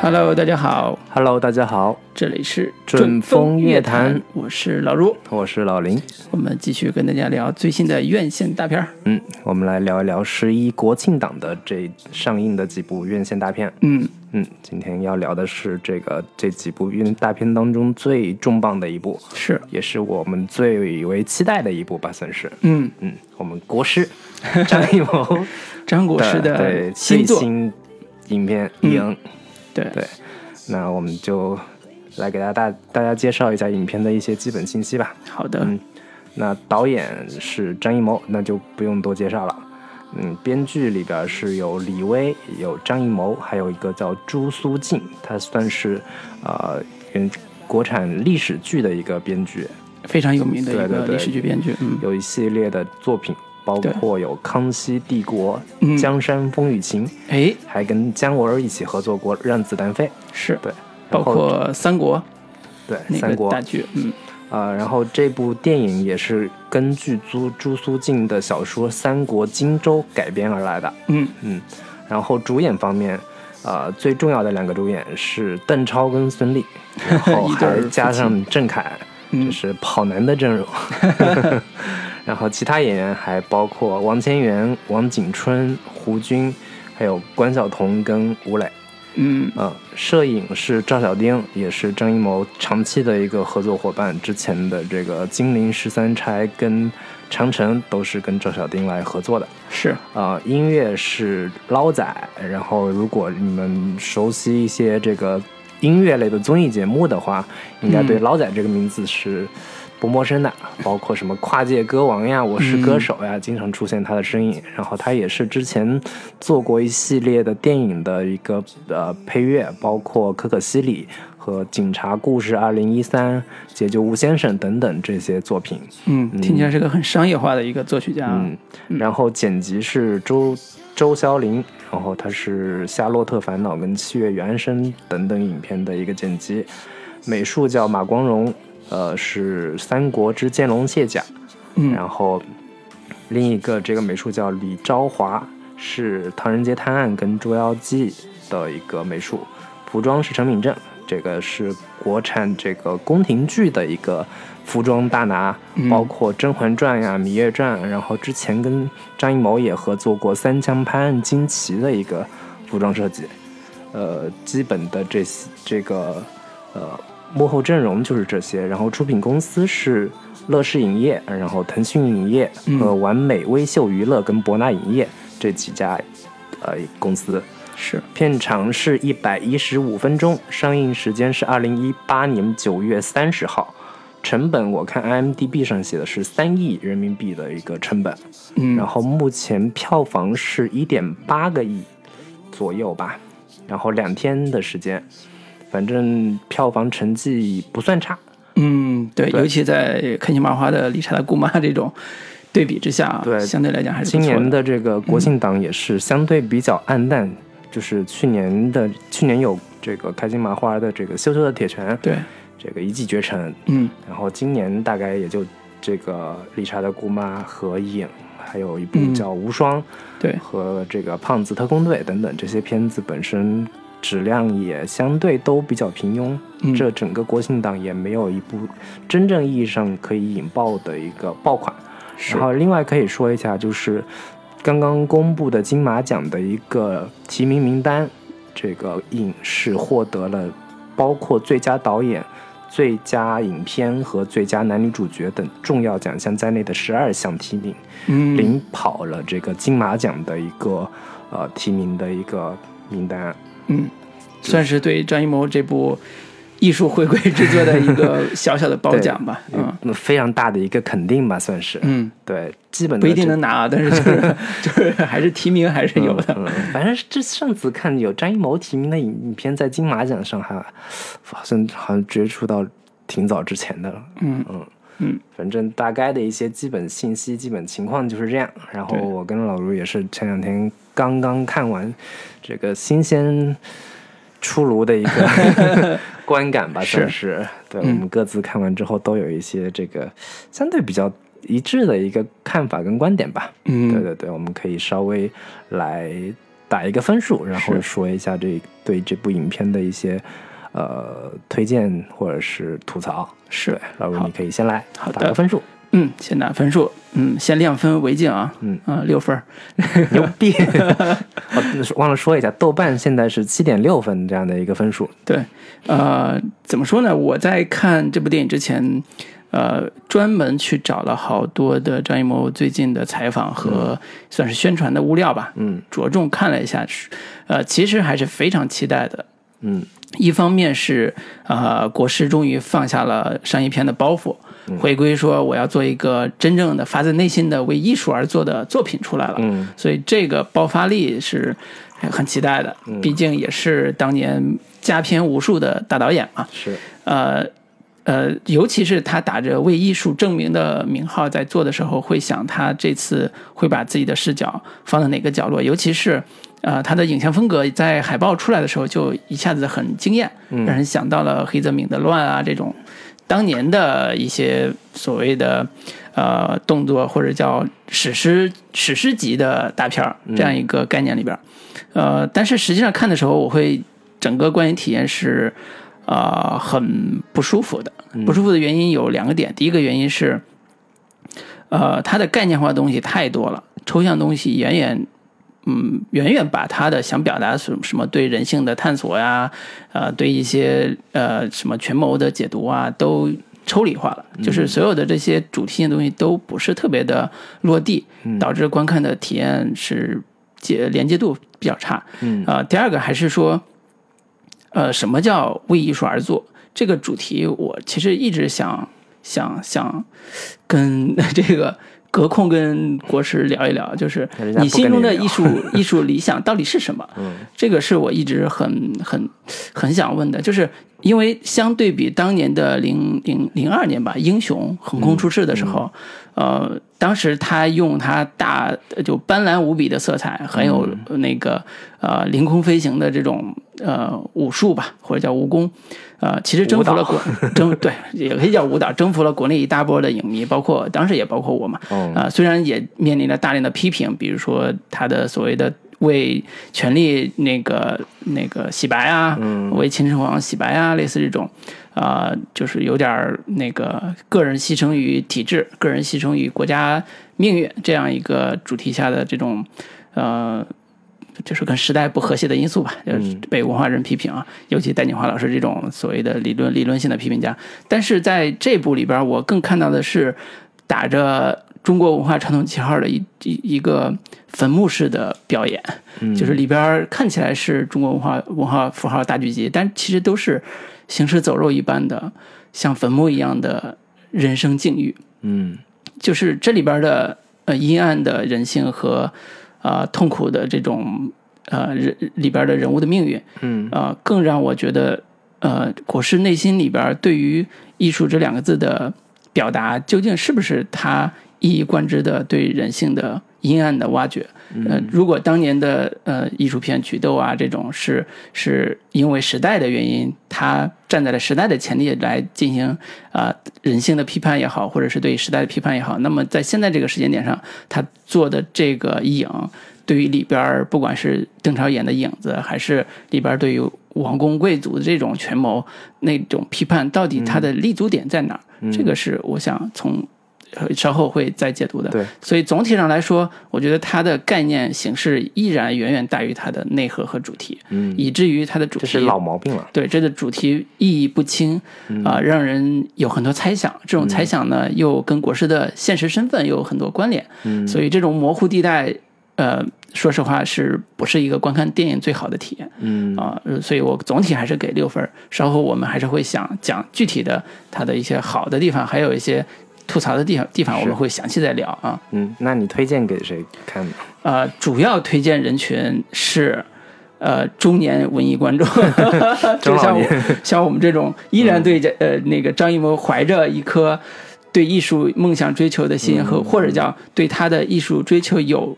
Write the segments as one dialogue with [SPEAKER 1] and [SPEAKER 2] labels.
[SPEAKER 1] Hello，大家好，
[SPEAKER 2] Hello，大家好，
[SPEAKER 1] 这里是
[SPEAKER 2] 准风乐坛
[SPEAKER 1] 准风乐坛我是老卢，
[SPEAKER 2] 我是老林。
[SPEAKER 1] 我们继续跟大家聊最新的院线大片儿。
[SPEAKER 2] 嗯，我们来聊一聊十一国庆档的这上映的几部院线大片。
[SPEAKER 1] 嗯，
[SPEAKER 2] 嗯，今天要聊的是这个这几部院大片当中最重磅的一部，
[SPEAKER 1] 是，
[SPEAKER 2] 也是我们最为期待的一部吧，算是。
[SPEAKER 1] 嗯，
[SPEAKER 2] 嗯，我们 国师张艺谋
[SPEAKER 1] 张国师
[SPEAKER 2] 对
[SPEAKER 1] 的
[SPEAKER 2] 最
[SPEAKER 1] 新作，嗯
[SPEAKER 2] 新影片《影》
[SPEAKER 1] 对
[SPEAKER 2] 对，那我们就来给大家大大家介绍一下影片的一些基本信息吧。
[SPEAKER 1] 好的，
[SPEAKER 2] 嗯那导演是张艺谋，那就不用多介绍了。嗯，编剧里边是有李威、有张艺谋，还有一个叫朱苏静，他算是呃嗯国产历史剧的一个编剧，
[SPEAKER 1] 非常有名的一
[SPEAKER 2] 对
[SPEAKER 1] 个
[SPEAKER 2] 对对
[SPEAKER 1] 历史剧编剧，嗯，
[SPEAKER 2] 有一系列的作品，包
[SPEAKER 1] 对
[SPEAKER 2] 括有《康熙帝国》
[SPEAKER 1] 嗯
[SPEAKER 2] 《江山风雨情》，
[SPEAKER 1] 哎，
[SPEAKER 2] 还跟姜文儿一起合作过《让子弹飞》。
[SPEAKER 1] 是，
[SPEAKER 2] 对，
[SPEAKER 1] 包
[SPEAKER 2] 然后
[SPEAKER 1] 括三国
[SPEAKER 2] 对
[SPEAKER 1] 那
[SPEAKER 2] 三
[SPEAKER 1] 个
[SPEAKER 2] 国
[SPEAKER 1] 大剧，嗯，
[SPEAKER 2] 呃，然后这部电影也是根据朱朱苏静的小说《三国荆州》改编而来的。
[SPEAKER 1] 嗯，
[SPEAKER 2] 嗯，然后主演方面，呃，最重要的两个主演是邓超跟孙俪，然后
[SPEAKER 1] 一对儿
[SPEAKER 2] 还加
[SPEAKER 1] 夫妻
[SPEAKER 2] 上郑恺，
[SPEAKER 1] 嗯
[SPEAKER 2] 这是跑男 的阵容。然后其他演员还包括王千源、王景春、胡军，还有关晓彤跟吴磊。
[SPEAKER 1] 嗯，
[SPEAKER 2] 呃，摄影是赵小丁，也是张艺谋长期的一个合作伙伴。之前的这个《金陵十三钗》跟《长城》都是跟赵小丁来合作的。
[SPEAKER 1] 是，
[SPEAKER 2] 呃，音乐是捞仔，然后如果你们熟悉一些这个音乐类的综艺节目的话，应该对
[SPEAKER 1] 嗯
[SPEAKER 2] 捞仔这个名字是不陌生的，包括什么跨界歌王呀、我是歌手呀，经常出现他的身影。然后他也是之前做过一系列的电影的一个呃配乐，包括《可可西里》和《警察故事二零一三》《解救吴先生》等等这些作品。
[SPEAKER 1] 嗯，听起来是个很商业化的一个作曲家，啊
[SPEAKER 2] 嗯，然后剪辑是周周肖林，然后他是《夏洛特烦恼》跟《七月与安生》等等影片的一个剪辑，美术叫马光荣，呃，是《三国之见龙卸甲》，
[SPEAKER 1] 嗯，
[SPEAKER 2] 然后另一个这个美术叫李昭华，是《唐人街探案》跟《捉妖记》的一个美术，服装是陈敏正，这个是国产这个宫廷剧的一个服装大拿，包括《甄嬛传》呀、《芈月传》，然后之前跟张艺谋也合作过《三枪拍案惊奇》的一个服装设计，呃，基本的这些这个呃幕后阵容就是这些，然后出品公司是乐视影业，然后腾讯影业和完美微秀娱乐跟博纳影业这几家呃公司。
[SPEAKER 1] 是，
[SPEAKER 2] 片长是一百一十五分钟，上映时间是二零一八年九月三十号。成本我看 IMDB 上写的是三亿人民币的一个成本，然
[SPEAKER 1] 嗯，
[SPEAKER 2] 后目前票房是一点八个亿左右吧，然后两天的时间，反正票房成绩不算差。
[SPEAKER 1] 嗯，对，
[SPEAKER 2] 对
[SPEAKER 1] 尤其在开心麻花的《理查的姑妈》这种对比之下，啊
[SPEAKER 2] 对
[SPEAKER 1] 相对来讲还是
[SPEAKER 2] 今
[SPEAKER 1] 不错
[SPEAKER 2] 年的这个国庆档也是相对比较暗淡，就是去年的去年有这个开心麻花的这个《羞羞的铁拳》，
[SPEAKER 1] 对，
[SPEAKER 2] 这个一骑绝尘，
[SPEAKER 1] 嗯，
[SPEAKER 2] 然后今年大概也就这个丽莎的姑妈和影，还有一部
[SPEAKER 1] 嗯
[SPEAKER 2] 叫《无双》
[SPEAKER 1] 对，
[SPEAKER 2] 和这个《胖子特工队》等等这些片子本身质量也相对都比较平庸，
[SPEAKER 1] 嗯
[SPEAKER 2] 这整个国庆档也没有一部真正意义上可以引爆的一个爆款。
[SPEAKER 1] 是
[SPEAKER 2] 然后另外可以说一下，就是刚刚公布的金马奖的一个提名名单，这个影是获得了包括最佳导演、最佳影片和最佳男女主角等重要奖项在内的十二项提名，
[SPEAKER 1] 嗯，
[SPEAKER 2] 领跑了这个金马奖的一个呃提名的一个呃名单。
[SPEAKER 1] 嗯，算是对张艺谋这部艺术回归之作的一 个小小的褒奖吧。嗯
[SPEAKER 2] 嗯，非常大的一个肯定吧，算是。
[SPEAKER 1] 嗯，
[SPEAKER 2] 对，基本
[SPEAKER 1] 不一
[SPEAKER 2] 的
[SPEAKER 1] 定
[SPEAKER 2] 这
[SPEAKER 1] 能拿，但 是就是就是还是提名还是有的。
[SPEAKER 2] 嗯，嗯反正这上次看有张艺谋提名的影影片在金马奖上还好像好像接触到挺早之前的了。
[SPEAKER 1] 嗯
[SPEAKER 2] 嗯
[SPEAKER 1] 嗯，
[SPEAKER 2] 反正大概的一些基本信息、基本情况就是这样。然后
[SPEAKER 1] 对
[SPEAKER 2] 我跟老卢也是前两天刚刚看完这个新鲜出炉的 一个观感吧，
[SPEAKER 1] 是嗯
[SPEAKER 2] 算是。对，我们各自看完之后都有一些这个相对比较一致的一个看法跟观点吧。
[SPEAKER 1] 嗯
[SPEAKER 2] 对对对，我们可以稍微来打一个分数，然后
[SPEAKER 1] 是
[SPEAKER 2] 说一下这对这部影片的一些呃推荐或者是吐槽。
[SPEAKER 1] 是
[SPEAKER 2] 对，老陆
[SPEAKER 1] 好
[SPEAKER 2] 你可以先来
[SPEAKER 1] 好
[SPEAKER 2] 打
[SPEAKER 1] 的
[SPEAKER 2] 个 分数，
[SPEAKER 1] 嗯，先打分数，嗯，先量分为敬啊，
[SPEAKER 2] 嗯
[SPEAKER 1] 啊，六分儿，
[SPEAKER 2] 牛逼！ 哦，忘了说一下，豆瓣现在是七点六分这样的一个分数。
[SPEAKER 1] 对，呃，怎么说呢？我在看这部电影之前，呃，专门去找了好多的张艺谋最近的采访和算是宣传的物料吧，
[SPEAKER 2] 嗯
[SPEAKER 1] 着重看了一下，呃，其实还是非常期待的。
[SPEAKER 2] 嗯
[SPEAKER 1] 一方面是呃，国师终于放下了商业片的包袱，回归说我要做一个真正的发自内心的为艺术而做的作品出来了。
[SPEAKER 2] 嗯
[SPEAKER 1] 所以这个爆发力是很期待的，毕竟也是当年佳片无数的大导演嘛。啊
[SPEAKER 2] 是
[SPEAKER 1] 呃呃，尤其是他打着为艺术证明的名号在做的时候，会想他这次会把自己的视角放在哪个角落，尤其是。呃，他的影像风格在海报出来的时候就一下子很惊艳，让人想到了黑泽明的《乱》啊这种当年的一些所谓的呃动作或者叫史诗史诗级的大片儿这样一个概念里边儿，呃，但是实际上看的时候，我会整个观影体验是呃很不舒服的。不舒服的原因有两个点，第一个原因是，呃，它的概念化的东西太多了，抽象东西远远。嗯，远远把他的想表达什么什么对人性的探索呀，呃，对一些呃什么权谋的解读啊，都抽离化了，就是
[SPEAKER 2] 嗯
[SPEAKER 1] 所有的这些主题性的东西都不是特别的落地，
[SPEAKER 2] 嗯
[SPEAKER 1] 导致观看的体验是接连接度比较差。
[SPEAKER 2] 嗯
[SPEAKER 1] 啊、第二个还是说，呃，什么叫为艺术而做？这个主题我其实一直想想想跟 这个隔空跟国师聊一聊，就是
[SPEAKER 2] 人家
[SPEAKER 1] 你
[SPEAKER 2] 不跟
[SPEAKER 1] 心中
[SPEAKER 2] 你
[SPEAKER 1] 的
[SPEAKER 2] 聊
[SPEAKER 1] 艺 术艺术理想到底是什么？
[SPEAKER 2] 嗯，
[SPEAKER 1] 这个是我一直很很很想问的，就是因为相对比当年的零零零二年吧，英雄横空出世的时候，呃，当时他用他大就斑斓无比的色彩，很有那个呃凌空飞行的这种呃武术吧，或者叫武功，呃，其实征服了国征对，也可以叫舞蹈，征服了国内一大波的影迷，包括当时也包括我嘛，
[SPEAKER 2] 哦
[SPEAKER 1] 啊、虽然也面临了大量的批评，比如说他的所谓的为权力那个那个洗白啊，为秦始皇洗白啊，类似这种，啊、就是有点儿那个个人牺牲于体制、个人牺牲于国家命运这样一个主题下的这种，呃。就是跟时代不和谐的因素吧，就是被文化人批评啊，尤其戴锦华老师这种所谓的理论理论性的批评家。但是在这部里边儿，我更看到的是，打着中国文化传统旗号的一一一个坟墓式的表演，就是里边儿看起来是中国文化文化符号大聚集，但其实都是行尸走肉一般的，像坟墓一样的人生境遇。
[SPEAKER 2] 嗯
[SPEAKER 1] 就是这里边的呃阴暗的人性和呃痛苦的这种呃人里边的人物的命运，
[SPEAKER 2] 嗯
[SPEAKER 1] 呃，更让我觉得呃国师内心里边对于艺术这两个字的表达，究竟是不是他一以贯之的对人性的阴暗的挖掘？呃，如果当年的呃艺术片《菊豆》啊这种是是因为时代的原因，它站在了时代的前提来进行啊、呃人性的批判也好，或者是对时代的批判也好，那么在现在这个时间点上，他做的这个影，对于里边儿不管是邓超演的影子，还是里边儿对于王公贵族的这种权谋那种批判，到底它的立足点在哪儿？
[SPEAKER 2] 嗯
[SPEAKER 1] 这个是我想从呃稍后会再解读的。
[SPEAKER 2] 对，
[SPEAKER 1] 所以总体上来说，我觉得它的概念形式依然远远大于它的内核和主题，
[SPEAKER 2] 嗯，
[SPEAKER 1] 以至于它的主
[SPEAKER 2] 这
[SPEAKER 1] 题
[SPEAKER 2] 是老毛病了。
[SPEAKER 1] 对这个主题意义不清啊、让人有很多猜想。这种猜想呢，又跟国师的现实身份又有很多关联，所以这种模糊地带，呃，说实话是不是一个观看电影最好的体验？
[SPEAKER 2] 嗯
[SPEAKER 1] 啊、呃所以我总体还是给六分儿。稍后我们还是会想讲具体的它的一些好的地方，还有一些吐槽的地方地方，我们会详细再聊啊。
[SPEAKER 2] 嗯，那你推荐给谁看呢？
[SPEAKER 1] 呃，主要推荐人群是。呃，中年文艺观众，就像我像我们这种依然对这、呃那个张艺谋怀着一颗对艺术梦想追求的心和、或者叫对他的艺术追求有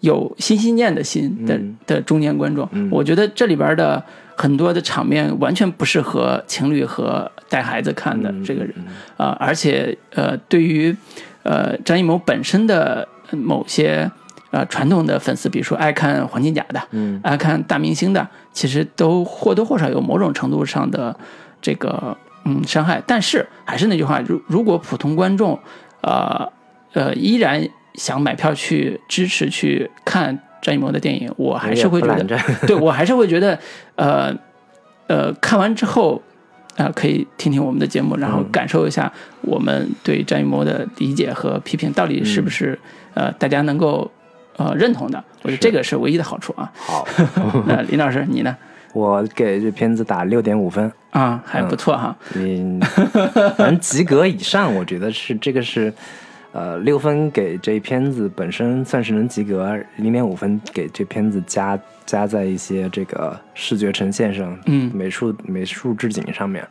[SPEAKER 1] 有心心念的心的、的中年观众，我觉得这里边的很多的场面完全不适合情侣和带孩子看的这个人啊、呃而且呃，对于呃张艺谋本身的某些呃传统的粉丝，比如说爱看黄金甲的，
[SPEAKER 2] 嗯，
[SPEAKER 1] 爱看大明星的，其实都或多或少有某种程度上的这个嗯伤害。但是还是那句话，如如果普通观众呃呃依然想买票去支持去看张艺谋的电影，我还是会觉得
[SPEAKER 2] 也不懒 着
[SPEAKER 1] 对我还是会觉得，呃，呃，看完之后，啊，可以听听我们的节目，然
[SPEAKER 2] 嗯
[SPEAKER 1] 后感受一下我们对张艺谋的理解和批评，到底是
[SPEAKER 2] 嗯
[SPEAKER 1] 不是、呃大家能够呃认同的？我觉得这个是唯一的好处啊。
[SPEAKER 2] 好，
[SPEAKER 1] 那林老师你呢？
[SPEAKER 2] 我给这片子打六点五分，
[SPEAKER 1] 啊，还不错哈。
[SPEAKER 2] 嗯，反正及格以上，我觉得是这个是，呃，六分给这片子本身算是能及格，零点五分给这片子加加在一些这个视觉呈现上，
[SPEAKER 1] 嗯
[SPEAKER 2] 美术美术置景上面，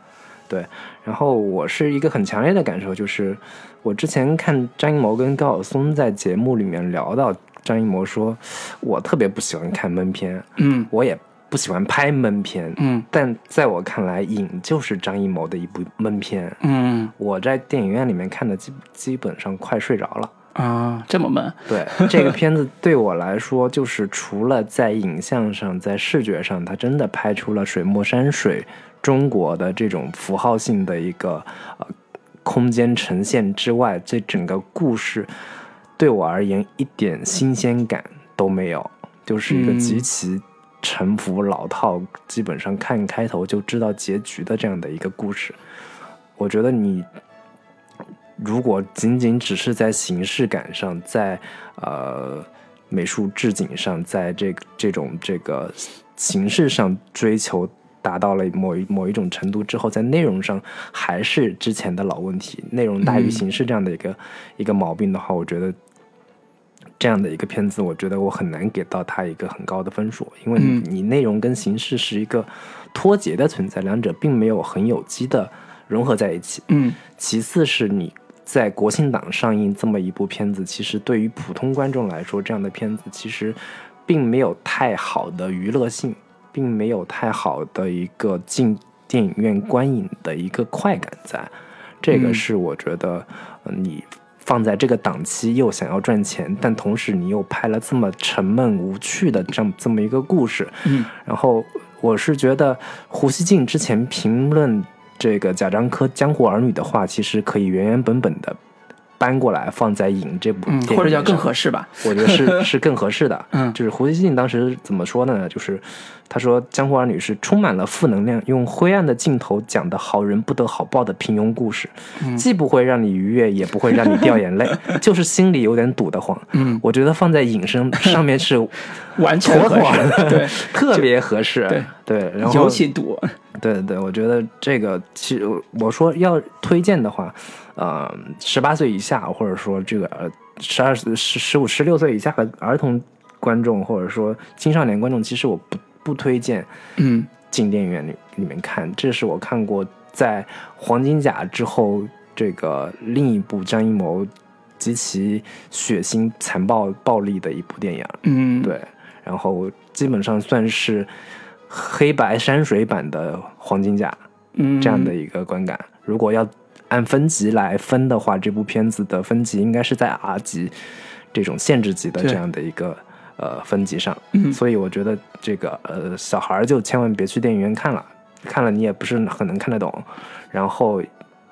[SPEAKER 2] 对。然后我是一个很强烈的感受，就是我之前看张艺谋跟高晓松在节目里面聊到，张艺谋说，我特别不喜欢看闷片，
[SPEAKER 1] 嗯
[SPEAKER 2] 我也不喜欢拍闷片，
[SPEAKER 1] 嗯
[SPEAKER 2] 但在我看来，《影》就是张艺谋的一部闷片。
[SPEAKER 1] 嗯
[SPEAKER 2] 我在电影院里面看的基基本上快睡着了。
[SPEAKER 1] 啊，这么闷。
[SPEAKER 2] 对 这个片子对我来说，就是除了在影像上、在视觉上，它真的拍出了水墨山水中国的这种符号性的一个呃空间呈现之外，这整个故事对我而言一点新鲜感都没有，就是一个
[SPEAKER 1] 嗯
[SPEAKER 2] 极其沉浮老套，基本上看开头就知道结局的这样的一个故事。我觉得你如果仅仅只是在形式感上，在呃美术置景上，在这这种这个形式上追求达到了某一某一种程度之后，在内容上还是之前的老问题，内容大于形式这样的一个、一个毛病的话，我觉得。这样的一个片子，我觉得我很难给到它一个很高的分数，因为你
[SPEAKER 1] 嗯
[SPEAKER 2] 你内容跟形式是一个脱节的存在，两者并没有很有机的融合在一起。
[SPEAKER 1] 嗯
[SPEAKER 2] 其次是你在国庆档上映这么一部片子，其实对于普通观众来说，这样的片子其实并没有太好的娱乐性，并没有太好的一个进电影院观影的一个快感在。这个
[SPEAKER 1] 嗯
[SPEAKER 2] 是我觉得呃你放在这个档期又想要赚钱，但同时你又拍了这么沉闷无趣的这么这么一个故事，
[SPEAKER 1] 嗯
[SPEAKER 2] 然后我是觉得胡锡进之前评论这个贾樟柯《江湖儿女》的话，其实可以原原本本的搬过来放在《影》这部电
[SPEAKER 1] 嗯
[SPEAKER 2] 影，上，
[SPEAKER 1] 或者叫更合适吧。
[SPEAKER 2] 我觉得 是是更合适的。
[SPEAKER 1] 嗯
[SPEAKER 2] 就是胡锡进当时怎么说呢？就是他说《江湖儿女》是充满了负能量，用灰暗的镜头讲的好人不得好报的平庸故事，
[SPEAKER 1] 嗯
[SPEAKER 2] 既不会让你愉悦，也不会让你掉眼 泪，就是心里有点堵得慌。
[SPEAKER 1] 嗯，
[SPEAKER 2] 我觉得放在影身上 面是
[SPEAKER 1] 完全合
[SPEAKER 2] 妥妥
[SPEAKER 1] 适。对，
[SPEAKER 2] 特别合适，
[SPEAKER 1] 对
[SPEAKER 2] 对， 然后
[SPEAKER 1] 尤其堵。
[SPEAKER 2] 对对对，我觉得这个其实我说要推荐的话，呃，十八岁以下或者说这个十二十十五十六岁以下的儿童观众或者说青少年观众，其实我不不推荐
[SPEAKER 1] 嗯
[SPEAKER 2] 进电影院里里面看，这是我看过在《黄金甲》之后这个另一部张艺谋极其血腥、残暴、暴力的一部电影。
[SPEAKER 1] 嗯，
[SPEAKER 2] 对，然后基本上算是黑白山水版的《黄金甲》
[SPEAKER 1] 嗯，
[SPEAKER 2] 这样的一个观感。如果要按分级来分的话，这部片子的分级应该是在 R 级这种限制级的
[SPEAKER 1] 对
[SPEAKER 2] 这样的一个呃分级上。
[SPEAKER 1] 嗯
[SPEAKER 2] 所以我觉得这个呃小孩儿就千万别去电影院看了，看了你也不是很能看得懂。然后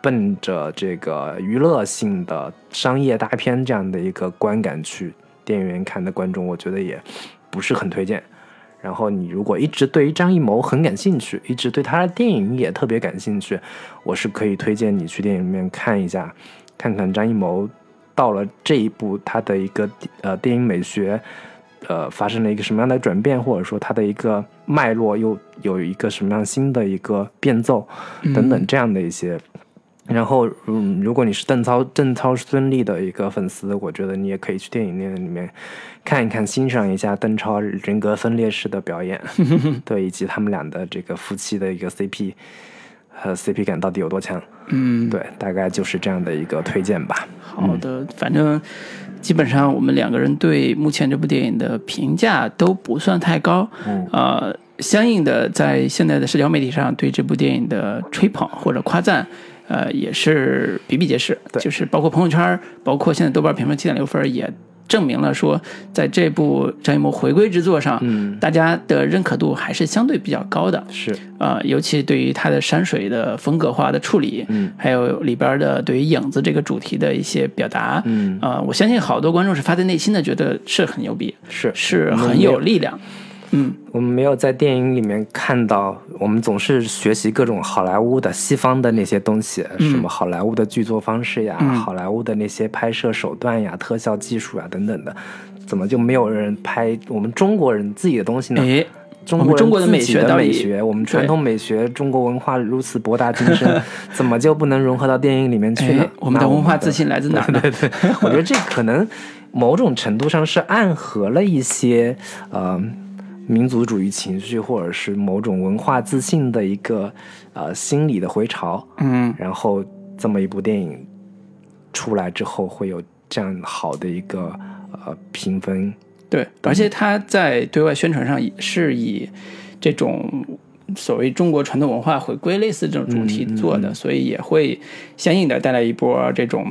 [SPEAKER 2] 奔着这个娱乐性的商业大片这样的一个观感去电影院看的观众，我觉得也不是很推荐。然后你如果一直对于张艺谋很感兴趣，一直对他的电影也特别感兴趣，我是可以推荐你去电影院看一下，看看张艺谋到了这一步他的一个呃电影美学。呃，发生了一个什么样的转变，或者说他的一个脉络又有一个什么样新的一个变奏，等等这样的一些。然后，嗯，如果你是邓超、邓超、孙俪的一个粉丝，我觉得你也可以去电影院里面看一看，欣赏一下邓超人格分裂式的表 演，对，以及他们俩的这个夫妻的一个 CP 和 CP 感到底有多强。
[SPEAKER 1] 嗯，
[SPEAKER 2] 对，嗯大概就是这样的一个推荐吧。
[SPEAKER 1] 好的，反正基本上我们两个人对目前这部电影的评价都不算太高，
[SPEAKER 2] 嗯
[SPEAKER 1] 呃，相应的在现在的社交媒体上对这部电影的吹捧或者夸赞。呃，也是比比皆是，
[SPEAKER 2] 对
[SPEAKER 1] 就是包括朋友圈，包括现在豆瓣评分七点六分，也证明了说，在这部张艺谋回归之作上，
[SPEAKER 2] 嗯，
[SPEAKER 1] 大家的认可度还是相对比较高的。
[SPEAKER 2] 是，
[SPEAKER 1] 啊，尤其对于它的山水的风格化的处理，
[SPEAKER 2] 嗯
[SPEAKER 1] 还有里边的对于影子这个主题的一些表达，
[SPEAKER 2] 嗯
[SPEAKER 1] 啊、我相信好多观众是发自内心的觉得是很牛逼，
[SPEAKER 2] 是
[SPEAKER 1] 是很有力量，嗯，
[SPEAKER 2] 我们没有在电影里面看到，我们总是学习各种好莱坞的西方的那些东西，什么好莱坞的剧作方式呀，
[SPEAKER 1] 嗯
[SPEAKER 2] 好莱坞的那些拍摄手段呀、特效技术呀等等的，怎么就没有人拍我们中国人自己的东西呢？
[SPEAKER 1] 哎，
[SPEAKER 2] 中
[SPEAKER 1] 我
[SPEAKER 2] 国
[SPEAKER 1] 们
[SPEAKER 2] 人
[SPEAKER 1] 中国的
[SPEAKER 2] 自
[SPEAKER 1] 美
[SPEAKER 2] 己
[SPEAKER 1] 学
[SPEAKER 2] 的
[SPEAKER 1] 到
[SPEAKER 2] 美
[SPEAKER 1] 底
[SPEAKER 2] 学，我们传
[SPEAKER 1] 对
[SPEAKER 2] 统美学，中国文化如此博大精 深，怎么就不能融合到电影里面去呢？
[SPEAKER 1] 哎，我们的
[SPEAKER 2] 那
[SPEAKER 1] 文化自信来 自哪儿呢？
[SPEAKER 2] 我觉得这可能某种程度上是暗合了一些呃民族主义情绪，或者是某种文化自信的一个呃心理的回潮。
[SPEAKER 1] 嗯，
[SPEAKER 2] 然后这么一部电影出来之后，会有这样好的一个呃评分。
[SPEAKER 1] 对，而且它在对外宣传上也是以这种所谓中国传统文化回归类似这种主题做
[SPEAKER 2] 嗯
[SPEAKER 1] 的，所以也会相应的带来一波这种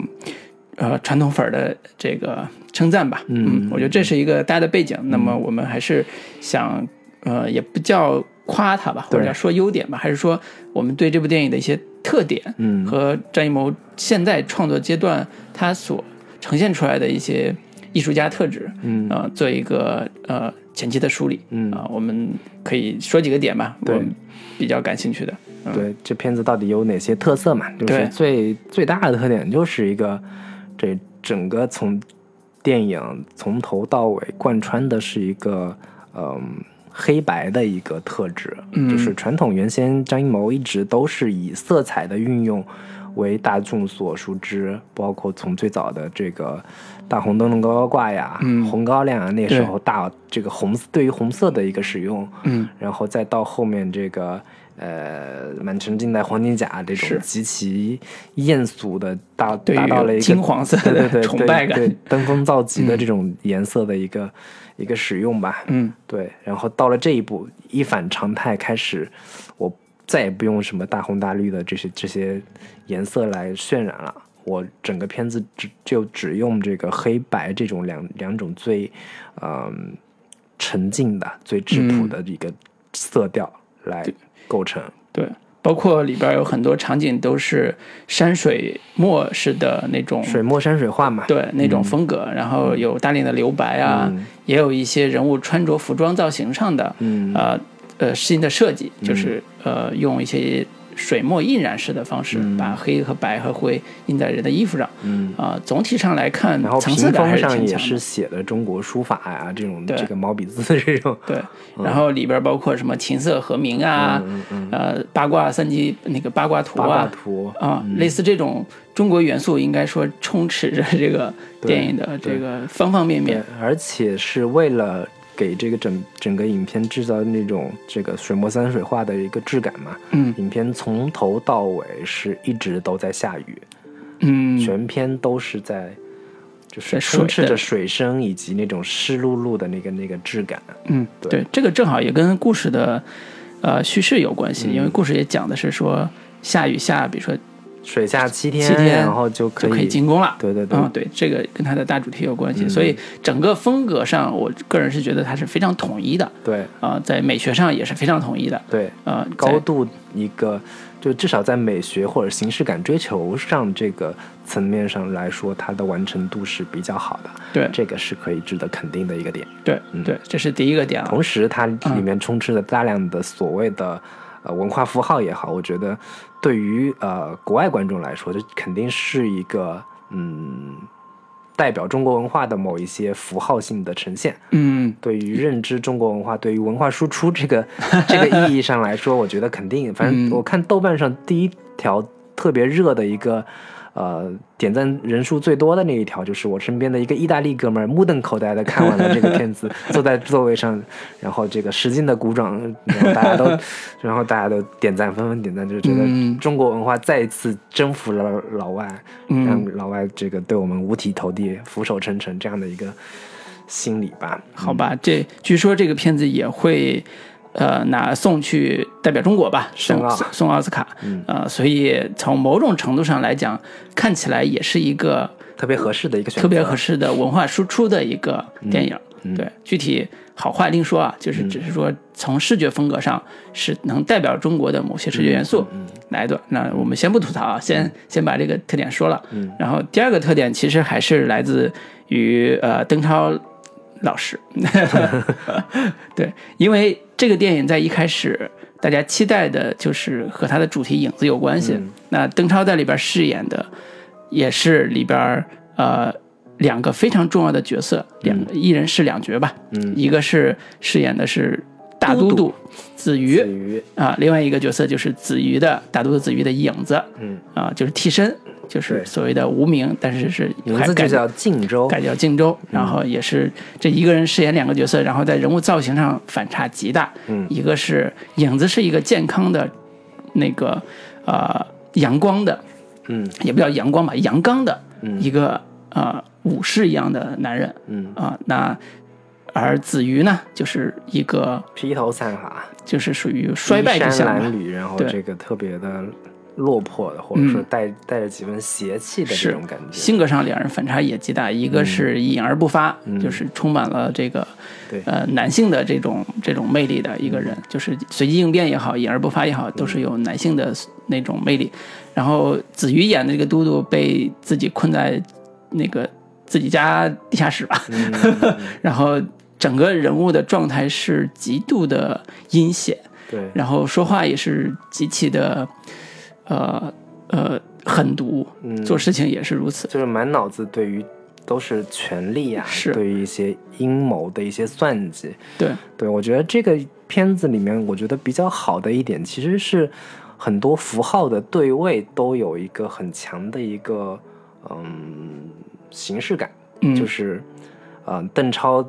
[SPEAKER 1] 呃传统粉儿的这个称赞吧。嗯，我觉得这是一个大的背
[SPEAKER 2] 嗯
[SPEAKER 1] 景。那么我们还是想呃，也不叫夸它吧，或者
[SPEAKER 2] 对
[SPEAKER 1] 叫说优点吧，还是说我们对这部电影的一些特点，
[SPEAKER 2] 嗯
[SPEAKER 1] 和张艺谋现在创作阶段他所呈现出来的一些艺术家特质，
[SPEAKER 2] 嗯
[SPEAKER 1] 呃，做一个呃前期的梳理，
[SPEAKER 2] 嗯
[SPEAKER 1] 啊、我们可以说几个点吧，我
[SPEAKER 2] 对
[SPEAKER 1] 们比较感兴趣的，嗯，
[SPEAKER 2] 对，这片子到底有哪些特色嘛？就
[SPEAKER 1] 对
[SPEAKER 2] 是最最大的特点就是一个，这整个从电影从头到尾贯穿的是一个，嗯、黑白的一个特质，
[SPEAKER 1] 嗯
[SPEAKER 2] 就是传统原先张艺谋一直都是以色彩的运用为大众所熟知，包括从最早的这个大红灯笼高高挂呀，
[SPEAKER 1] 嗯
[SPEAKER 2] 红高粱啊，那时候大这个红对于红色的一个使用，
[SPEAKER 1] 嗯，
[SPEAKER 2] 然后再到后面这个呃满城尽带黄金甲这种
[SPEAKER 1] 是
[SPEAKER 2] 极其艳俗的达
[SPEAKER 1] 对
[SPEAKER 2] 达到了一
[SPEAKER 1] 于
[SPEAKER 2] 个
[SPEAKER 1] 金黄色
[SPEAKER 2] 对对
[SPEAKER 1] 的
[SPEAKER 2] 对
[SPEAKER 1] 崇拜感，
[SPEAKER 2] 对对登峰造极的这种颜色的一个、一个使用吧，
[SPEAKER 1] 嗯，
[SPEAKER 2] 对，然后到了这一步，一反常态，开始我再也不用什么大红大绿的这些这些颜色来渲染了。我整个片子只就只用这个黑白这种两两种最，嗯、沉静的、最质朴
[SPEAKER 1] 嗯
[SPEAKER 2] 的一个色调来构成。
[SPEAKER 1] 对，包括里边有很多场景都是山水墨式的那种
[SPEAKER 2] 水墨山水画嘛，
[SPEAKER 1] 对那种风格，然
[SPEAKER 2] 嗯
[SPEAKER 1] 后有大量的留白啊，也有一些人物穿着服装造型上的，
[SPEAKER 2] 嗯
[SPEAKER 1] 呃呃新的设计，就是、呃用一些水墨印染式的方式，把黑和白和灰印在人的衣服上，
[SPEAKER 2] 嗯
[SPEAKER 1] 啊、总体上来看
[SPEAKER 2] 然后，
[SPEAKER 1] 层
[SPEAKER 2] 屏
[SPEAKER 1] 次感还
[SPEAKER 2] 风
[SPEAKER 1] 是
[SPEAKER 2] 上
[SPEAKER 1] 挺
[SPEAKER 2] 也
[SPEAKER 1] 强
[SPEAKER 2] 是
[SPEAKER 1] 的。
[SPEAKER 2] 写的中国书法呀、这种
[SPEAKER 1] 对
[SPEAKER 2] 这个毛笔字这种，
[SPEAKER 1] 对，
[SPEAKER 2] 嗯
[SPEAKER 1] 然后里边包括什么琴瑟和鸣啊，呃，八卦三级那个八卦图
[SPEAKER 2] 八
[SPEAKER 1] 啊，
[SPEAKER 2] 卦图，嗯
[SPEAKER 1] 啊，类似这种中国元素，应该说充斥着这个
[SPEAKER 2] 对
[SPEAKER 1] 电影的这个方方面
[SPEAKER 2] 对
[SPEAKER 1] 面。，
[SPEAKER 2] 而且是为了给这个整整个影片制造那种这个水墨山水画的一个质感嘛。
[SPEAKER 1] 嗯
[SPEAKER 2] 影片从头到尾是一直都在下雨，
[SPEAKER 1] 嗯，
[SPEAKER 2] 全片都是在就是
[SPEAKER 1] 在水
[SPEAKER 2] 充斥着
[SPEAKER 1] 的
[SPEAKER 2] 水声以及那种湿漉漉的那个那个质感。
[SPEAKER 1] 嗯，
[SPEAKER 2] 对
[SPEAKER 1] 对，这个正好也跟故事的呃叙事有关
[SPEAKER 2] 嗯
[SPEAKER 1] 系，因为故事也讲的是说下雨下，比如说
[SPEAKER 2] 水下七天，
[SPEAKER 1] 七天
[SPEAKER 2] 然后就可
[SPEAKER 1] 就
[SPEAKER 2] 以
[SPEAKER 1] 可以进攻了。
[SPEAKER 2] 对嗯对对
[SPEAKER 1] 嗯，对，这个跟它的大主题有关系，所以整个风格上，我个人是觉得它是非常统一的，
[SPEAKER 2] 对
[SPEAKER 1] 啊、在美学上也是非常统一的，
[SPEAKER 2] 对，
[SPEAKER 1] 呃，
[SPEAKER 2] 高
[SPEAKER 1] 在
[SPEAKER 2] 度一个，就至少在美学或者形式感追求上这个层面上来说，它的完成度是比较好的。
[SPEAKER 1] 对
[SPEAKER 2] 这个是可以值得肯定的一个点。
[SPEAKER 1] 对对，这是第一个点啊。
[SPEAKER 2] 嗯同时，它里面充斥着大量的所谓的呃文化符号也好，我觉得对于呃国外观众来说，这肯定是一个嗯代表中国文化的某一些符号性的呈现。
[SPEAKER 1] 嗯，
[SPEAKER 2] 对于认知中国文化，对于文化输出这个这个意义上来说，我觉得肯定。反正我看豆瓣上第一条特别热的一个，呃，点赞人数最多的那一条，就是我身边的一个意大利哥们儿目瞪口呆的看完了这个片子，坐在座位上，然后这个使劲的鼓掌，然后大家都， 然后大家都点赞，纷纷点赞，就觉得
[SPEAKER 1] 嗯
[SPEAKER 2] 中国文化再一次征服了老外，让老外这个对我们五体投地、俯首称臣这样的一个心理吧。
[SPEAKER 1] 好吧，这据说这个片子也会呃拿送去代表中国吧，送
[SPEAKER 2] 送奥
[SPEAKER 1] 送送奥斯卡，
[SPEAKER 2] 嗯
[SPEAKER 1] 呃，所以从某种程度上来讲，看起来也是一个
[SPEAKER 2] 特别合适的一个选择，
[SPEAKER 1] 特别合适的文化输出的一个电影。
[SPEAKER 2] 嗯
[SPEAKER 1] 对，具体好坏另说啊，就是只是说从视觉风格上是能代表中国的某些视觉元素
[SPEAKER 2] 嗯
[SPEAKER 1] 来的。那我们先不吐槽啊，先先把这个特点说了。
[SPEAKER 2] 嗯
[SPEAKER 1] 然后第二个特点其实还是来自于呃邓超老师，对，因为这个电影在一开始大家期待的就是和它的主题影子有关系。
[SPEAKER 2] 嗯
[SPEAKER 1] 那邓超在里边饰演的也是里边儿呃两个非常重要的角色，两、一人饰两角吧，
[SPEAKER 2] 嗯
[SPEAKER 1] 一个是饰演的是大
[SPEAKER 2] 都
[SPEAKER 1] 都
[SPEAKER 2] 督
[SPEAKER 1] 督子瑜
[SPEAKER 2] 对于
[SPEAKER 1] 啊、另外一个角色就是子瑜的大都督子瑜的影子，
[SPEAKER 2] 嗯
[SPEAKER 1] 啊、就是替身，就
[SPEAKER 2] 对
[SPEAKER 1] 是所谓的无名，但是是
[SPEAKER 2] 名字
[SPEAKER 1] 改
[SPEAKER 2] 就叫靖州，
[SPEAKER 1] 改叫荆州，然
[SPEAKER 2] 嗯
[SPEAKER 1] 后也是这一个人饰演两个角色，然后在人物造型上反差极大。
[SPEAKER 2] 嗯
[SPEAKER 1] 一个是影子是一个健康的，那个呃阳光的，
[SPEAKER 2] 嗯
[SPEAKER 1] 也不叫阳光吧，阳刚的、
[SPEAKER 2] 嗯
[SPEAKER 1] 一个呃武士一样的男人
[SPEAKER 2] 嗯，
[SPEAKER 1] 啊、那而子瑜呢，就是一个
[SPEAKER 2] 披头散发，
[SPEAKER 1] 就是属于衰败之
[SPEAKER 2] 衣
[SPEAKER 1] 相
[SPEAKER 2] 衫
[SPEAKER 1] 吧
[SPEAKER 2] 褴，褛，然后
[SPEAKER 1] 对
[SPEAKER 2] 这个特别的落魄的，或者说
[SPEAKER 1] 嗯
[SPEAKER 2] 带带着几分邪气的这
[SPEAKER 1] 是
[SPEAKER 2] 种感觉，
[SPEAKER 1] 性格上两人反差也极大，一个是隐而不发，
[SPEAKER 2] 嗯
[SPEAKER 1] 就是充满了这个
[SPEAKER 2] 对
[SPEAKER 1] 呃男性的这种这种魅力的一个人，就是随机应变也好，隐而不发也好，都是有男性的那种魅力。然后子瑜演的这个嘟嘟被自己困在那个自己家地下室吧， 然后整个人物的状态是极度的阴险，
[SPEAKER 2] 对，
[SPEAKER 1] 然后说话也是极其的呃呃狠毒，
[SPEAKER 2] 嗯
[SPEAKER 1] 做事情也是如此。
[SPEAKER 2] 就是满脑子对于都是权力啊，
[SPEAKER 1] 是
[SPEAKER 2] 对于一些阴谋的一些算计。
[SPEAKER 1] 对，
[SPEAKER 2] 对我觉得这个片子里面，我觉得比较好的一点其实是很多符号的对位都有一个很强的一个嗯形式感，
[SPEAKER 1] 嗯，
[SPEAKER 2] 就是嗯、呃邓超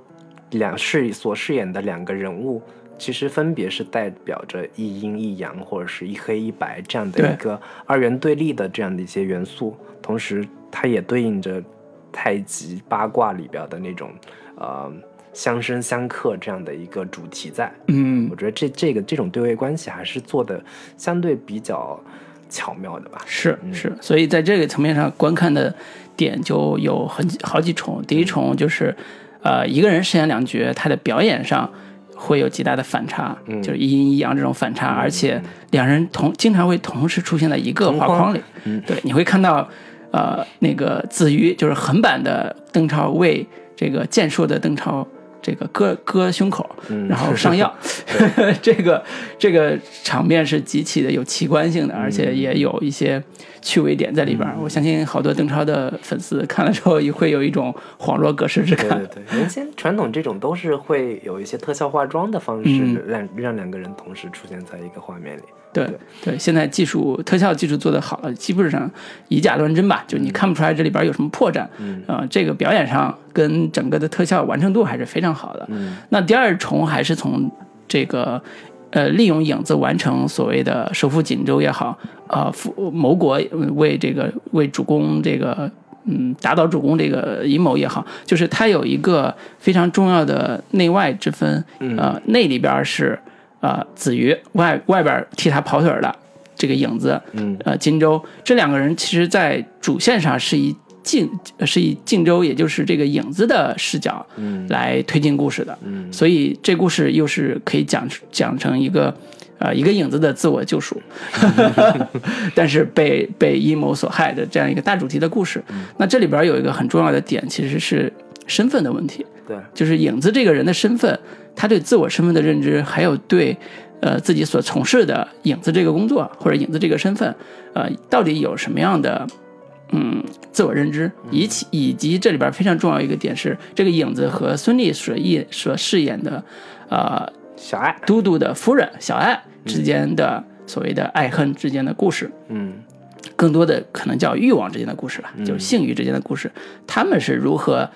[SPEAKER 2] 两饰所饰演的两个人物。其实分别是代表着一阴一阳，或者是一黑一白这样的
[SPEAKER 1] 对
[SPEAKER 2] 一个二元对立的这样的一些元素，同时它也对应着太极八卦里边的那种呃相生相克这样的一个主题在。
[SPEAKER 1] 嗯
[SPEAKER 2] 我，觉得这这个这种对位关系还是做的相对比较巧妙的吧。嗯
[SPEAKER 1] 是是，所以在这个层面上，观看的点就有很几好几重。第一
[SPEAKER 2] 嗯
[SPEAKER 1] 重就是，呃，一个人饰演两角，他的表演上会有极大的反差，
[SPEAKER 2] 嗯
[SPEAKER 1] 就是一阴一阳这种反差，而且两人同经常会同时出现在一个
[SPEAKER 2] 同
[SPEAKER 1] 画
[SPEAKER 2] 框嗯
[SPEAKER 1] 框里。对，你会看到，呃，那个子瑜就是横版的邓超为这个健硕的邓超。这个割割胸口，
[SPEAKER 2] 嗯
[SPEAKER 1] 然后上药， 这个这个场面是极其的有奇观性的，而且也有一些趣味点在里边儿。我相信好多邓超的粉丝看了之后，也会有一种恍若隔世之
[SPEAKER 2] 对
[SPEAKER 1] 感。
[SPEAKER 2] 对对，原先传统这种都是会有一些特效化妆的方式，让让两个人同时出现在一个画面里。
[SPEAKER 1] 嗯对对，现在技术特效技术做得好了，基本上以假乱真吧，就你看不出来这里边有什么破绽。
[SPEAKER 2] 嗯
[SPEAKER 1] 呃，这个表演上跟整个的特效完成度还是非常好的。
[SPEAKER 2] 嗯
[SPEAKER 1] 那第二重还是从这个呃利用影子完成所谓的收复锦州也好，呃复谋国呃为这个为主公这个嗯打倒主公这个阴谋也好，就是它有一个非常重要的内外之分，
[SPEAKER 2] 嗯
[SPEAKER 1] 呃内里边儿是呃子瑜，外外边儿替他跑腿儿的这个影子，
[SPEAKER 2] 嗯
[SPEAKER 1] 呃荆州这两个人，其实在主线上是以晋是以晋州，也就是这个影子的视角
[SPEAKER 2] 嗯
[SPEAKER 1] 来推进故事的，
[SPEAKER 2] 嗯
[SPEAKER 1] 所以这故事又是可以讲讲成一个。呃，一个影子的自我救 赎，但是被被阴谋所害的这样一个大主题的故事。
[SPEAKER 2] 嗯
[SPEAKER 1] 那这里边有一个很重要的点，其实是身份的问题。
[SPEAKER 2] 对，
[SPEAKER 1] 就是影子这个人的身份，他对自我身份的认知，还有对呃自己所从事的影子这个工作或者影子这个身份，呃，到底有什么样的嗯自我认知，以及以及这里边非常重要一个点是，这个影子和孙俪所演所饰演的呃
[SPEAKER 2] 小爱，
[SPEAKER 1] 嘟嘟的夫人小爱之间的所谓的爱恨之间的故事，
[SPEAKER 2] 嗯
[SPEAKER 1] 更多的可能叫欲望之间的故事吧，就是性欲之间的故事，他们是如何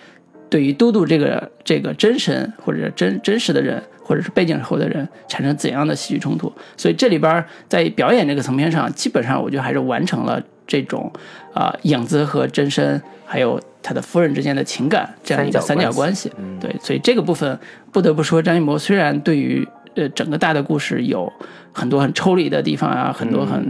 [SPEAKER 1] 对于嘟嘟这个这个真神或者真真实的人，或者是背景后的人产生怎样的戏剧冲突？所以这里边儿在表演这个层面上，基本上我觉得还是完成了这种啊、呃影子和真身还有他的夫人之间的情感这样一个
[SPEAKER 2] 三
[SPEAKER 1] 三
[SPEAKER 2] 角
[SPEAKER 1] 角
[SPEAKER 2] 关
[SPEAKER 1] 关系。对，所以这个部分不得不说，张艺谋虽然对于呃整个大的故事有很多很抽离的地方啊，很多很、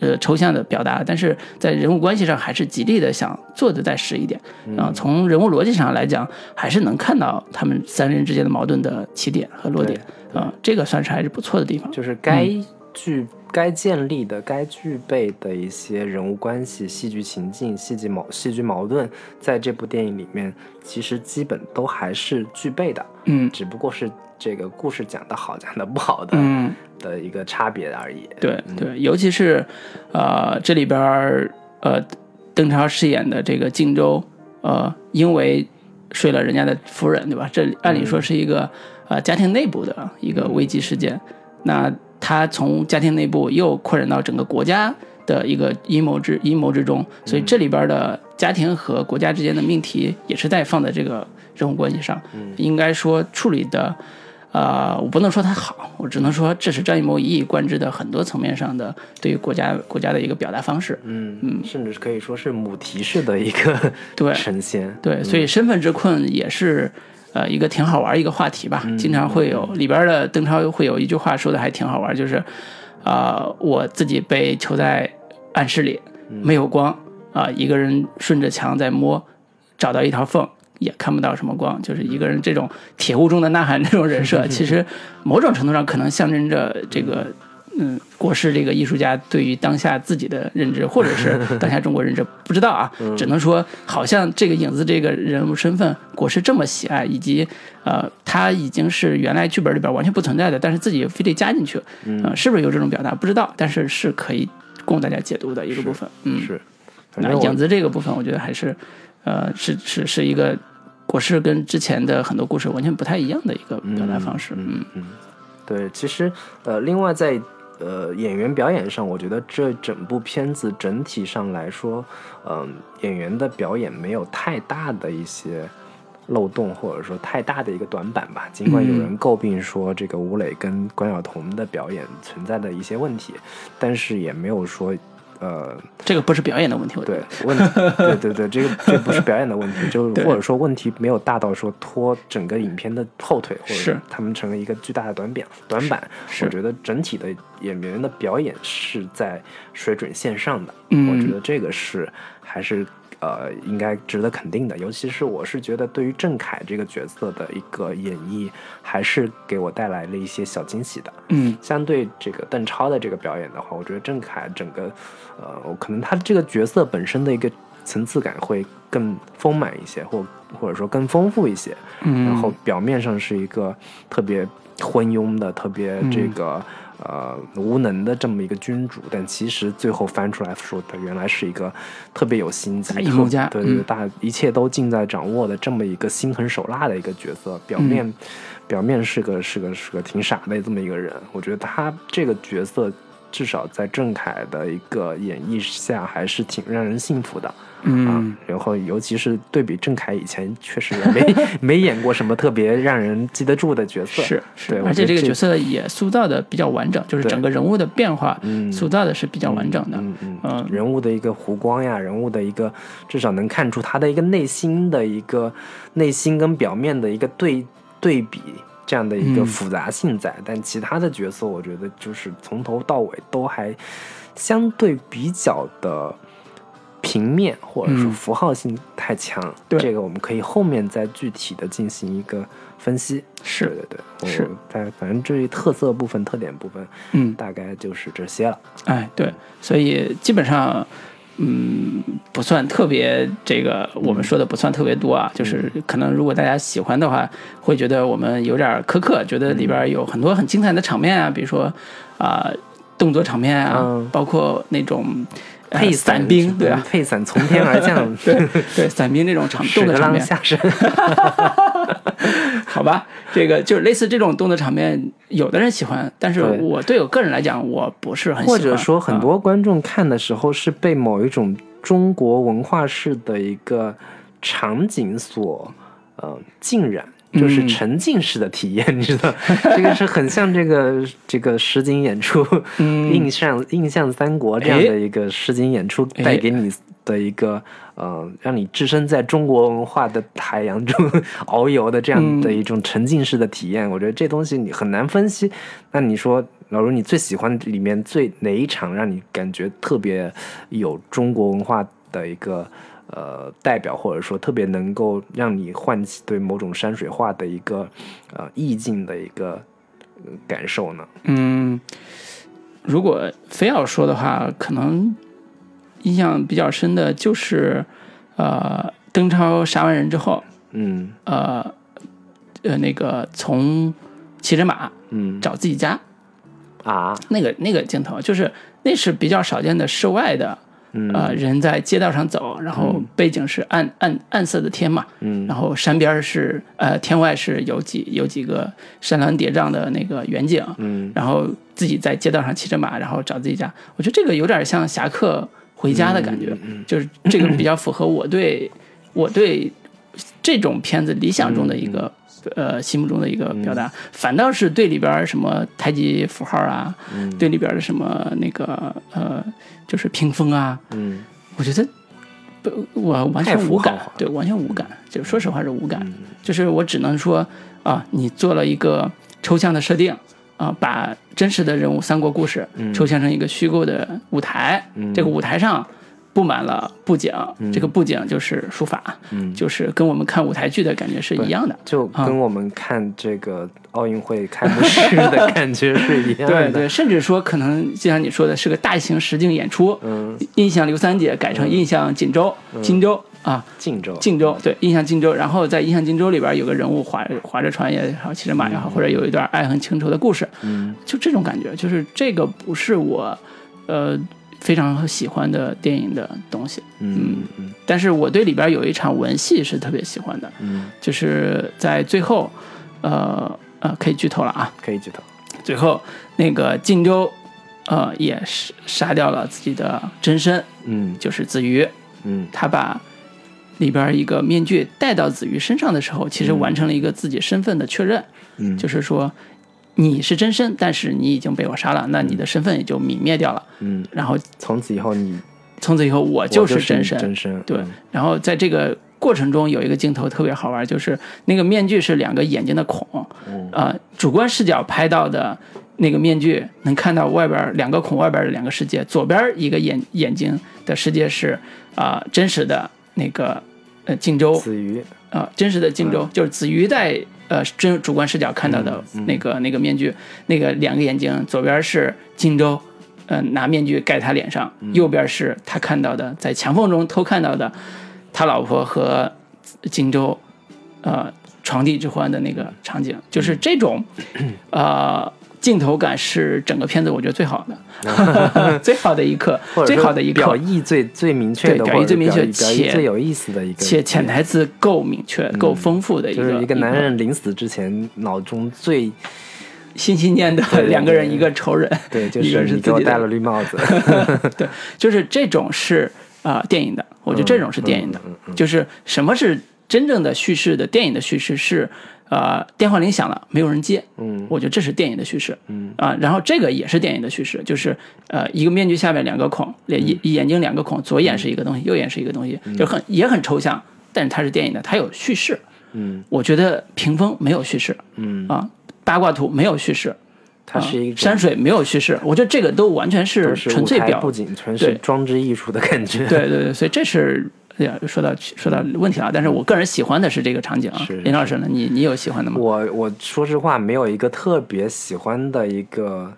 [SPEAKER 1] 呃抽象的表达，但是在人物关系上还是极力的想做的再实一点啊、从人物逻辑上来讲，还是能看到他们三人之间的矛盾的起点和落点啊、这个算是还是不错的地方。
[SPEAKER 2] 就是该具、该建立的、该具备的一些人物关系、戏剧情境、戏剧矛戏剧矛盾，在这部电影里面其实基本都还是具备的，
[SPEAKER 1] 嗯
[SPEAKER 2] 只不过是这个故事讲的好 讲的不好的、
[SPEAKER 1] 嗯。
[SPEAKER 2] 的一个差别而已。
[SPEAKER 1] 对对，尤其是呃这里边儿呃邓超饰演的这个靖州，呃因为睡了人家的夫人，对吧？这里按理说是一个、呃家庭内部的一个危机事件，那他从家庭内部又扩展到整个国家。的一个阴谋之阴谋之中，所以这里边的家庭和国家之间的命题也是在放在这个人物关系上，应该说处理的呃，我不能说它好，我只能说这是张艺谋一以贯之的很多层面上的对于国家国家的一个表达方式。
[SPEAKER 2] 嗯嗯，甚至是可以说是母题式的一个
[SPEAKER 1] 对
[SPEAKER 2] 呈现。
[SPEAKER 1] 对，所以身份之困也是。呃，一个挺好玩儿一个话题吧，经常会有里边儿的邓超会有一句话说的还挺好玩儿，就是，啊、我自己被囚在暗室里，没有光啊、一个人顺着墙在摸，找到一条缝也看不到什么光，就是一个人这种铁屋中的呐喊这种人设，其实某种程度上可能象征着这个。嗯，国师这个艺术家对于当下自己的认知，或者是当下中国认知，不知道啊，只能说好像这个影子这个人物身份，国师这么喜爱，以及呃，他已经是原来剧本里边完全不存在的，但是自己非得加进去，嗯、是不是有这种表达？不知道，但是是可以供大家解读的一个部分。嗯，
[SPEAKER 2] 是，反
[SPEAKER 1] 那
[SPEAKER 2] 正
[SPEAKER 1] 影
[SPEAKER 2] 我
[SPEAKER 1] 子这个部分，我觉得还是，呃，是是是一个国师跟之前的很多故事完全不太一样的一个表达方式。嗯
[SPEAKER 2] 对，其实呃，另外在呃演员表演上，我觉得这整部片子整体上来说，嗯、演员的表演没有太大的一些。漏洞或者说太大的一个短板吧，尽管有人诟病说这个吴磊跟关晓彤的表演存在的一些问题，但是也没有说，呃，
[SPEAKER 1] 这个不是表演的问题，我觉
[SPEAKER 2] 对
[SPEAKER 1] 得。
[SPEAKER 2] 问题，对对对，这个这不是表演的问题，就
[SPEAKER 1] 对
[SPEAKER 2] 是或者说问题没有大到说拖整个影片的后腿，或者
[SPEAKER 1] 是
[SPEAKER 2] 他们成了一个巨大的短板短板。
[SPEAKER 1] 是
[SPEAKER 2] 我觉得整体的演员的表演是在水准线上的，
[SPEAKER 1] 嗯
[SPEAKER 2] 我觉得这个是还是呃应该值得肯定的。尤其是我是觉得对于郑恺这个角色的一个演绎，还是给我带来了一些小惊喜的。
[SPEAKER 1] 嗯
[SPEAKER 2] 相对这个邓超的这个表演的话，我觉得郑恺整个，呃，我可能他这个角色本身的一个层次感会更丰满一些，或或者说更丰富一些。
[SPEAKER 1] 嗯，
[SPEAKER 2] 然后表面上是一个特别昏庸的、特别
[SPEAKER 1] 嗯
[SPEAKER 2] 这个、呃无能的这么一个君主，但其实最后翻出来说，他原来是一个特别有心机、
[SPEAKER 1] 大阴谋家
[SPEAKER 2] 特对对对，
[SPEAKER 1] 嗯
[SPEAKER 2] 大一切都尽在掌握的这么一个心狠手辣的一个角色。表面、
[SPEAKER 1] 嗯
[SPEAKER 2] 表面是个是个是个挺傻的这么一个人，我觉得他这个角色。至少在郑恺的一个演绎下，还是挺让人信服的。
[SPEAKER 1] 嗯
[SPEAKER 2] 啊，然后尤其是对比郑恺以前，确实也 没没演过什么特别让人记得住的角色。
[SPEAKER 1] 是是
[SPEAKER 2] 对，我
[SPEAKER 1] 而且这
[SPEAKER 2] 觉得
[SPEAKER 1] 个
[SPEAKER 2] 这
[SPEAKER 1] 角色也塑造的比较完整，就是
[SPEAKER 2] 对
[SPEAKER 1] 整个人物的变化
[SPEAKER 2] 嗯
[SPEAKER 1] 塑造的是比较完整的。
[SPEAKER 2] 嗯嗯
[SPEAKER 1] 嗯
[SPEAKER 2] 人物的一个弧光呀，人物的一个至少能看出他的一个内心的一个内心跟表面的一个对对比这样的一个
[SPEAKER 1] 嗯
[SPEAKER 2] 复杂性在，但其他的角色我觉得就是从头到尾都还相对比较的。平面或者说
[SPEAKER 1] 嗯
[SPEAKER 2] 符号性太强，
[SPEAKER 1] 对
[SPEAKER 2] 这个我们可以后面再具体的进行一个分析。对
[SPEAKER 1] 是，
[SPEAKER 2] 对对，我
[SPEAKER 1] 是
[SPEAKER 2] 但反正至于特色部分、特点部分，
[SPEAKER 1] 嗯，
[SPEAKER 2] 大概就是这些了。
[SPEAKER 1] 哎，对，所以基本上，嗯，不算特别这个，我们说的不算特别多
[SPEAKER 2] 嗯
[SPEAKER 1] 啊，就是可能如果大家喜欢的话，会觉得我们有点儿苛刻，觉得里边儿有很多很精彩的场面啊，比如说啊、动作场面啊，
[SPEAKER 2] 嗯
[SPEAKER 1] 包括那种、呃
[SPEAKER 2] 配
[SPEAKER 1] 伞兵，对吧？
[SPEAKER 2] 配伞从天而降
[SPEAKER 1] ，对 对，伞兵这种场
[SPEAKER 2] 屎
[SPEAKER 1] 动作
[SPEAKER 2] 壳
[SPEAKER 1] 场
[SPEAKER 2] 郎
[SPEAKER 1] 面，
[SPEAKER 2] 下 山。
[SPEAKER 1] 好吧，这个就是类似这种动作场面，有的人喜欢，但是
[SPEAKER 2] 对
[SPEAKER 1] 我对我个人来讲，我不是很喜欢。
[SPEAKER 2] 或者说，很
[SPEAKER 1] 啊、
[SPEAKER 2] 多观众看的时候是被某一种中国文化式的一个场景所呃浸染，
[SPEAKER 1] 嗯
[SPEAKER 2] 就是沉浸式的体验，你知 道，这个是很像这个这个实景演出，
[SPEAKER 1] 嗯
[SPEAKER 2] 印象印象三国这样的一个实景演出带给你的一个呃，让你置身在中国文化的海洋中 遨游的这样的一种沉浸式的体验。我觉得这东西你很难分析。那你说，老卢，你最喜欢里面最哪一场让你感觉特别有中国文化的一个？呃代表，或者说特别能够让你唤起对某种山水画的一个呃意境的一个呃感受呢？
[SPEAKER 1] 嗯，如果非要说的话，可能印象比较深的就是呃邓超杀完人之后，
[SPEAKER 2] 嗯
[SPEAKER 1] 呃呃那个从骑着马
[SPEAKER 2] 嗯
[SPEAKER 1] 找自己家、
[SPEAKER 2] 啊
[SPEAKER 1] 那个那个镜头，就是那是比较少见的室外的。
[SPEAKER 2] 嗯
[SPEAKER 1] 呃，人在街道上走，然后背景是暗暗暗色的天嘛，
[SPEAKER 2] 嗯
[SPEAKER 1] 然后山边儿是呃天外是有几有几个山峦叠嶂的那个远景，
[SPEAKER 2] 嗯
[SPEAKER 1] 然后自己在街道上骑着马，然后找自己家。我觉得这个有点像侠客回家的感觉，就是这个比较符合我对我对这种片子理想中的一个、呃心目中的一个表达。反倒是对里边儿什么太极符号啊，对里边儿的什么那个呃就是屏风啊，
[SPEAKER 2] 嗯
[SPEAKER 1] 我觉得不，我完全
[SPEAKER 2] 太符
[SPEAKER 1] 无
[SPEAKER 2] 号
[SPEAKER 1] 感
[SPEAKER 2] 化了，嗯
[SPEAKER 1] 对，完全无感。就说实话是无感，就是我只能说啊，你做了一个抽象的设定啊，把真实的人物三国故事
[SPEAKER 2] 嗯
[SPEAKER 1] 抽象成一个虚构的舞台，这个舞台上。布满了布景，这个布景就是书法，
[SPEAKER 2] 嗯，
[SPEAKER 1] 就是跟我们看舞台剧的感觉是一样的。
[SPEAKER 2] 就跟我们看这个奥运会开幕式的感觉是一样
[SPEAKER 1] 对
[SPEAKER 2] 的。
[SPEAKER 1] 对，甚至说可能就像你说的，是个大型实景演出，
[SPEAKER 2] 嗯，
[SPEAKER 1] 印象刘三姐改成印象锦州、荆州啊，
[SPEAKER 2] 晋州，
[SPEAKER 1] 靖州，对，印象靖州。然后在印象靖州里边有个人物划划着船也好，骑着马也好，或者有一段爱恨情仇的故事，
[SPEAKER 2] 嗯
[SPEAKER 1] 就这种感觉。就是这个不是我，呃，非常喜欢的电影的东西。
[SPEAKER 2] 嗯嗯
[SPEAKER 1] 但是我对里边有一场文戏是特别喜欢的，
[SPEAKER 2] 嗯，
[SPEAKER 1] 就是在最后，呃呃，可以剧透了啊。
[SPEAKER 2] 可以举头。
[SPEAKER 1] 最后那个靖州，呃，也是杀掉了自己的真身，
[SPEAKER 2] 嗯
[SPEAKER 1] 就是子瑜。
[SPEAKER 2] 嗯
[SPEAKER 1] 他把里边一个面具戴到子瑜身上的时候，其实完成了一个自己身份的确认，
[SPEAKER 2] 嗯，
[SPEAKER 1] 就是说你是真身，但是你已经被我杀了，那你的身份也就泯灭掉了。
[SPEAKER 2] 嗯，
[SPEAKER 1] 然后
[SPEAKER 2] 从此以后你
[SPEAKER 1] 从此以后，我
[SPEAKER 2] 我
[SPEAKER 1] 就
[SPEAKER 2] 就是
[SPEAKER 1] 真
[SPEAKER 2] 你
[SPEAKER 1] 身。
[SPEAKER 2] 真身
[SPEAKER 1] 对
[SPEAKER 2] 嗯，
[SPEAKER 1] 然后在这个过程中有一个镜头特别好玩，就是那个面具是两个眼睛的孔，
[SPEAKER 2] 嗯
[SPEAKER 1] 呃，主观视角拍到的那个面具能看到外边儿两个孔外边儿的两个世界，左边儿一个眼眼睛的世界是啊、呃真实的那个呃荆州
[SPEAKER 2] 子瑜，
[SPEAKER 1] 啊、真实的荆
[SPEAKER 2] 嗯
[SPEAKER 1] 州，就是子瑜在呃真主观视角看到的
[SPEAKER 2] 嗯
[SPEAKER 1] 那个、那个面具，那个两个眼睛，左边是荆州，嗯、拿面具盖他脸上，
[SPEAKER 2] 嗯
[SPEAKER 1] 右边是他看到的在墙缝中偷看到的他老婆和荆州，呃床笫之欢的那个场景，就是这种，呃。镜头感是整个片子我觉得最好 的，最好的一刻
[SPEAKER 2] 或，者
[SPEAKER 1] 最
[SPEAKER 2] 说
[SPEAKER 1] 好的一刻，
[SPEAKER 2] 表意最最明确的，
[SPEAKER 1] 对
[SPEAKER 2] 或
[SPEAKER 1] 表意
[SPEAKER 2] 者
[SPEAKER 1] 最明确
[SPEAKER 2] 表意表意
[SPEAKER 1] 且
[SPEAKER 2] 最有意思的一个，
[SPEAKER 1] 且潜台词够明确、够丰富的一
[SPEAKER 2] 嗯就
[SPEAKER 1] 个
[SPEAKER 2] 是一个男人临死之前脑中最
[SPEAKER 1] 心心念的
[SPEAKER 2] 对对
[SPEAKER 1] 两个人，
[SPEAKER 2] 对
[SPEAKER 1] 一个仇人，
[SPEAKER 2] 对，就
[SPEAKER 1] 一个
[SPEAKER 2] 是
[SPEAKER 1] 是
[SPEAKER 2] 你
[SPEAKER 1] 自
[SPEAKER 2] 给我
[SPEAKER 1] 己
[SPEAKER 2] 戴
[SPEAKER 1] 的
[SPEAKER 2] 了绿帽 子，
[SPEAKER 1] 对，就是这种是啊、呃电影的，我觉得这种是电影的，
[SPEAKER 2] 嗯
[SPEAKER 1] 就是什么是真正的叙事的电影的叙事是呃电话铃响了没有人接，
[SPEAKER 2] 嗯，
[SPEAKER 1] 我觉得这是电影的叙事，嗯啊、然后这个也是电影的叙事，就是呃一个面具下面两个孔，两
[SPEAKER 2] 嗯
[SPEAKER 1] 一一眼睛两个孔，左眼是一个东西，右眼是一个东西，就很也很抽象，但是它是电影的，它有叙事，
[SPEAKER 2] 嗯
[SPEAKER 1] 我觉得屏风没有叙事，
[SPEAKER 2] 嗯，
[SPEAKER 1] 啊、八卦图没有叙事，
[SPEAKER 2] 它是
[SPEAKER 1] 啊
[SPEAKER 2] 一个
[SPEAKER 1] 山水没有叙事，我觉得这个都完全是
[SPEAKER 2] 都是
[SPEAKER 1] 纯
[SPEAKER 2] 舞
[SPEAKER 1] 粹
[SPEAKER 2] 台
[SPEAKER 1] 表。
[SPEAKER 2] 布景，全是
[SPEAKER 1] 对
[SPEAKER 2] 装置艺术的感觉，
[SPEAKER 1] 对对对，所以这是哎呀，说到说到问题了。啊但是我个人喜欢的是这个场景啊
[SPEAKER 2] 嗯是。
[SPEAKER 1] 林老师呢，你你有喜欢的吗？
[SPEAKER 2] 我我说实话，没有一个特别喜欢的一个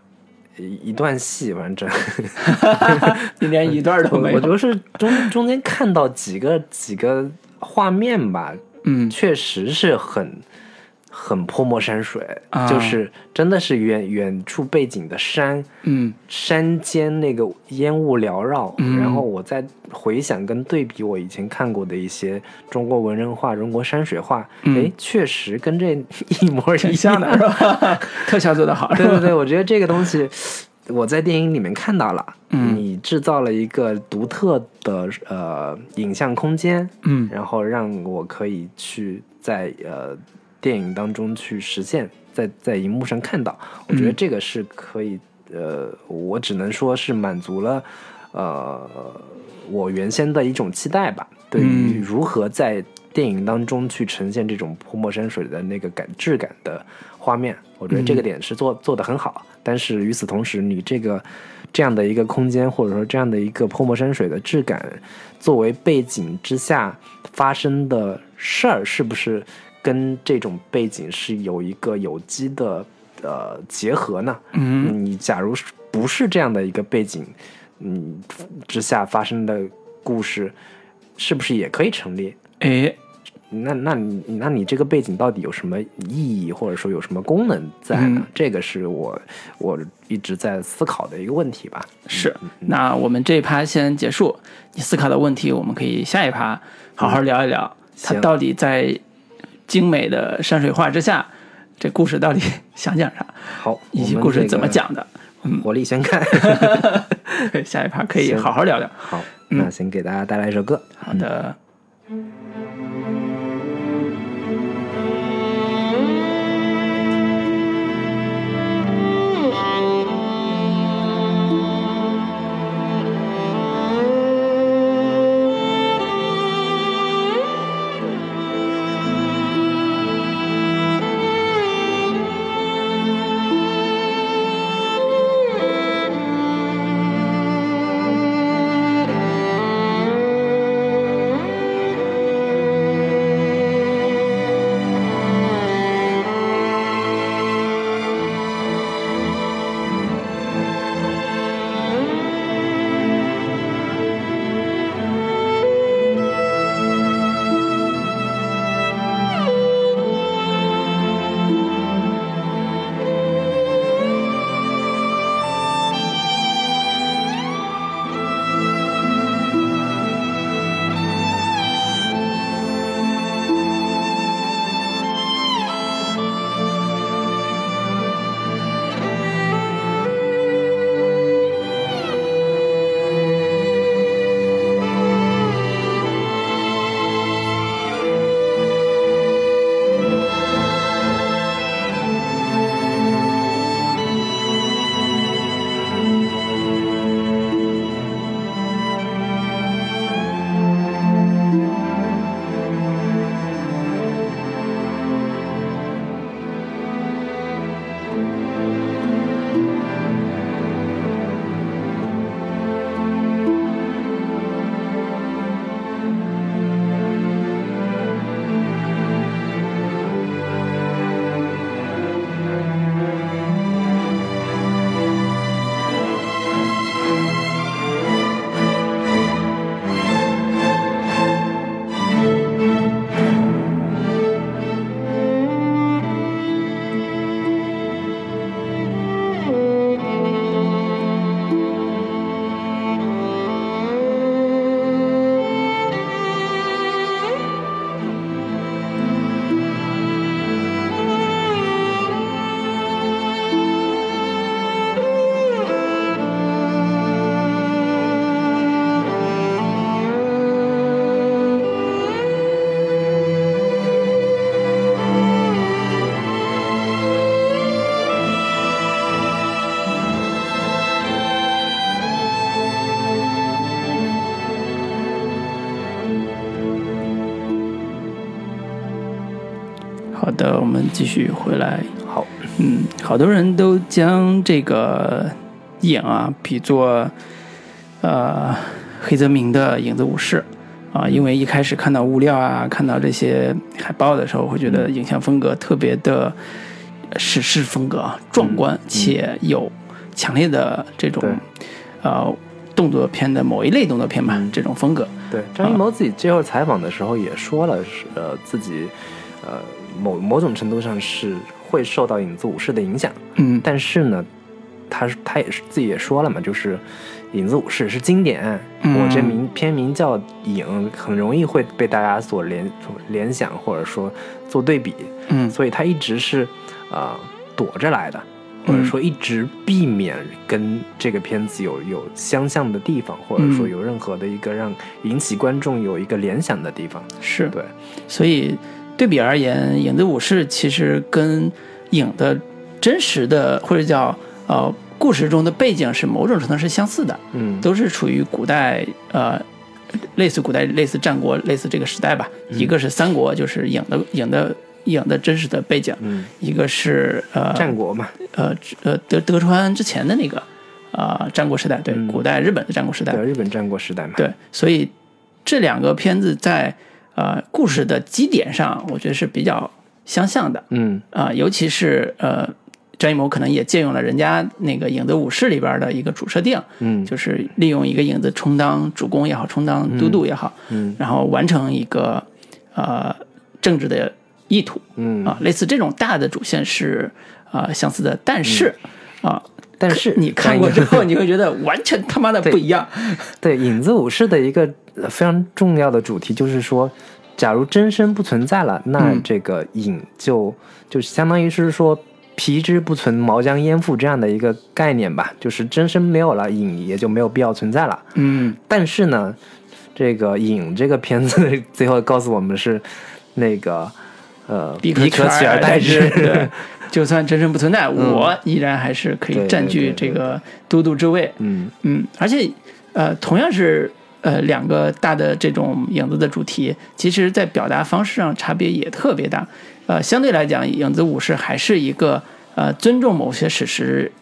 [SPEAKER 2] 一一段戏，反正
[SPEAKER 1] 你连一段都
[SPEAKER 2] 我
[SPEAKER 1] 没有。
[SPEAKER 2] 我就是中中间看到几个几个画面吧，
[SPEAKER 1] 嗯
[SPEAKER 2] 确实是很很泼墨山水，
[SPEAKER 1] 啊
[SPEAKER 2] 就是真的是远远处背景的山，
[SPEAKER 1] 嗯
[SPEAKER 2] 山间那个烟雾缭绕，然后我再回想跟对比我以前看过的一些中国文人画、中国山水画，哎、确实跟这 一模一
[SPEAKER 1] 挺嗯像 的是吧？特效做得好，
[SPEAKER 2] 对对对，我觉得这个东西我在电影里面看到了，你制造了一个独特的呃影像空间，
[SPEAKER 1] 嗯
[SPEAKER 2] 然后让我可以去在呃电影当中去实现，在在荧幕上看到，我觉得这个是可以，呃，我只能说是满足了，呃，我原先的一种期待吧，对于如何在电影当中去呈现这种泼墨山水的那个感质感的画面，我觉得这个点是做做得很好，但是与此同时，你这个这样的一个空间，或者说这样的一个泼墨山水的质感，作为背景之下发生的事儿，是不是跟这种背景是有一个有机的呃结合呢？嗯，你假如是不是这样的一个背景，嗯之下发生的故事，是不是也可以成立？
[SPEAKER 1] 哎，
[SPEAKER 2] 那那你那你这个背景到底有什么意义，或者说有什么功能在呢？这个是我我一直在思考的一个问题吧。
[SPEAKER 1] 是，
[SPEAKER 2] 嗯
[SPEAKER 1] 那我们这一趴先结束。你思考的问题，我们可以下一趴好好聊一聊，它
[SPEAKER 2] 嗯行
[SPEAKER 1] 到底在精美的山水画之下，这故事到底想讲啥，
[SPEAKER 2] 好，
[SPEAKER 1] 以
[SPEAKER 2] 我
[SPEAKER 1] 及
[SPEAKER 2] 们
[SPEAKER 1] 故事
[SPEAKER 2] 这
[SPEAKER 1] 怎么
[SPEAKER 2] 个？
[SPEAKER 1] 讲的。
[SPEAKER 2] 火力全开。
[SPEAKER 1] 下一趴可以
[SPEAKER 2] 行
[SPEAKER 1] 好好聊聊。
[SPEAKER 2] 好，那先给大家带来一首歌。
[SPEAKER 1] 好的，好的，我们继续回来。
[SPEAKER 2] 好，
[SPEAKER 1] 嗯，好多人都将这个影啊比作呃黑泽明的《影子武士》啊，
[SPEAKER 2] 嗯
[SPEAKER 1] 因为一开始看到物料啊，看到这些海报的时候，会觉
[SPEAKER 2] 嗯
[SPEAKER 1] 得影像风格特别的呃史诗风格啊，壮观且有强烈的这种
[SPEAKER 2] 嗯对
[SPEAKER 1] 呃动作片的某一类动作片吧
[SPEAKER 2] 嗯
[SPEAKER 1] 这种风格。
[SPEAKER 2] 对，张艺谋自己接受采访的时候也说了，是呃自己呃某某种程度上是会受到影子武士的影响，
[SPEAKER 1] 嗯，
[SPEAKER 2] 但是呢，他是他也是自己也说了嘛，就是《影子武士》是经典，
[SPEAKER 1] 嗯
[SPEAKER 2] 我这名片名叫影，很容易会被大家所联联想或者说做对比，
[SPEAKER 1] 嗯
[SPEAKER 2] 所以他一直是啊、呃躲着来的，
[SPEAKER 1] 嗯
[SPEAKER 2] 或者说一直避免跟这个片子有有相像的地方，或者说
[SPEAKER 1] 嗯
[SPEAKER 2] 有任何的一个让引起观众有一个联想的地方，
[SPEAKER 1] 是
[SPEAKER 2] 对。
[SPEAKER 1] 所以对比而言，《影子武士》其实跟影的真实的或者叫呃故事中的背景是某种程度是相似的，
[SPEAKER 2] 嗯，
[SPEAKER 1] 都是处于古代呃类似古代类似战国类似这个时代吧。
[SPEAKER 2] 嗯
[SPEAKER 1] 一个是三国，就是影的影的影的真实的背景，
[SPEAKER 2] 嗯
[SPEAKER 1] 一个是呃
[SPEAKER 2] 战国嘛，
[SPEAKER 1] 呃呃德德川之前的那个呃战国时代，对，
[SPEAKER 2] 嗯
[SPEAKER 1] 古代日本的战国时代
[SPEAKER 2] 对，，日本战国时代嘛，
[SPEAKER 1] 呃对，所以这两个片子在呃故事的基点上，我觉得是比较相像的
[SPEAKER 2] 嗯
[SPEAKER 1] 啊、尤其是呃张艺谋可能也借用了人家那个《影子武士》里边的一个主设定，
[SPEAKER 2] 嗯，
[SPEAKER 1] 就是利用一个影子充当主公也好，充当都督也好，
[SPEAKER 2] 嗯
[SPEAKER 1] 然后完成一个呃政治的意图
[SPEAKER 2] 嗯，
[SPEAKER 1] 啊、类似这种大的主线是啊、相似的，但是啊、
[SPEAKER 2] 嗯但是
[SPEAKER 1] 你看过之后，你会觉得完全他妈的不一样。
[SPEAKER 2] 嗯对《影子武士》的一个呃非常重要的主题就是说，假如真身不存在了，那
[SPEAKER 1] 嗯
[SPEAKER 2] 这个影就、就相当于是说皮之不存，毛将焉附这样的一个概念吧，就是真身没有了，影也就没有必要存在了。
[SPEAKER 1] 嗯，
[SPEAKER 2] 但是呢，这个影这个片子最后告诉我们是那个呃，
[SPEAKER 1] 彼
[SPEAKER 2] 彼
[SPEAKER 1] 可
[SPEAKER 2] 可取
[SPEAKER 1] 而
[SPEAKER 2] 而代 之。嗯
[SPEAKER 1] 对， 就算真身不存在，我依然还是可以
[SPEAKER 2] 对
[SPEAKER 1] 占据
[SPEAKER 2] 对对
[SPEAKER 1] 这个都督之位。
[SPEAKER 2] 嗯
[SPEAKER 1] 嗯，而且呃，同样是呃两个大的这种影子的主题，其实在表达方式上差别也特别大。呃，相对来讲，影子武士还是一个呃尊重某些史实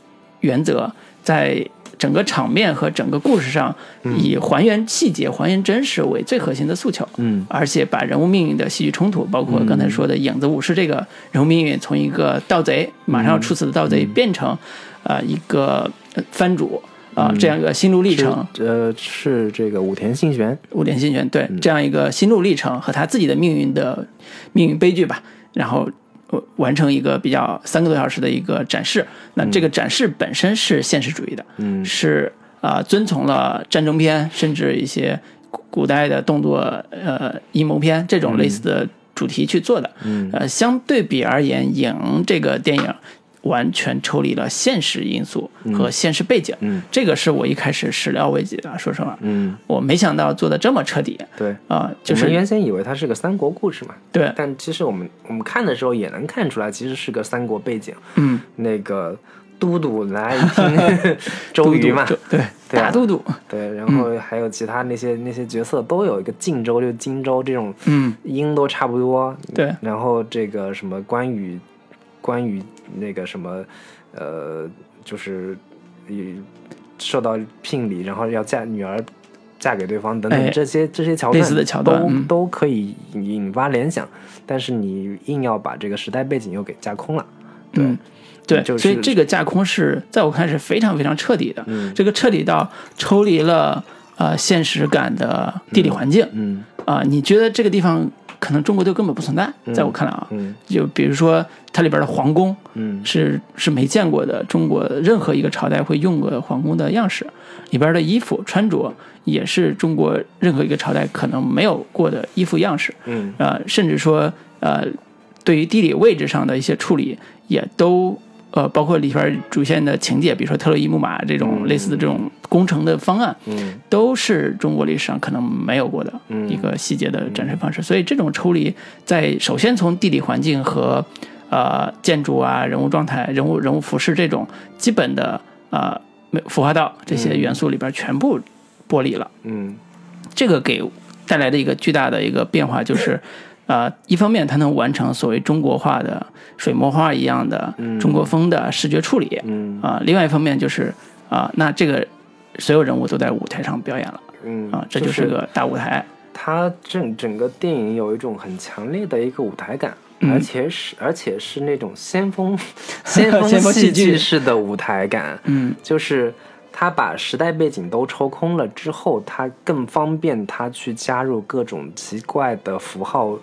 [SPEAKER 1] 原则，在整个场面和整个故事上，以还原细节、还原真实为最核心的诉求。
[SPEAKER 2] 嗯
[SPEAKER 1] 而且把人物命运的戏剧冲突，包括刚才说的影子武士这个人物命运，从一个盗贼
[SPEAKER 2] 嗯
[SPEAKER 1] 马上要处死的盗贼，变成呃一个呃藩主啊、这样一个心路历程，
[SPEAKER 2] 嗯是呃是这个武田信玄，
[SPEAKER 1] 五点心弦，对
[SPEAKER 2] 嗯
[SPEAKER 1] 这样一个心路历程和他自己的命运的命运悲剧吧，然后。呃完成一个比较三个多小时的一个展示，那这个展示本身是现实主义的，
[SPEAKER 2] 嗯
[SPEAKER 1] 是啊、呃遵从了战争片，甚至一些古古代的动作呃阴谋片这种类似的主题去做的。
[SPEAKER 2] 嗯
[SPEAKER 1] 呃，相对比而言，《影》这个电影完全抽离了现实因素和现实背景，
[SPEAKER 2] 嗯
[SPEAKER 1] 这个是我一开始始料未及的。说实话，
[SPEAKER 2] 嗯，
[SPEAKER 1] 我没想到做的这么彻底
[SPEAKER 2] 对。
[SPEAKER 1] 啊、就
[SPEAKER 2] 我们
[SPEAKER 1] 是
[SPEAKER 2] 原先以为它是个三国故事嘛，
[SPEAKER 1] 对，
[SPEAKER 2] 但其实我们我们看的时候也能看出来，其实是个三国背景。
[SPEAKER 1] 嗯，
[SPEAKER 2] 那个都督来一 听周
[SPEAKER 1] 都
[SPEAKER 2] 瑜
[SPEAKER 1] 督嗯
[SPEAKER 2] 嘛，
[SPEAKER 1] 对对，
[SPEAKER 2] 对啊
[SPEAKER 1] 大都督，
[SPEAKER 2] 对，然后还有其他那些那些角色都有一个靖州，就荆州这种
[SPEAKER 1] 嗯，
[SPEAKER 2] 音都差不多。
[SPEAKER 1] 对，
[SPEAKER 2] 然后这个什么关羽，关羽那个什么，呃，就是也受到聘礼，然后要嫁女儿。嫁给对方等
[SPEAKER 1] 哎
[SPEAKER 2] 等这些、这些桥
[SPEAKER 1] 类
[SPEAKER 2] 段，
[SPEAKER 1] 似的桥段
[SPEAKER 2] 都、
[SPEAKER 1] 嗯
[SPEAKER 2] 都可以引发联想，但是你硬要把这个时代背景又给架空了，对，
[SPEAKER 1] 嗯对，
[SPEAKER 2] 就是
[SPEAKER 1] 所以这个架空是在我看是非常非常彻底的，
[SPEAKER 2] 嗯
[SPEAKER 1] 这个彻底到抽离了呃现实感的地理环境
[SPEAKER 2] 嗯
[SPEAKER 1] 啊、你觉得这个地方可能中国就根本不存在，在我看来啊，
[SPEAKER 2] 嗯
[SPEAKER 1] 就比如说它里边的皇宫
[SPEAKER 2] 嗯
[SPEAKER 1] 是是没见过的，中国任何一个朝代会用过的皇宫的样式，里边的衣服穿着也是中国任何一个朝代可能没有过的衣服样式，
[SPEAKER 2] 嗯
[SPEAKER 1] 呃，甚至说呃，对于地理位置上的一些处理，也都呃，包括里边儿主线的情节，比如说特洛伊木马这种类似的这种工程的方案，
[SPEAKER 2] 嗯
[SPEAKER 1] 都是中国历史上可能没有过的一个细节的展示方式。所以这种抽离，在首先从地理环境和呃建筑啊、人物状态、人物人物服饰这种基本的呃没服化道这些元素里边儿全部剥离了。
[SPEAKER 2] 嗯
[SPEAKER 1] 这个给带来的一个巨大的一个变化 就是，呃，一方面它能完成所谓中国化的水墨画一样的中国风的视觉处理，
[SPEAKER 2] 嗯
[SPEAKER 1] 啊、另外一方面就是啊、那这个所有人物都在舞台上表演了
[SPEAKER 2] 嗯
[SPEAKER 1] 啊、这就是个大舞台，
[SPEAKER 2] 它整整个电影有一种很强烈的一个舞台感，
[SPEAKER 1] 嗯
[SPEAKER 2] 而且是而且是那种先 锋先锋
[SPEAKER 1] 先锋戏
[SPEAKER 2] 戏
[SPEAKER 1] 剧
[SPEAKER 2] 剧式的舞台感，
[SPEAKER 1] 嗯，
[SPEAKER 2] 就是它把时代背景都抽空了之后，它更方便它去加入各种奇怪的符号，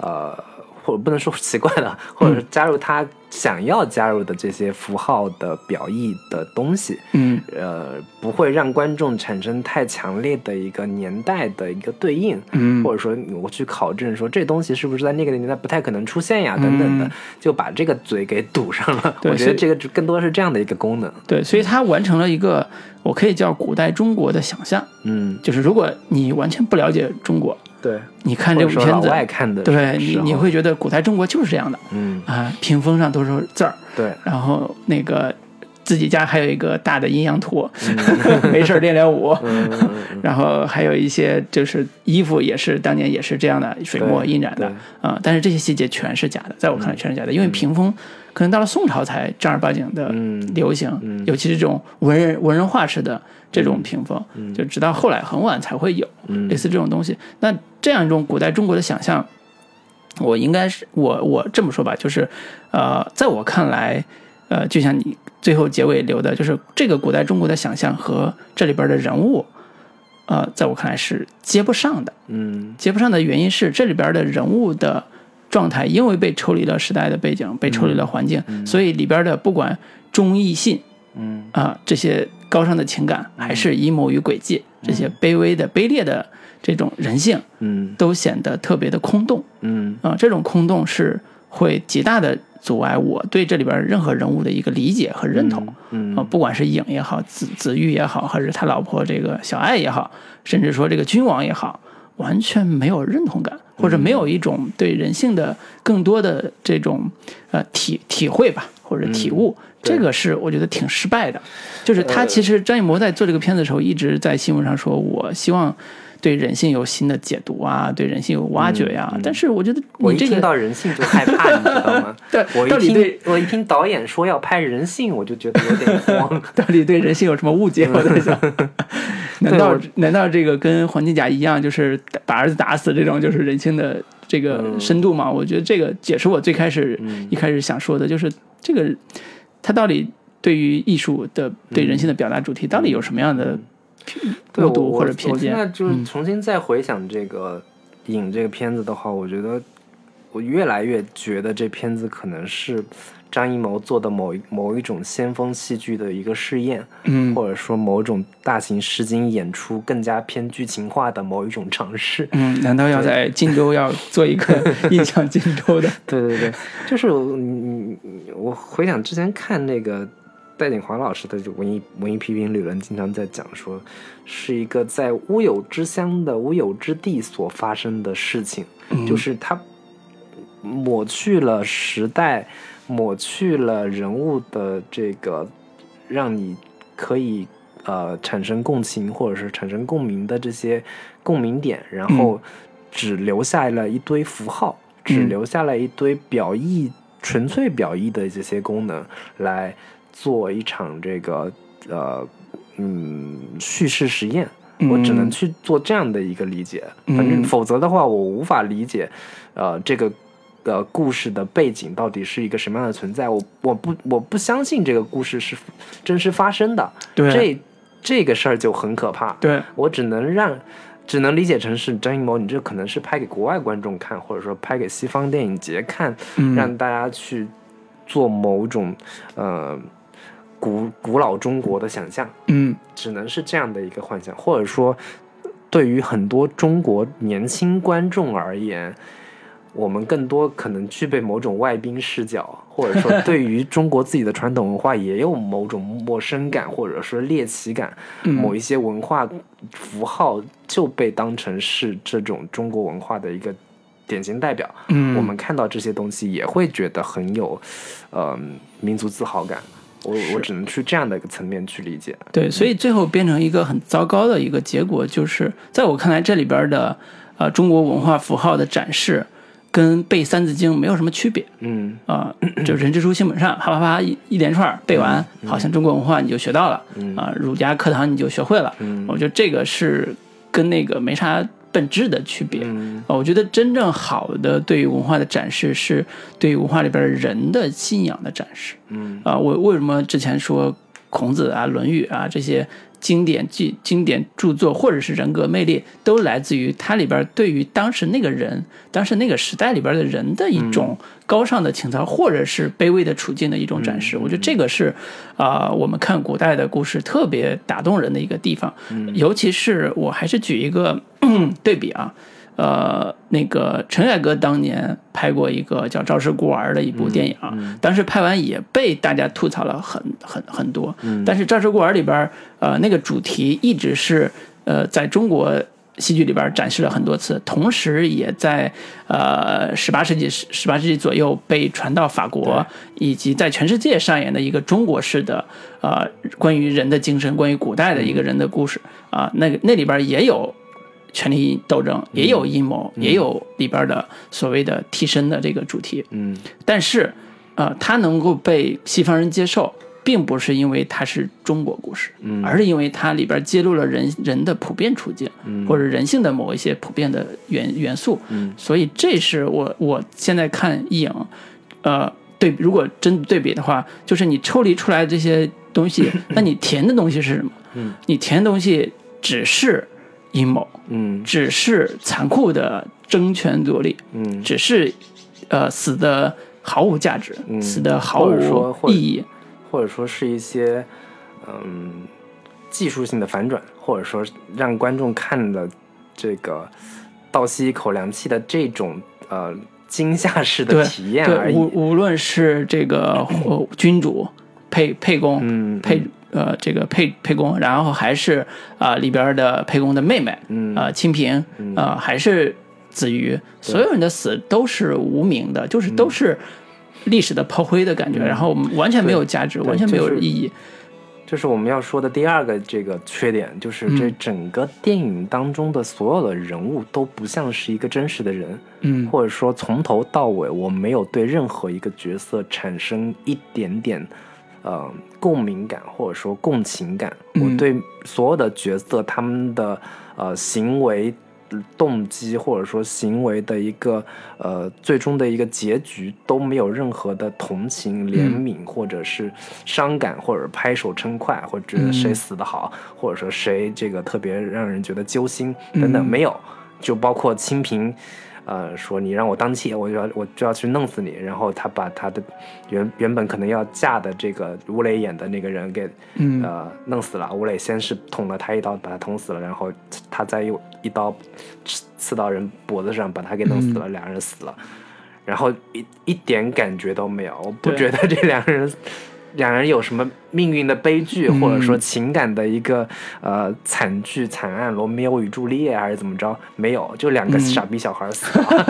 [SPEAKER 2] 呃。或者不能说奇怪的，
[SPEAKER 1] 嗯
[SPEAKER 2] 或者是加入它想要加入的这些符号的表意的东西，
[SPEAKER 1] 嗯
[SPEAKER 2] 呃，不会让观众产生太强烈的一个年代的一个对应，
[SPEAKER 1] 嗯
[SPEAKER 2] 或者说我去考证说这东西是不是在那个年代不太可能出现呀，等等的，就把这个嘴给堵上了。
[SPEAKER 1] 嗯对
[SPEAKER 2] 我觉
[SPEAKER 1] 所以
[SPEAKER 2] 得这个只更多是这样的一个功能。
[SPEAKER 1] 对，所以它完成了一个我可以叫古代中国的想象，
[SPEAKER 2] 嗯
[SPEAKER 1] 就是如果你完全不了解中国，
[SPEAKER 2] 对，
[SPEAKER 1] 你看这部
[SPEAKER 2] 或者说
[SPEAKER 1] 片
[SPEAKER 2] 老
[SPEAKER 1] 子，
[SPEAKER 2] 外看的时候，
[SPEAKER 1] 对你你会觉得古代中国就是这样的
[SPEAKER 2] 嗯
[SPEAKER 1] 啊、屏风上都是字儿，
[SPEAKER 2] 对，
[SPEAKER 1] 然后那个自己家还有一个大的阴阳图， 没事儿练练武。
[SPEAKER 2] 嗯嗯嗯嗯
[SPEAKER 1] 然后还有一些就是衣服也是当年也是这样的水墨
[SPEAKER 2] 对
[SPEAKER 1] 印染的
[SPEAKER 2] 对嗯
[SPEAKER 1] 啊、但是这些细节全是假的，在我看来全是假的，因为屏风可能到了宋朝才正儿八经的
[SPEAKER 2] 嗯
[SPEAKER 1] 流行，
[SPEAKER 2] 嗯
[SPEAKER 1] 尤其是这种文人文人画式的这种屏风，就直到后来很晚才会有
[SPEAKER 2] 嗯
[SPEAKER 1] 类似这种东西。那这样一种古代中国的想象，我应该是我我这么说吧，就是呃，在我看来，呃，就像你最后结尾留的，就是这个古代中国的想象和这里边的人物，呃，在我看来是接不上的。
[SPEAKER 2] 嗯
[SPEAKER 1] 接不上的原因是这里边的人物的状态，因为被抽离了时代的背景，被抽离了环境，所以里边的不管忠义信
[SPEAKER 2] 嗯
[SPEAKER 1] 啊、这些高尚的情感，还是阴谋与诡计这些卑微的、卑劣的这种人性，
[SPEAKER 2] 嗯
[SPEAKER 1] 都显得特别的空洞
[SPEAKER 2] 嗯
[SPEAKER 1] 啊、这种空洞是会极大的阻碍我对这里边任何人物的一个理解和认同。
[SPEAKER 2] 嗯
[SPEAKER 1] 啊，不管是影也好，子子玉也好，还是他老婆这个小爱也好，甚至说这个君王也好，完全没有认同感，
[SPEAKER 2] 嗯
[SPEAKER 1] 或者没有一种对人性的更多的这种呃体体会吧，或者体悟。
[SPEAKER 2] 嗯
[SPEAKER 1] 这个是我觉得挺失败的，就是
[SPEAKER 2] 呃
[SPEAKER 1] 他其实张艺谋在做这个片子的时候，一直在新闻上说，我希望对人性有新的解读啊，对人性有挖掘呀、但是我觉得
[SPEAKER 2] 嗯我
[SPEAKER 1] 你
[SPEAKER 2] 一
[SPEAKER 1] 这
[SPEAKER 2] 听
[SPEAKER 1] 个
[SPEAKER 2] 到人性就害怕，你知道吗？
[SPEAKER 1] 对
[SPEAKER 2] 我
[SPEAKER 1] 到
[SPEAKER 2] 一
[SPEAKER 1] 底对
[SPEAKER 2] 听我一听导演说要拍人性，我就觉得有点慌。
[SPEAKER 1] 到底对人性有什么误解？我在 想，难道
[SPEAKER 2] 嗯我
[SPEAKER 1] 难道这个跟黄金甲一样，就是把儿子打死这种，就是人性的这
[SPEAKER 2] 嗯
[SPEAKER 1] 个深度吗？我觉得这个也是我最开始、一开始想说的，就是这个他到底对于艺术的、对人性的表达主题，到底有什么样的
[SPEAKER 2] 嗯对
[SPEAKER 1] 误
[SPEAKER 2] 我
[SPEAKER 1] 读
[SPEAKER 2] 我
[SPEAKER 1] 或者偏
[SPEAKER 2] 我现
[SPEAKER 1] 见？嗯
[SPEAKER 2] 在就是重新再回想这个影这个片子的话，我觉得我越来越觉得这片子可能是张艺谋做的某一某一种先锋戏剧的一个试验，
[SPEAKER 1] 嗯
[SPEAKER 2] 或者说某种大型实景演出更加偏剧情化的某一种尝试。
[SPEAKER 1] 嗯，难道要在荆州要做一 个印象荆州的？
[SPEAKER 2] 对对对，就是我你你我回想之前看那个戴锦华老师的文艺文艺批评理论，经常在讲说，是一个在乌有之乡的乌有之地所发生的事情，
[SPEAKER 1] 嗯
[SPEAKER 2] 就是它抹去了时代，抹去了人物的这个让你可以呃产生共情或者是产生共鸣的这些共鸣点，然后只留下了一堆符号，只
[SPEAKER 1] 嗯
[SPEAKER 2] 留下了一堆表意纯粹表意的这些功能，来做一场这个呃嗯叙事实验。我只能
[SPEAKER 1] 嗯
[SPEAKER 2] 去做这样的一个理解，
[SPEAKER 1] 嗯
[SPEAKER 2] 反正否则的话，我无法理解，呃，这个呃故事的背景到底是一个什么样的存在。我我不我不相信这个故事是真实发生的，
[SPEAKER 1] 对
[SPEAKER 2] 这这个事儿就很可怕。
[SPEAKER 1] 嗯对，
[SPEAKER 2] 我只能让，只能理解成是张艺谋，你这可能是拍给国外观众看，或者说拍给西方电影节看，
[SPEAKER 1] 嗯
[SPEAKER 2] 让大家去做某种呃古古老中国的想象。
[SPEAKER 1] 嗯
[SPEAKER 2] 只能是这样的一个幻想，或者说，对于很多中国年轻观众而言，我们更多可能具备某种外宾视角，或者说对于中国自己的传统文化也有某种陌生感，或者说猎奇感。
[SPEAKER 1] 嗯
[SPEAKER 2] 某一些文化符号就被当成是这种中国文化的一个典型代表。
[SPEAKER 1] 嗯，
[SPEAKER 2] 我们看到这些东西也会觉得很有，呃，民族自豪感。我我只能去这样的一个层面去理解。
[SPEAKER 1] 对，所以最后变成一个很糟糕的一个结果，就是在我看来，这里边的呃中国文化符号的展示，跟背《三字经》没有什么区别
[SPEAKER 2] 嗯。
[SPEAKER 1] 啊、就人之初性本善，啪啪啪一一连串背完，好像中国文化你就学到了啊、儒家课堂你就学会了。
[SPEAKER 2] 嗯
[SPEAKER 1] 我觉得这个是跟那个没啥本质的区别。
[SPEAKER 2] 嗯
[SPEAKER 1] 啊，我觉得真正好的对于文化的展示，是对于文化里边人的信仰的展示。
[SPEAKER 2] 嗯
[SPEAKER 1] 啊，我为什么之前说孔子啊、《论语啊》这些经典记经典著作，或者是人格魅力，都来自于它里边儿对于当时那个人、当时那个时代里边儿的人的一种高尚的情操，或者是卑微的处境的一种展示。我觉得这个是，啊、我们看古代的故事特别打动人的一个地方。尤其是我还是举一个 对比啊。呃，那个陈凯歌当年拍过一个叫《赵氏孤儿》的一部电影啊，当时拍完也被大家吐槽了很很很多。但是《赵氏孤儿》里边儿，呃，那个主题一直是呃，在中国戏剧里边展示了很多次，同时也在呃十八世纪十八世纪左右被传到法国，以及在全世界上演的一个中国式的呃关于人的精神、关于古代的一个人的故事啊、那个那里边也有权力斗争，也
[SPEAKER 2] 嗯
[SPEAKER 1] 有阴谋，也有里边的所谓的替身的这个主题。
[SPEAKER 2] 嗯，
[SPEAKER 1] 但是，呃，它能够被西方人接受，并不是因为它是中国故事，
[SPEAKER 2] 嗯
[SPEAKER 1] 而是因为它里边揭露了人人的普遍处境，
[SPEAKER 2] 嗯
[SPEAKER 1] 或者人性的某一些普遍的元元素。
[SPEAKER 2] 嗯
[SPEAKER 1] 所以，这是我我现在看一影，呃，对，如果真对比的话，就是你抽离出来这些东 西，那你填的东西是什么？
[SPEAKER 2] 嗯
[SPEAKER 1] 你填的东西只是阴谋，
[SPEAKER 2] 嗯
[SPEAKER 1] 只是残酷的争权夺利，
[SPEAKER 2] 嗯，
[SPEAKER 1] 只是呃死的毫无价值，
[SPEAKER 2] 嗯
[SPEAKER 1] 死的毫
[SPEAKER 2] 或者说
[SPEAKER 1] 无
[SPEAKER 2] 或者
[SPEAKER 1] 意义。
[SPEAKER 2] 或者说是一些嗯技术性的反转，或者说让观众看了这个倒吸一口凉气的这种呃惊吓式的
[SPEAKER 1] 对
[SPEAKER 2] 体验而
[SPEAKER 1] 对，
[SPEAKER 2] 已。
[SPEAKER 1] 无无论是这个呃君主、沛沛公、
[SPEAKER 2] 嗯，
[SPEAKER 1] 沛呃这个沛沛公，然后还是啊、里边的沛公的妹妹，
[SPEAKER 2] 嗯
[SPEAKER 1] 呃清平，呃还是子瑜，所有人的死都是无名的，就是都是历史的炮灰的感觉，然后完全没有价值，
[SPEAKER 2] 嗯对
[SPEAKER 1] 完全没有
[SPEAKER 2] 就是
[SPEAKER 1] 意义。
[SPEAKER 2] 这是我们要说的第二个这个缺点，就是这整个电影当中的所有的人物都不像是一个真实的人，
[SPEAKER 1] 嗯
[SPEAKER 2] 或者说从头到尾我没有对任何一个角色产生一点点，呃，共鸣感或者说共情感。
[SPEAKER 1] 嗯
[SPEAKER 2] 我对所有的角色他们的呃行为。动机或者说行为的一个呃最终的一个结局都没有任何的同情、怜
[SPEAKER 1] 嗯
[SPEAKER 2] 悯或者是伤感，或者拍手称快，或者觉得
[SPEAKER 1] 嗯
[SPEAKER 2] 谁死得好，或者说谁这个特别让人觉得揪心等等，
[SPEAKER 1] 嗯
[SPEAKER 2] 没有。就包括清平，呃，说你让我当妾，我就要我就要去弄死你。然后他把他的原原本可能要嫁的这个吴磊演的那个人给
[SPEAKER 1] 嗯
[SPEAKER 2] 呃弄死了。吴磊先是捅了他一刀，把他捅死了，然后他再用一刀刺刺到人脖子上，把他给弄死了，
[SPEAKER 1] 嗯
[SPEAKER 2] 两人死了。然后一一点感觉都没有，我不
[SPEAKER 1] 对
[SPEAKER 2] 觉得这两人 两人有什么命运的悲剧，
[SPEAKER 1] 嗯
[SPEAKER 2] 或者说情感的一个呃惨剧、惨案，罗密欧与朱丽叶啊还是怎么着？没有，就两个
[SPEAKER 1] 嗯
[SPEAKER 2] 傻逼小孩死了，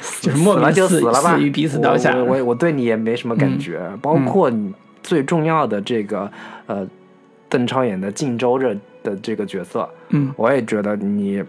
[SPEAKER 2] 死
[SPEAKER 1] 就是莫名
[SPEAKER 2] 死了就
[SPEAKER 1] 死
[SPEAKER 2] 死了吧，
[SPEAKER 1] 死于彼此刀下嗯
[SPEAKER 2] 我我我我对你也没什么感觉，包括你最重要的这个呃邓超演的靖州这的这个角色，
[SPEAKER 1] 嗯
[SPEAKER 2] 我也觉得你，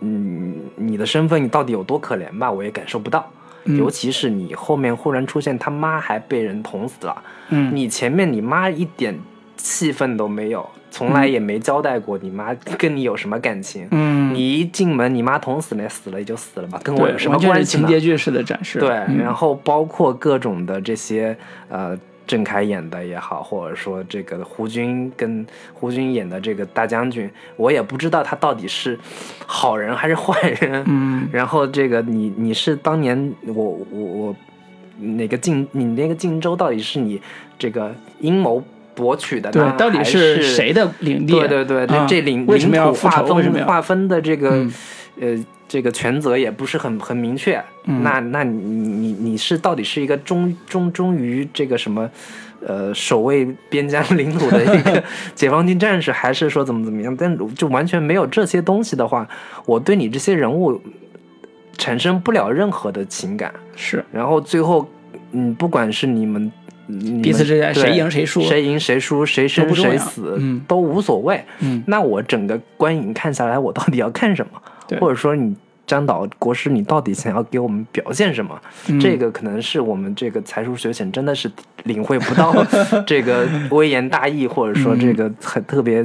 [SPEAKER 2] 嗯，你的身份你到底有多可怜吧，我也感受不到。
[SPEAKER 1] 嗯
[SPEAKER 2] 尤其是你后面忽然出现他妈还被人捅死了，
[SPEAKER 1] 嗯，
[SPEAKER 2] 你前面你妈一点气氛都没有，从来也没交代过你妈跟你有什么感情。
[SPEAKER 1] 嗯
[SPEAKER 2] 你一进门，你妈捅死了，死了也就死了吧，跟我
[SPEAKER 1] 对
[SPEAKER 2] 有什，么
[SPEAKER 1] 完全
[SPEAKER 2] 关
[SPEAKER 1] 是
[SPEAKER 2] 系呢？
[SPEAKER 1] 情节剧式的展示。
[SPEAKER 2] 对，
[SPEAKER 1] 嗯
[SPEAKER 2] 然后包括各种的这些呃，郑恺演的也好，或者说这个胡军跟胡军演的这个大将军，我也不知道他到底是好人还是坏人。
[SPEAKER 1] 嗯
[SPEAKER 2] 然后这个你你是当年我我我哪个靖你那个靖州到底是你这个阴谋博取的呢？
[SPEAKER 1] 对，到底
[SPEAKER 2] 还
[SPEAKER 1] 是
[SPEAKER 2] 是
[SPEAKER 1] 谁的领地？
[SPEAKER 2] 对对对，这
[SPEAKER 1] 啊
[SPEAKER 2] 这领
[SPEAKER 1] 为什
[SPEAKER 2] 领
[SPEAKER 1] 么要
[SPEAKER 2] 土
[SPEAKER 1] 复
[SPEAKER 2] 划
[SPEAKER 1] 仇？为什么
[SPEAKER 2] 分
[SPEAKER 1] 要？
[SPEAKER 2] 划分的这个
[SPEAKER 1] 嗯
[SPEAKER 2] 呃这个权责也不是很很明确。
[SPEAKER 1] 嗯
[SPEAKER 2] 那那你你你是到底是一个忠忠忠于这个什么呃守卫边疆 领土的 一个解放军战士，还是说怎么怎么样？但就完全没有这些东西的话，我对你这些人物产生不了任何的情感。
[SPEAKER 1] 是
[SPEAKER 2] 然后最后，嗯，不管是你们你们
[SPEAKER 1] 彼此之间
[SPEAKER 2] 对
[SPEAKER 1] 谁赢谁输
[SPEAKER 2] 谁赢谁输，谁
[SPEAKER 1] 都
[SPEAKER 2] 生
[SPEAKER 1] 不重
[SPEAKER 2] 谁
[SPEAKER 1] 要
[SPEAKER 2] 死，
[SPEAKER 1] 嗯
[SPEAKER 2] 都无所谓。
[SPEAKER 1] 嗯
[SPEAKER 2] 那我整个观影看下来，我到底要看什么？
[SPEAKER 1] 对
[SPEAKER 2] 或者说你张导国师，你到底想要给我们表现什么？
[SPEAKER 1] 嗯
[SPEAKER 2] 这个可能是我们这个才疏学浅，真的是领会 不到这个微言大义，或者说这
[SPEAKER 1] 嗯
[SPEAKER 2] 个很特别、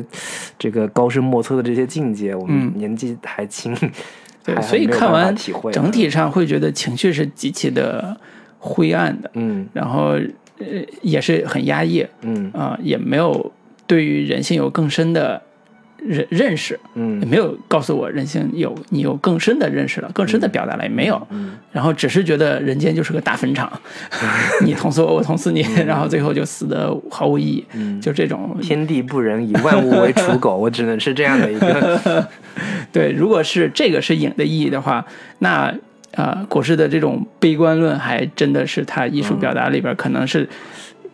[SPEAKER 2] 这个高深莫测的这些境界。我们
[SPEAKER 1] 嗯
[SPEAKER 2] 年纪还轻，
[SPEAKER 1] 对，
[SPEAKER 2] 还
[SPEAKER 1] 所以
[SPEAKER 2] 哎没有
[SPEAKER 1] 看
[SPEAKER 2] 办法
[SPEAKER 1] 完
[SPEAKER 2] 体会嗯
[SPEAKER 1] 整体上会觉得情绪是极其的灰暗的，
[SPEAKER 2] 嗯
[SPEAKER 1] 然后呃也是很压抑
[SPEAKER 2] 嗯
[SPEAKER 1] 啊、也没有对于人性有更深的认认识，也
[SPEAKER 2] 嗯
[SPEAKER 1] 没有告诉我人性有你有更深的认识了，更深的表达了也没有，
[SPEAKER 2] 嗯
[SPEAKER 1] 然后只是觉得人间就是个大坟场， 你捅死我，我捅死你，然后最后就死的毫无意义，
[SPEAKER 2] 嗯，
[SPEAKER 1] 就这种
[SPEAKER 2] 天地不仁，以万物为刍狗，我只能是这样的一个
[SPEAKER 1] 对，如果是这个是影的意义的话，那呃，果师的这种悲观论还真的是他艺术表达里边可能是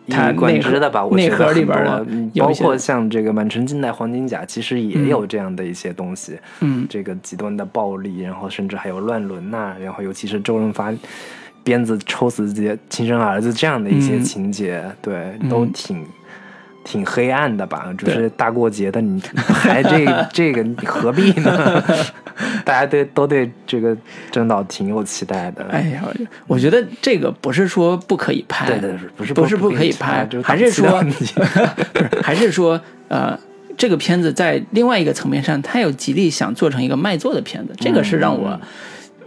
[SPEAKER 1] 它
[SPEAKER 2] 嗯一以贯
[SPEAKER 1] 内
[SPEAKER 2] 之的吧？
[SPEAKER 1] 核
[SPEAKER 2] 我觉
[SPEAKER 1] 内
[SPEAKER 2] 得
[SPEAKER 1] 核里边
[SPEAKER 2] 很多
[SPEAKER 1] 的
[SPEAKER 2] 嗯
[SPEAKER 1] 有
[SPEAKER 2] 包
[SPEAKER 1] 一些
[SPEAKER 2] 括像这个《满城尽带黄金甲》，其实也
[SPEAKER 1] 嗯
[SPEAKER 2] 有这样的一些东西，
[SPEAKER 1] 嗯
[SPEAKER 2] 这个极端的暴力，然后甚至还有乱伦呐、然后尤其是周润发鞭子抽死自己的亲生儿子这样的一些
[SPEAKER 1] 嗯
[SPEAKER 2] 情节，对，
[SPEAKER 1] 嗯
[SPEAKER 2] 都挺。挺黑暗的吧，就
[SPEAKER 1] 对
[SPEAKER 2] 是大过节的，你拍这 这个，你何必呢？大家对都对这个郑导挺有期待的。
[SPEAKER 1] 哎呀，我觉得这个不是说不可以拍，
[SPEAKER 2] 对对，不是
[SPEAKER 1] 不是
[SPEAKER 2] 不
[SPEAKER 1] 不可以拍
[SPEAKER 2] 就是
[SPEAKER 1] 还是
[SPEAKER 2] 档期的
[SPEAKER 1] 说
[SPEAKER 2] 问题
[SPEAKER 1] 不是 还是说呃，这个片子在另外一个层面上，它有极力想做成一个卖座的片子，这个是让我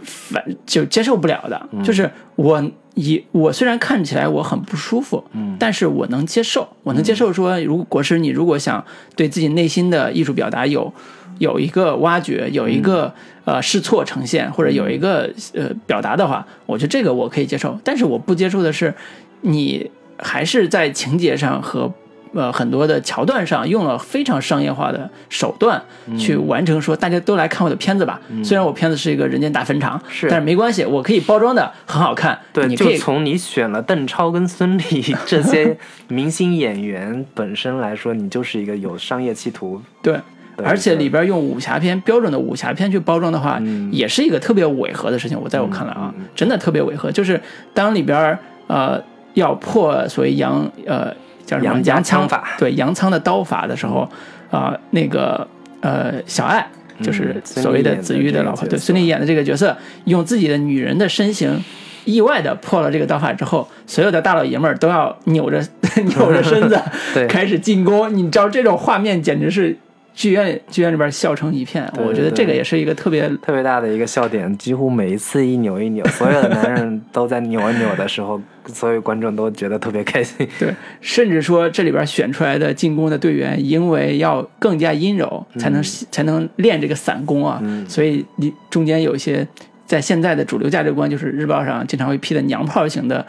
[SPEAKER 1] 反就接受不了的。就是我以我虽然看起来我很不舒服，
[SPEAKER 2] 嗯
[SPEAKER 1] 但是我能接受，我能接受说，如果国师你如果想对自己内心的艺术表达有。有一个挖掘，有一个、呃试错呈现，或者有一个呃表达的话，我觉得这个我可以接受。但是我不接受的是，你还是在情节上和呃很多的桥段上用了非常商业化的手段去完成说大家都来看我的片子吧。虽然我片子是一个人间大坟场，
[SPEAKER 2] 嗯是
[SPEAKER 1] 但是没关系，我可以包装的很好看。
[SPEAKER 2] 对，
[SPEAKER 1] 你可
[SPEAKER 2] 就
[SPEAKER 1] 以
[SPEAKER 2] 从你选了邓超跟 孙俪这些明星演员本身来说，你就是一个有商业企图。
[SPEAKER 1] 对。
[SPEAKER 2] 对嗯
[SPEAKER 1] 而且里边用武侠片标准的武侠片去包装的话，也是一个特别违和的事情。我在我看来啊，真的特别违和。就是当里边呃要破所谓杨呃叫什么
[SPEAKER 2] 杨家
[SPEAKER 1] 杨
[SPEAKER 2] 枪
[SPEAKER 1] 仓
[SPEAKER 2] 法
[SPEAKER 1] 对杨仓的刀法的时候，啊、那个呃小爱就是
[SPEAKER 2] 嗯孙俪
[SPEAKER 1] 所谓的
[SPEAKER 2] 演的
[SPEAKER 1] 子玉
[SPEAKER 2] 这
[SPEAKER 1] 的
[SPEAKER 2] 个
[SPEAKER 1] 老婆，
[SPEAKER 2] 角
[SPEAKER 1] 对
[SPEAKER 2] 色
[SPEAKER 1] 孙俪演的这个角色，用自己的女人的身形。意外的破了这个刀法之后，所有的大老爷们儿都要扭着 扭着身子
[SPEAKER 2] 对
[SPEAKER 1] 开始进攻。你知道这种画面简直是剧院剧院里边笑成一片。
[SPEAKER 2] 对
[SPEAKER 1] 我觉得
[SPEAKER 2] 对
[SPEAKER 1] 这个也是一个特别
[SPEAKER 2] 特别大的一个笑点，几乎每一次一扭 一扭，所有的男人都在扭一扭的时候， 所有观众都觉得特别开心。
[SPEAKER 1] 对，甚至说这里边选出来的进攻的队员，因为要更加阴柔，
[SPEAKER 2] 嗯
[SPEAKER 1] 才能、才能练这个散攻啊，所以你中间有一些。在现在的主流价值观，就是日报上经常会批的娘炮型的、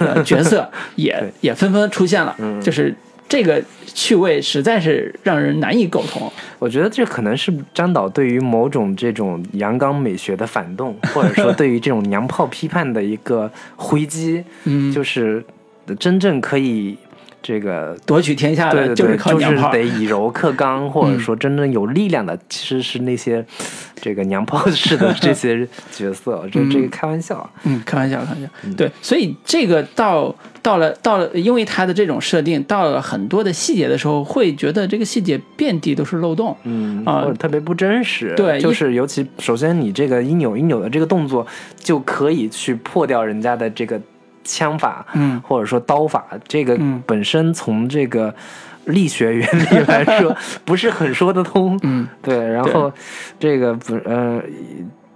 [SPEAKER 1] 呃、角 色也，也纷纷出现了。
[SPEAKER 2] 嗯
[SPEAKER 1] 就是这个趣味实在是让人难以苟同。
[SPEAKER 2] 我觉得这可能是张导对于某种这种阳刚美学的反动，或者说对于这种娘炮批判的一个回击，
[SPEAKER 1] 嗯，
[SPEAKER 2] 就是真正可以这个
[SPEAKER 1] 夺取天下
[SPEAKER 2] 对
[SPEAKER 1] 的
[SPEAKER 2] 对对，
[SPEAKER 1] 是靠娘炮。嗯
[SPEAKER 2] 得以柔克刚，或者说真正有力量的，其实是那些这个娘炮式的这 些角色。这这个开玩笑，啊
[SPEAKER 1] 嗯，开玩笑，开玩笑。对，所以这个到到了到了，因为它的这种设定，到了很多的细节的时候，会觉得这个细节遍地都是漏洞。
[SPEAKER 2] 嗯，
[SPEAKER 1] 啊
[SPEAKER 2] 或者特别不真实。
[SPEAKER 1] 对
[SPEAKER 2] 就
[SPEAKER 1] 一
[SPEAKER 2] 是尤其首先你这个一扭一扭的这个动作，就可以去破掉人家的这个枪法，
[SPEAKER 1] 嗯
[SPEAKER 2] 或者说刀法，这个
[SPEAKER 1] 嗯
[SPEAKER 2] 本身从这个力学原理来 说不是很说得通。
[SPEAKER 1] 嗯，
[SPEAKER 2] 对，然后这个不呃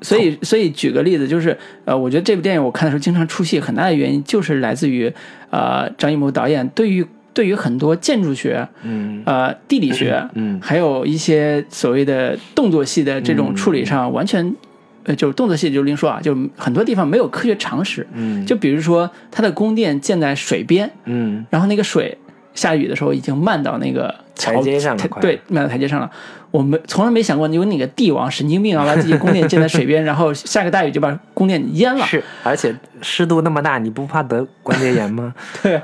[SPEAKER 1] 所以所以举个例子，就是呃，我觉得这部电影我看的时候经常出戏，很大的原因就是来自于呃张艺谋导演对于对于很多建筑学、
[SPEAKER 2] 嗯
[SPEAKER 1] 呃地理学，
[SPEAKER 2] 嗯
[SPEAKER 1] 还有一些所谓的动作戏的这种处理上，完全呃就是动作戏就另说啊，就很多地方没有科学常识。
[SPEAKER 2] 嗯
[SPEAKER 1] 就比如说，它的宫殿建在水边，
[SPEAKER 2] 嗯
[SPEAKER 1] 然后那个水下雨的时候已经漫到那个桥
[SPEAKER 2] 台阶上了快
[SPEAKER 1] 对，漫到台阶上了。我们从来没想过有哪个帝王神经病啊，把自己宫殿建在水边，然后下个大雨就把宫殿淹了。
[SPEAKER 2] 是，而且湿度那么大，你不怕得关节 炎吗？嗯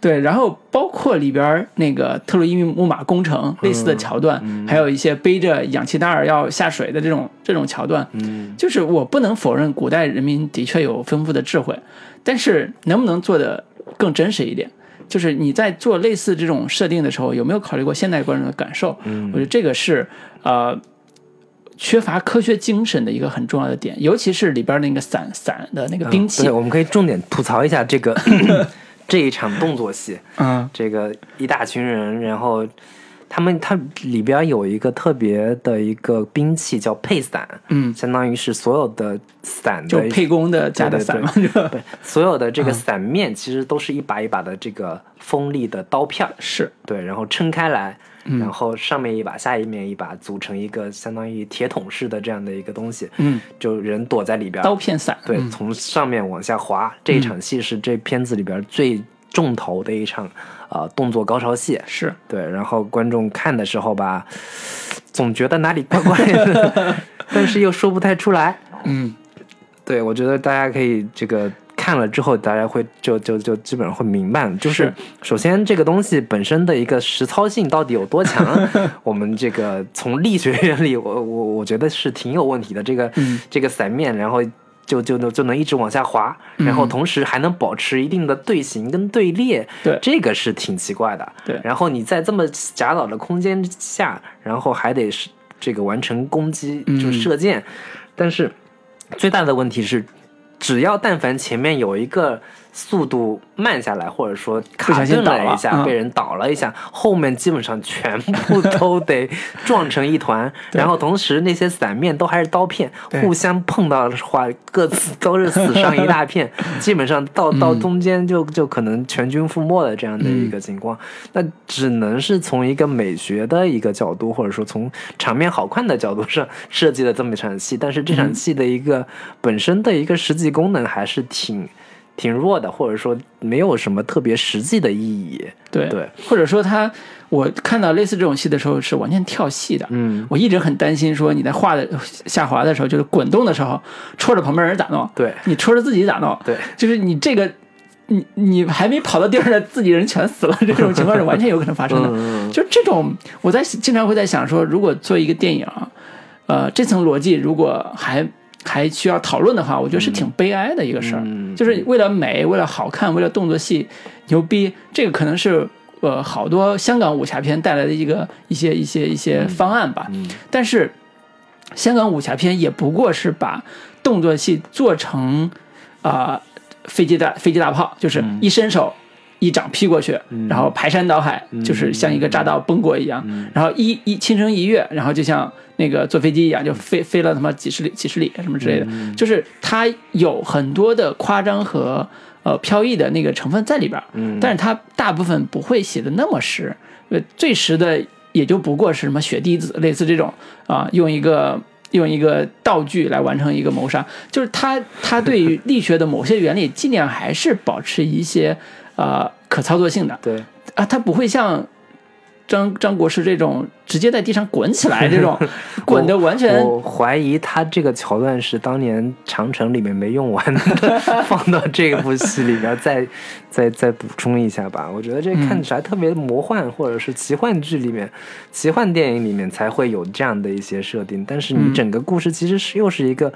[SPEAKER 1] 对，对，然后包括里边儿那个特洛伊木马工
[SPEAKER 2] 嗯
[SPEAKER 1] 程类似的桥段，还有一些背着氧气袋儿要下水的这种这种桥段，
[SPEAKER 2] 嗯，
[SPEAKER 1] 就是我不能否认古代人民的确有丰富的智慧，但是能不能做的更真实一点？就是你在做类似这种设定的时候，有没有考虑过现代观众的感受？嗯，我觉得这个是呃缺乏科学精神的一个很重要的点，尤其是里边儿那个伞伞的那个兵器
[SPEAKER 2] 嗯对，，我们可以重点吐槽一下这 个这一场动作戏，
[SPEAKER 1] 嗯
[SPEAKER 2] 这个一大群人，然后他们它里边有一个特别的一个兵器叫配伞，
[SPEAKER 1] 嗯，
[SPEAKER 2] 相当于是所有的伞
[SPEAKER 1] 就嗯
[SPEAKER 2] 的
[SPEAKER 1] 沛公的加的伞嘛， 就
[SPEAKER 2] 对所有的这个伞面其实都是一把一把的这个锋利的刀片儿，
[SPEAKER 1] 是
[SPEAKER 2] 对，然后撑开来，
[SPEAKER 1] 嗯
[SPEAKER 2] 然后上面一把，下一面一把，组成一个相当于铁桶式的这样的一个东西，
[SPEAKER 1] 嗯，
[SPEAKER 2] 就人躲在里边儿，
[SPEAKER 1] 刀片伞，
[SPEAKER 2] 对，从上面往下滑。这一场戏是这片子里边最重头的一场呃动作高潮戏，
[SPEAKER 1] 是
[SPEAKER 2] 对，然后观众看的时候吧，总觉得哪里怪怪 的，但是又说不太出来，
[SPEAKER 1] 嗯
[SPEAKER 2] 对，我觉得大家可以这个。看了之后，大家会就就就基本上会明白，就是首先这个东西本身的一个实操性到底有多强， 我们这个从力学原理，我我我觉得是挺有问题的。这个、
[SPEAKER 1] 嗯
[SPEAKER 2] 这个伞面，然后就就能就能一直往下滑，然后
[SPEAKER 1] 嗯
[SPEAKER 2] 同时还能保持一定的队形跟队列，
[SPEAKER 1] 对
[SPEAKER 2] 这个是挺奇怪的。
[SPEAKER 1] 对
[SPEAKER 2] 然后你在这么狭窄的空间下，然后还得是这个完成攻击，就
[SPEAKER 1] 嗯
[SPEAKER 2] 射箭。但是最大的问题是，只要但凡前面有一个速度慢下来，或者说卡
[SPEAKER 1] 小心
[SPEAKER 2] 顿
[SPEAKER 1] 倒了
[SPEAKER 2] 一下，
[SPEAKER 1] 嗯
[SPEAKER 2] 被人倒了一下，后面基本上全部都得撞成一 团。然后同时那些伞面都还是刀片，
[SPEAKER 1] 对
[SPEAKER 2] 互相碰到的话，各自都是死伤一大片。基本上到到中间就就可能全军覆没的这样的一个情况。那只能是从一个美学的一个角度，或者说从场面好看的角度上设计的这么一场戏，但是这场戏的一个、本身的一个实际功能还是挺挺弱的，或者说没有什么特别实际的意义。
[SPEAKER 1] 对
[SPEAKER 2] 对，
[SPEAKER 1] 或者说他，我看到类似这种戏的时候是完全跳戏的。
[SPEAKER 2] 嗯，
[SPEAKER 1] 我一直很担心，说你在画的下滑的时候，就是滚动的时候，戳着旁边人咋弄？
[SPEAKER 2] 对
[SPEAKER 1] 你戳着自己咋弄？
[SPEAKER 2] 对，
[SPEAKER 1] 就是你这个，你你还没跑到地儿呢，自己人全死了，这种情况是完全有可能发生的。
[SPEAKER 2] 嗯
[SPEAKER 1] 就这种，我在经常会在想说，如果做一个电影啊，呃，这层逻辑如果还还需要讨论的话，我觉得是挺悲哀的一个事儿。
[SPEAKER 2] 嗯
[SPEAKER 1] 就是为了美，为了好看，为了动作戏牛逼，这个可能是呃好多香港武侠片带来的一个一些一些一些方案吧。
[SPEAKER 2] 嗯
[SPEAKER 1] 但是香港武侠片也不过是把动作戏做成啊、飞机大飞机大炮，就是一伸手。一掌劈过去，然后排山倒海，就是像一个炸道崩过一样，然后一一轻声一跃，然后就像那个坐飞机一样，就飞飞了他妈几十里几十里什么之类的，就是它有很多的夸张和呃飘逸的那个成分在里边儿，
[SPEAKER 2] 嗯
[SPEAKER 1] 但是它大部分不会写的那么实，呃，最实的也就不过是什么血滴子，类似这种啊、用一个用一个道具来完成一个谋杀，就是它它对于力学的某些原理尽量还是保持一些呃可操作性的
[SPEAKER 2] 对，
[SPEAKER 1] 啊，它不会像。张张国师这种直接在地上滚起来，这 种滚的完全
[SPEAKER 2] 我怀疑他这个桥段是当年长城里面没用完的， 放到这部戏里边再再再补充一下吧。我觉得这看起来特别魔幻，或者是奇幻剧里面、奇幻电影里面才会有这样的一些设定。但是你整个故事其实是又是一个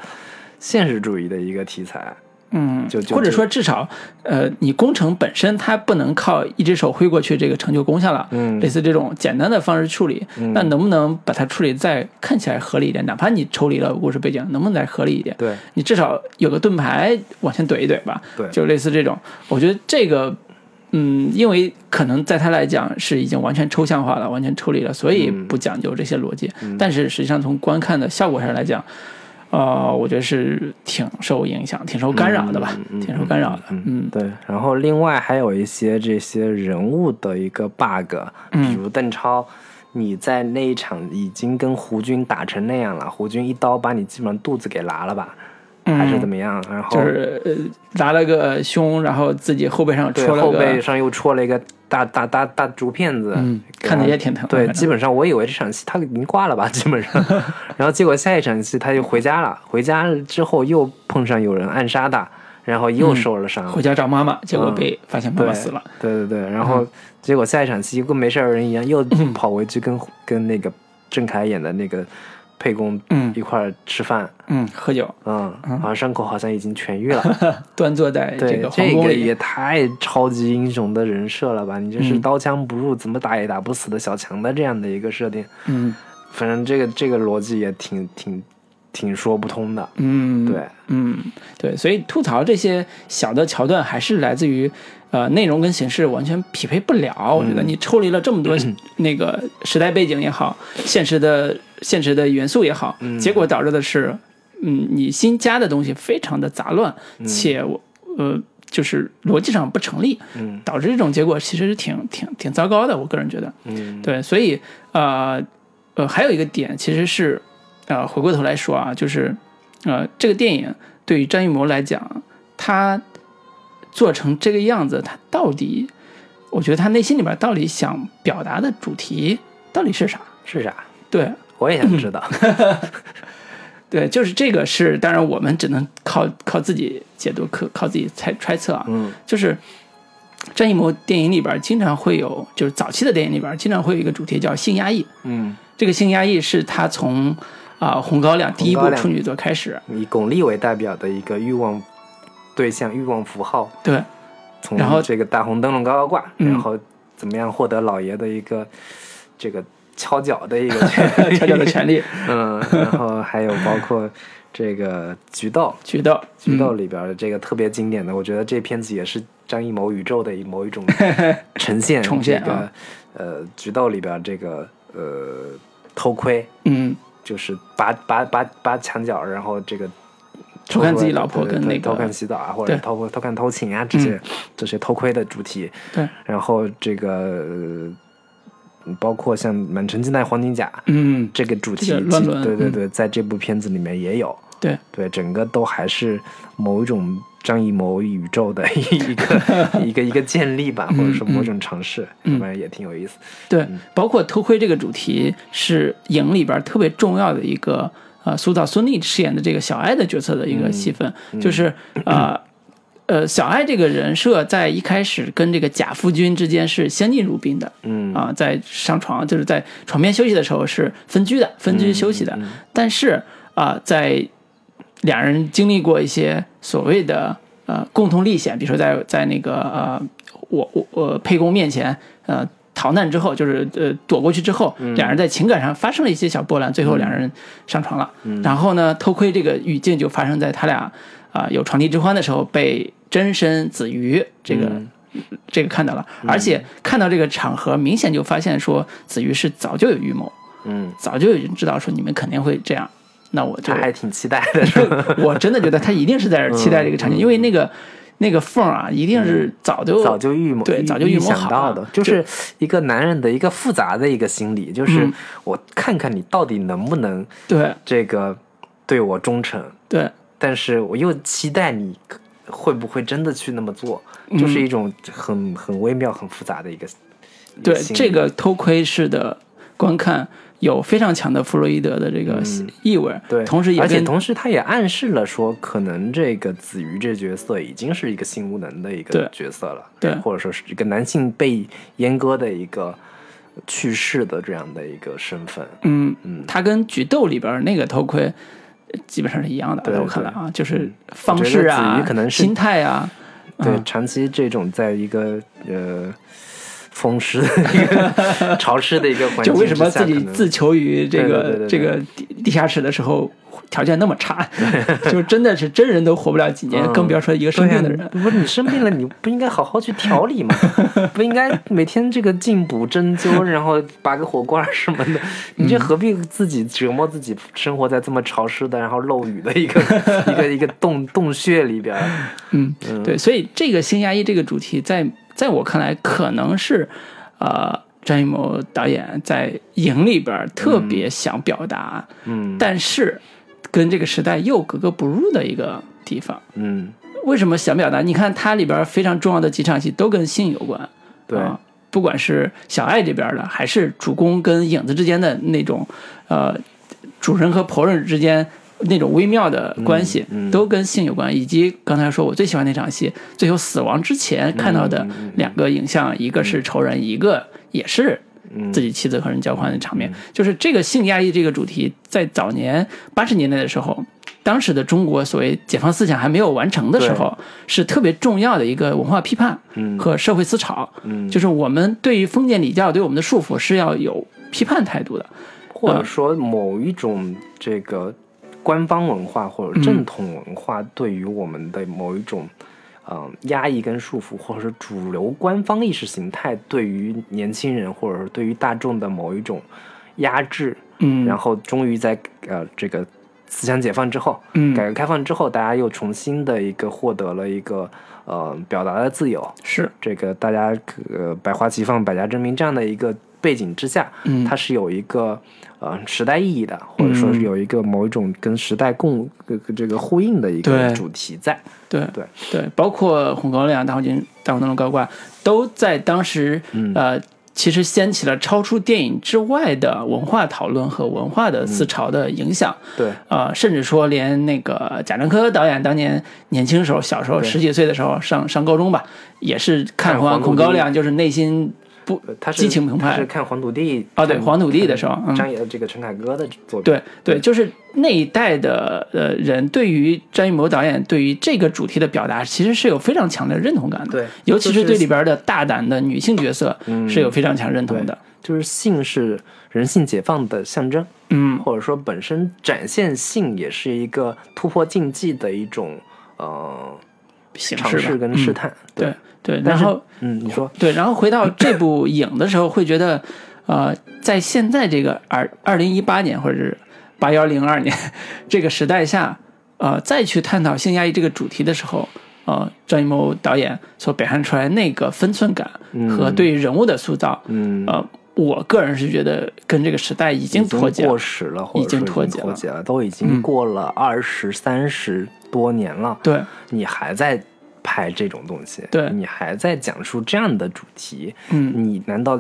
[SPEAKER 2] 现实主义的一个题材。
[SPEAKER 1] 嗯，
[SPEAKER 2] 就就
[SPEAKER 1] 或者
[SPEAKER 2] 就
[SPEAKER 1] 说至少，呃，你工程本身它不能靠一只手挥过去这个成就功效了，
[SPEAKER 2] 嗯
[SPEAKER 1] 类似这种简单的方式处理，那能不能把它处理再看起来合理一点？哪怕你抽离了故事背景，能不能再合理一点？
[SPEAKER 2] 对，
[SPEAKER 1] 你至少有个盾牌往前怼一怼吧，
[SPEAKER 2] 对
[SPEAKER 1] 就类似这种，我觉得这个。嗯，因为可能在他来讲是已经完全抽象化了，完全抽离了，所
[SPEAKER 2] 嗯
[SPEAKER 1] 以不讲究这些逻辑。但是实际上从观看的效果上来讲，呃，我觉得是挺受影响、挺受干扰的吧，
[SPEAKER 2] 嗯
[SPEAKER 1] 挺受干扰的。嗯，
[SPEAKER 2] 对，然后另外还有一些这些人物的一个 bug，比
[SPEAKER 1] 嗯
[SPEAKER 2] 如邓超，你在那一场已经跟胡军打成那样了，胡军一刀把你基本上肚子给拉了吧，
[SPEAKER 1] 嗯
[SPEAKER 2] 还是怎么样？然后
[SPEAKER 1] 就是呃拿了个胸，然后自己后背上
[SPEAKER 2] 对
[SPEAKER 1] 戳了
[SPEAKER 2] 后
[SPEAKER 1] 个，
[SPEAKER 2] 背上又戳了一个大大大大竹片子，
[SPEAKER 1] 嗯，
[SPEAKER 2] 给
[SPEAKER 1] 看
[SPEAKER 2] 他
[SPEAKER 1] 着也挺疼的。
[SPEAKER 2] 对，
[SPEAKER 1] 反正
[SPEAKER 2] 基本上我以为这场戏他已经挂 了吧，基本上，然后结果下一场戏他就回家了，回家了之后又碰上有人暗杀他，然后
[SPEAKER 1] 嗯
[SPEAKER 2] 又受了伤，
[SPEAKER 1] 回家找妈妈，结果
[SPEAKER 2] 嗯
[SPEAKER 1] 被发现妈妈死了。嗯
[SPEAKER 2] 对对对，然后结果下一场戏又跟没事儿人一样，又跑回去跟、跟那个郑恺演的那个沛公
[SPEAKER 1] 嗯
[SPEAKER 2] 一块儿吃饭，
[SPEAKER 1] 嗯，喝酒，
[SPEAKER 2] 嗯，好像伤口好像已经痊 愈了。
[SPEAKER 1] 端坐在这
[SPEAKER 2] 对
[SPEAKER 1] 个，皇
[SPEAKER 2] 这
[SPEAKER 1] 宫
[SPEAKER 2] 个
[SPEAKER 1] 里，
[SPEAKER 2] 也太超级英雄的人设了吧？你这
[SPEAKER 1] 嗯
[SPEAKER 2] 是刀枪不入，怎么打也打不死的小强的这样的一个设定，
[SPEAKER 1] 嗯
[SPEAKER 2] 反正这个这个逻辑也挺挺挺说不通的。
[SPEAKER 1] 嗯，
[SPEAKER 2] 对，
[SPEAKER 1] 嗯，对，所以吐槽这些小的桥段，还是来自于呃内容跟形式完全匹配不了。我觉得你抽离了这么多那个时代背景也好，现实的现实的元素也好，结果导致的是，嗯，你新加的东西非常的杂乱，且我呃就是逻辑上不成立，
[SPEAKER 2] 嗯
[SPEAKER 1] 导致这种结果其实是挺挺挺糟糕的。我个人觉得，
[SPEAKER 2] 嗯
[SPEAKER 1] 对，所以呃呃，还有一个点其实是呃，回过头来说啊，就是呃，这个电影对于张艺谋来讲，他做成这个样子，他到底，我觉得他内心里边到底想表达的主题到底是啥？
[SPEAKER 2] 是啥？
[SPEAKER 1] 对，
[SPEAKER 2] 我也想知道。
[SPEAKER 1] 对，就是这个是，当然我们只能靠靠自己解读，靠靠自己猜揣测啊。
[SPEAKER 2] 嗯，
[SPEAKER 1] 就是张艺谋电影里边经常会有，就是早期的电影里边经常会有一个主题叫性压抑。
[SPEAKER 2] 嗯，
[SPEAKER 1] 这个性压抑是他从啊、红高粱》第一
[SPEAKER 2] 红
[SPEAKER 1] 部
[SPEAKER 2] 高粱
[SPEAKER 1] 处女作开始，
[SPEAKER 2] 以巩俐为代表的一个欲望对象、欲望符号，
[SPEAKER 1] 对
[SPEAKER 2] 从
[SPEAKER 1] 然后
[SPEAKER 2] 这个大红灯笼高高挂，
[SPEAKER 1] 嗯
[SPEAKER 2] 然后怎么样获得老爷的一个这个敲脚的一个 权利
[SPEAKER 1] 悄悄的权利
[SPEAKER 2] 嗯，然后还有包括这个菊豆，
[SPEAKER 1] 举到
[SPEAKER 2] 菊豆
[SPEAKER 1] 嗯
[SPEAKER 2] 里边儿的这个特别经典的，我觉得这片子也是张艺谋宇宙的一 某一种呈现。
[SPEAKER 1] 重现
[SPEAKER 2] 这个、
[SPEAKER 1] 啊
[SPEAKER 2] 呃，菊豆里边儿这个呃偷窥，
[SPEAKER 1] 嗯，
[SPEAKER 2] 就是扒扒扒扒墙角，然后这个。
[SPEAKER 1] 偷看自己老婆
[SPEAKER 2] 对对
[SPEAKER 1] 跟
[SPEAKER 2] 对
[SPEAKER 1] 那个
[SPEAKER 2] 偷看洗澡啊，或者
[SPEAKER 1] 对嗯
[SPEAKER 2] 偷偷看偷情啊，这些、这些偷窥的主题，
[SPEAKER 1] 对，
[SPEAKER 2] 然后这个、呃包括像《满城尽带黄金甲》，
[SPEAKER 1] 嗯，
[SPEAKER 2] 这个主题，
[SPEAKER 1] 这个乱伦嗯
[SPEAKER 2] 对对对，在这部片子里面也有，
[SPEAKER 1] 对
[SPEAKER 2] 对，整个都还是某一种张艺谋宇宙的 一个一个一个建立吧，或者说某种尝试，
[SPEAKER 1] 嗯
[SPEAKER 2] 反正也挺有意思。
[SPEAKER 1] 对，
[SPEAKER 2] 嗯
[SPEAKER 1] 包括偷窥这个主题是影里边特别重要的一个呃，塑造孙俪饰演的这个小爱的角色的一
[SPEAKER 2] 嗯
[SPEAKER 1] 个戏份， 就是呃呃，小爱这个人设在一开始跟这个贾夫君之间是相敬如宾的，
[SPEAKER 2] 嗯
[SPEAKER 1] 啊、在上床就是在床边休息的时候是分居的，分居休息的，但是啊、在两人经历过一些所谓的呃共同历险，比如说在在那个呃我我我沛公面前呃逃难之后，就是呃躲过去之后，两人在情感上发生了一些小波澜，最后两人上床了。然后呢，偷窥这个语境就发生在他俩啊、有床笫之欢的时候，被真身子瑜这个。这个看到了，
[SPEAKER 2] 嗯
[SPEAKER 1] 而且看到这个场合，明显就发现说子瑜是早就有预谋，
[SPEAKER 2] 嗯，
[SPEAKER 1] 早就已经知道说你们肯定会这样，那我就
[SPEAKER 2] 他还挺期待的，是吧？
[SPEAKER 1] 我真的觉得他一定是在这儿期待这个场景，因为那个那个缝儿啊，一定是早就、
[SPEAKER 2] 嗯早就预谋，
[SPEAKER 1] 哦对
[SPEAKER 2] 预
[SPEAKER 1] 早就预
[SPEAKER 2] 预
[SPEAKER 1] 谋好
[SPEAKER 2] 想到
[SPEAKER 1] 了
[SPEAKER 2] 的，就是一个男人的一个复杂的一个心理，
[SPEAKER 1] 嗯
[SPEAKER 2] 就是我看看你到底能不能
[SPEAKER 1] 对
[SPEAKER 2] 这个对我忠诚，
[SPEAKER 1] 对
[SPEAKER 2] 但是我又期待你会不会真的去那么做，
[SPEAKER 1] 嗯
[SPEAKER 2] 就是一种很很微妙、很复杂的一个。
[SPEAKER 1] 对，
[SPEAKER 2] 心理
[SPEAKER 1] 这个偷窥式的观看有非常强的弗洛伊德的这个意味儿，
[SPEAKER 2] 嗯对，
[SPEAKER 1] 同时也
[SPEAKER 2] 而且
[SPEAKER 1] 跟
[SPEAKER 2] 同时，他也暗示了说，可能这个子瑜这角色已经是一个性无能的一
[SPEAKER 1] 对
[SPEAKER 2] 个角色了，
[SPEAKER 1] 对
[SPEAKER 2] 或者说是一个男性被阉割的一个去世的这样的一个身份，
[SPEAKER 1] 嗯，他跟菊豆里边儿那个偷窥呃基本上是一样的，
[SPEAKER 2] 对
[SPEAKER 1] 在我
[SPEAKER 2] 对嗯
[SPEAKER 1] 看来啊，就是方
[SPEAKER 2] 我觉
[SPEAKER 1] 式
[SPEAKER 2] 得
[SPEAKER 1] 啊
[SPEAKER 2] 子，瑜可能是
[SPEAKER 1] 心态啊，
[SPEAKER 2] 对，长期这种在一个呃风湿的 一个潮湿的一个环境
[SPEAKER 1] 就为什么
[SPEAKER 2] 之下
[SPEAKER 1] 自己
[SPEAKER 2] 可能
[SPEAKER 1] 自求于这
[SPEAKER 2] 对
[SPEAKER 1] 个
[SPEAKER 2] 对对对对
[SPEAKER 1] 这个地地下室的时候条件那么差， 就真的是真人都活不了几年，
[SPEAKER 2] 嗯
[SPEAKER 1] 更不要说一个生病的人。
[SPEAKER 2] 对啊不是你生病了，你不应该好好去调 理吗？不应该每天这个进补针灸，然后拔个火罐儿什么 的，你
[SPEAKER 1] 嗯
[SPEAKER 2] 这何必自己折磨自己，生活在这么潮湿的，然后漏雨的 一个一个一个洞洞穴里边儿？
[SPEAKER 1] 嗯，对，所以这个性压抑这个主题在，在我看来，可能是呃张艺谋导演在影里边儿特别想表达，
[SPEAKER 2] 嗯
[SPEAKER 1] 但是跟这个时代又格格不入的一个地方。
[SPEAKER 2] 嗯，
[SPEAKER 1] 为什么想表达？你看它里边非常重要的几场戏都跟性有关，
[SPEAKER 2] 对
[SPEAKER 1] 啊不管是小爱这边的，还是主公跟影子之间的那种，呃，主人和仆人之间那种微妙的关系，
[SPEAKER 2] 嗯嗯
[SPEAKER 1] 都跟性有关。以及刚才说我最喜欢那场戏，最后死亡之
[SPEAKER 2] 嗯
[SPEAKER 1] 前看到的两个影像，一个是仇人，一个也是
[SPEAKER 2] 嗯
[SPEAKER 1] 自己妻子和人交换的场面，就是这个性压抑这个主题，在早年八十年代的时候，当时的中国所谓解放思想还没有完成的时候，是特别重要的一个文化批判和社会思潮。
[SPEAKER 2] 嗯
[SPEAKER 1] 就是我们对于封建礼教对我们的束缚是要有批判态度的。
[SPEAKER 2] 或
[SPEAKER 1] 嗯
[SPEAKER 2] 者说某一种这个官方文化或者正统文化对于我们的某一种。嗯，压抑跟束缚，或者是主流官方意识形态对于年轻人，或者是对于大众的某一种压制，
[SPEAKER 1] 嗯，
[SPEAKER 2] 然后终于在呃这个思想解放之后，
[SPEAKER 1] 嗯
[SPEAKER 2] 改革开放之后，大家又重新的一个获得了一个呃表达的自由，
[SPEAKER 1] 是
[SPEAKER 2] 这个大家呃百花齐放、百家争鸣这样的一个背景之下，
[SPEAKER 1] 嗯
[SPEAKER 2] 它是有一个呃时代意义的，或者说是有一个某一种跟时代共、呃这个呼应的一个
[SPEAKER 1] 对
[SPEAKER 2] 主题在。
[SPEAKER 1] 对
[SPEAKER 2] 对
[SPEAKER 1] 对，包括红高粱、大红金、大红灯笼高挂，都在当时、呃其实掀起了超出电影之外的文化讨论和文化的思潮的影响。
[SPEAKER 2] 对，
[SPEAKER 1] 呃，甚至说连那个贾樟柯导演当年年轻时候，小时候
[SPEAKER 2] 对
[SPEAKER 1] 十几岁的时候，上上高中吧，也是看
[SPEAKER 2] 看
[SPEAKER 1] 黄
[SPEAKER 2] 黄
[SPEAKER 1] 安孔
[SPEAKER 2] 土地
[SPEAKER 1] 高亮，就是内心不
[SPEAKER 2] 呃他是
[SPEAKER 1] 激情澎
[SPEAKER 2] 他是
[SPEAKER 1] 湃。
[SPEAKER 2] 看黄土地
[SPEAKER 1] 啊对
[SPEAKER 2] 看
[SPEAKER 1] 黄土地的时候嗯
[SPEAKER 2] 张也呃这个陈凯歌的作品，
[SPEAKER 1] 对对，就是那一代的呃人，对于张艺谋导演对于这个主题的表达，其实是有非常强的认同感的。
[SPEAKER 2] 对
[SPEAKER 1] 尤其
[SPEAKER 2] 就是嗯
[SPEAKER 1] 是对里边的大胆的女性角色是有非常强认同的。
[SPEAKER 2] 就是性是人性解放的象征，
[SPEAKER 1] 嗯，
[SPEAKER 2] 或者说本身展现性也是一个突破禁忌的一种呃
[SPEAKER 1] 形
[SPEAKER 2] 尝
[SPEAKER 1] 式吧嗯
[SPEAKER 2] 试跟试探。
[SPEAKER 1] 对对，
[SPEAKER 2] 但
[SPEAKER 1] 然
[SPEAKER 2] 是
[SPEAKER 1] 后
[SPEAKER 2] 嗯，你说
[SPEAKER 1] 对，然后回到这部影的时候，会觉得，呃，在现在这个二二零一八年或者是八幺零二年这个时代下，呃，再去探讨性压抑这个主题的时候，呃，张艺谋导演所表现出来那个分寸感和对人物的塑造，
[SPEAKER 2] 嗯，
[SPEAKER 1] 呃，我个人是觉得跟这个时代已经脱
[SPEAKER 2] 已
[SPEAKER 1] 节
[SPEAKER 2] 经
[SPEAKER 1] 了
[SPEAKER 2] 过。时了，或者
[SPEAKER 1] 已经
[SPEAKER 2] 说
[SPEAKER 1] 脱
[SPEAKER 2] 已
[SPEAKER 1] 节
[SPEAKER 2] 经
[SPEAKER 1] 了嗯
[SPEAKER 2] 脱节了，都已经过了二十三十多年了，
[SPEAKER 1] 对
[SPEAKER 2] 你还在拍这种东西，
[SPEAKER 1] 对
[SPEAKER 2] 你还在讲述这样的主题，
[SPEAKER 1] 嗯
[SPEAKER 2] 你难道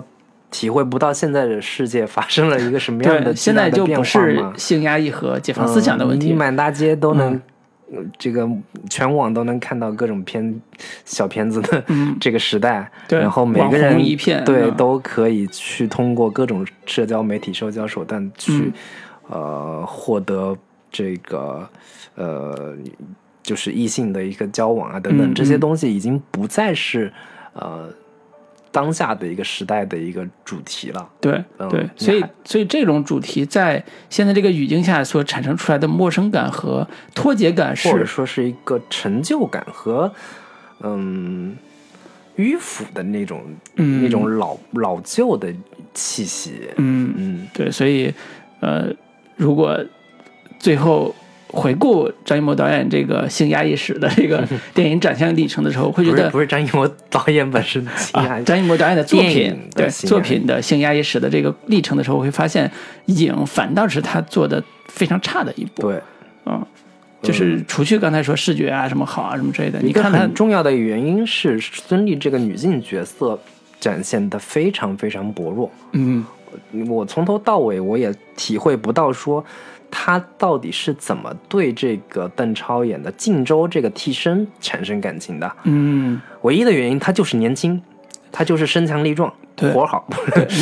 [SPEAKER 2] 体会不到现在的世界发生了一个什么样的
[SPEAKER 1] 对，
[SPEAKER 2] 巨
[SPEAKER 1] 现
[SPEAKER 2] 大
[SPEAKER 1] 在
[SPEAKER 2] 的
[SPEAKER 1] 就
[SPEAKER 2] 变
[SPEAKER 1] 不
[SPEAKER 2] 化
[SPEAKER 1] 是
[SPEAKER 2] 吗？
[SPEAKER 1] 性压抑和解放思想的问
[SPEAKER 2] 嗯你
[SPEAKER 1] 题。
[SPEAKER 2] 满大街都能
[SPEAKER 1] 嗯，
[SPEAKER 2] 呃这个全网都能看到各种片小片子的
[SPEAKER 1] 嗯
[SPEAKER 2] 这个时代，
[SPEAKER 1] 对
[SPEAKER 2] 然后每
[SPEAKER 1] 网
[SPEAKER 2] 个
[SPEAKER 1] 红
[SPEAKER 2] 人
[SPEAKER 1] 一片
[SPEAKER 2] 对
[SPEAKER 1] 嗯
[SPEAKER 2] 都可以去通过各种社交媒体、社交手段去
[SPEAKER 1] 嗯
[SPEAKER 2] 呃获得这个呃就是异性的一个交往啊等等
[SPEAKER 1] 嗯
[SPEAKER 2] 这些
[SPEAKER 1] 嗯
[SPEAKER 2] 东西已经不再是呃当下的一个时代的一个主题了。
[SPEAKER 1] 对
[SPEAKER 2] 嗯
[SPEAKER 1] 对
[SPEAKER 2] 你，
[SPEAKER 1] 所以
[SPEAKER 2] 还
[SPEAKER 1] 所以这种主题在现在这个语境下所产生出来的陌生感和脱节感
[SPEAKER 2] 或者
[SPEAKER 1] 是，
[SPEAKER 2] 说是一个成就感和嗯迂腐的那种、
[SPEAKER 1] 嗯
[SPEAKER 2] 那种老老旧的气息。
[SPEAKER 1] 嗯，
[SPEAKER 2] 嗯，
[SPEAKER 1] 对，所以呃，如果最后回顾张艺谋导演这个性压抑史的这 个电影展现历程的时候，会觉
[SPEAKER 2] 不是
[SPEAKER 1] 得
[SPEAKER 2] 不是张艺谋导演本身惊
[SPEAKER 1] 啊
[SPEAKER 2] 讶，，
[SPEAKER 1] 张艺谋导演的作
[SPEAKER 2] 电
[SPEAKER 1] 品
[SPEAKER 2] 影，的
[SPEAKER 1] 对
[SPEAKER 2] 性
[SPEAKER 1] 作
[SPEAKER 2] 压抑
[SPEAKER 1] 品的性压抑史的这个历程的时候，会发现影反倒是他做的非常差的一部，
[SPEAKER 2] 对，
[SPEAKER 1] 嗯，就是除去刚才说视觉啊什么好啊什么之类的，你
[SPEAKER 2] 一个
[SPEAKER 1] 看他
[SPEAKER 2] 很重要的原因是孙俪这个女性角色展现的非常非常薄弱。
[SPEAKER 1] 嗯。
[SPEAKER 2] 我从头到尾我也体会不到说。她到底是怎么对这个邓超演的靖州这个替身产生感情的？
[SPEAKER 1] 嗯，
[SPEAKER 2] 唯一的原因，他就是年轻，他就是身强力壮，
[SPEAKER 1] 对
[SPEAKER 2] 活儿 好，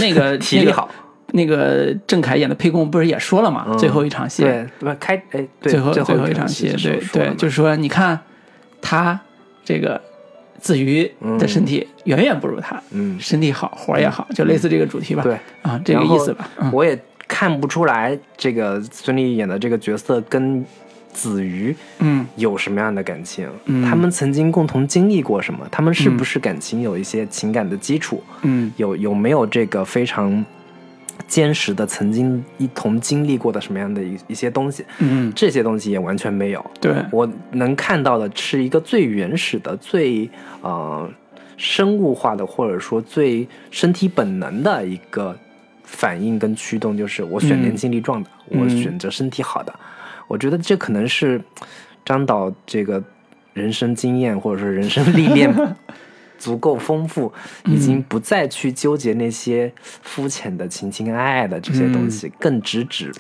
[SPEAKER 1] 那个
[SPEAKER 2] 体力好，
[SPEAKER 1] 那个郑恺演的沛公不是也说了嘛，
[SPEAKER 2] 嗯
[SPEAKER 1] 最后一场戏，
[SPEAKER 2] 对，不开哎，对，
[SPEAKER 1] 最后
[SPEAKER 2] 最
[SPEAKER 1] 后
[SPEAKER 2] 一
[SPEAKER 1] 一场
[SPEAKER 2] 戏
[SPEAKER 1] 戏，
[SPEAKER 2] 的时候
[SPEAKER 1] 对
[SPEAKER 2] 说了
[SPEAKER 1] 对
[SPEAKER 2] 嘛，
[SPEAKER 1] 就是说你看他这个子瑜的身体远远不如他，
[SPEAKER 2] 嗯
[SPEAKER 1] 身体好，活儿也好，就类似这个主题吧，
[SPEAKER 2] 对
[SPEAKER 1] 啊，这个
[SPEAKER 2] 然后
[SPEAKER 1] 意思吧，嗯
[SPEAKER 2] 我也看不出来这个孙俪演的这个角色跟子瑜
[SPEAKER 1] 嗯
[SPEAKER 2] 有什么样的感情，
[SPEAKER 1] 嗯
[SPEAKER 2] 他们曾经共同经历过什么，他们是不是感情有一些情感的基础，
[SPEAKER 1] 嗯
[SPEAKER 2] 有有没有这个非常坚实的曾经一同经历过的什么样的一一些东西，
[SPEAKER 1] 嗯，
[SPEAKER 2] 这些东西也完全没有，
[SPEAKER 1] 对，
[SPEAKER 2] 我能看到的是一个最原始的、最呃生物化的，或者说最身体本能的一个反应跟驱动，就是我选
[SPEAKER 1] 嗯
[SPEAKER 2] 年轻力壮的，我
[SPEAKER 1] 嗯
[SPEAKER 2] 选择身体好的。我觉得这可能是张导这个人生经验或者说人生历练 足够丰富，已
[SPEAKER 1] 嗯
[SPEAKER 2] 经不再去纠结那些肤浅的情情爱爱的这些
[SPEAKER 1] 嗯
[SPEAKER 2] 东西，更直指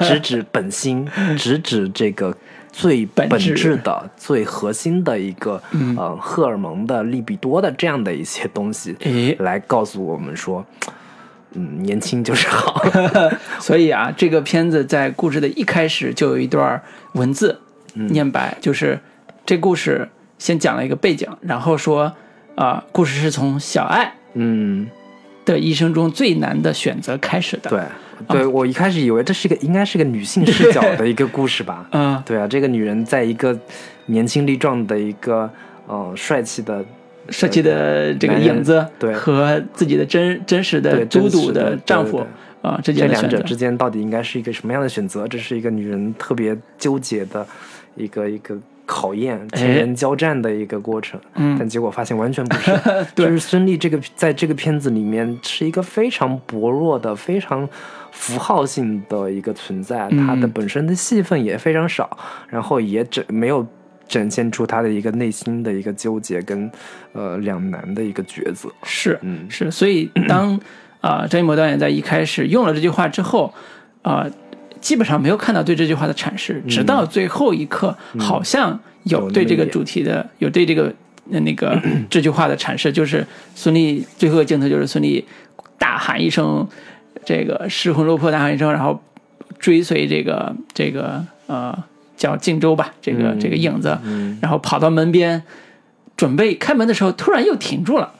[SPEAKER 2] 直指本心，直指这个最本
[SPEAKER 1] 本质
[SPEAKER 2] 质的、最核心的一个、
[SPEAKER 1] 嗯
[SPEAKER 2] 呃荷尔蒙的、利比多的这样的一些东西，
[SPEAKER 1] 诶，
[SPEAKER 2] 来告诉我们说，嗯，年轻就 是好。
[SPEAKER 1] 所以啊，这个片子在故事的一开始就有一段文字
[SPEAKER 2] 嗯
[SPEAKER 1] 念白，就是这故事先讲了一个背景，然后说啊、故事是从小爱
[SPEAKER 2] 嗯，
[SPEAKER 1] 的一生中最难的选择开始的。
[SPEAKER 2] 对，对
[SPEAKER 1] 啊
[SPEAKER 2] 我一开始以为这是一个应该是个女性视角的一个故事吧。
[SPEAKER 1] 嗯，
[SPEAKER 2] 对啊，这个女人在一个年轻力壮的一个呃帅气的
[SPEAKER 1] 设计的这个
[SPEAKER 2] 男人
[SPEAKER 1] 影子，
[SPEAKER 2] 对
[SPEAKER 1] 和自己的真真实的
[SPEAKER 2] 对真
[SPEAKER 1] 都
[SPEAKER 2] 实
[SPEAKER 1] 督
[SPEAKER 2] 的对
[SPEAKER 1] 丈
[SPEAKER 2] 对
[SPEAKER 1] 夫啊之
[SPEAKER 2] 这
[SPEAKER 1] 间的
[SPEAKER 2] 两
[SPEAKER 1] 选
[SPEAKER 2] 者
[SPEAKER 1] 择。
[SPEAKER 2] 之间到底应该是一个什么样的选择？这是一个女人特别纠结的一个一个考验，
[SPEAKER 1] 哎
[SPEAKER 2] 天人交战的一个过程。
[SPEAKER 1] 嗯
[SPEAKER 2] 但结果发现完全不是，
[SPEAKER 1] 对
[SPEAKER 2] 就是孙俪这个在这个片子里面是一个非常薄弱的、非常符号性的一个存在，她的
[SPEAKER 1] 嗯
[SPEAKER 2] 本身的戏份也非常少，然后也只没有。展现出他的一个内心的一个纠结跟呃两难的一个抉择。
[SPEAKER 1] 是
[SPEAKER 2] 嗯
[SPEAKER 1] 是，所以当啊、张艺谋导演在一开始用了这句话之后，啊、基本上没有看到对这句话的阐释，直到最后一刻，好像
[SPEAKER 2] 嗯有
[SPEAKER 1] 有
[SPEAKER 2] 那
[SPEAKER 1] 对
[SPEAKER 2] 么
[SPEAKER 1] 这
[SPEAKER 2] 一
[SPEAKER 1] 个
[SPEAKER 2] 点
[SPEAKER 1] 主题的，有对这个呃那个这句话的阐释，就是孙俪最后一个镜头就是孙俪大喊一声，这个失魂落魄大喊一声，然后追随这个这个呃叫靖州吧，这
[SPEAKER 2] 嗯
[SPEAKER 1] 个、这个影子，然后跑到门边，准备开门的时候，突然又停住了，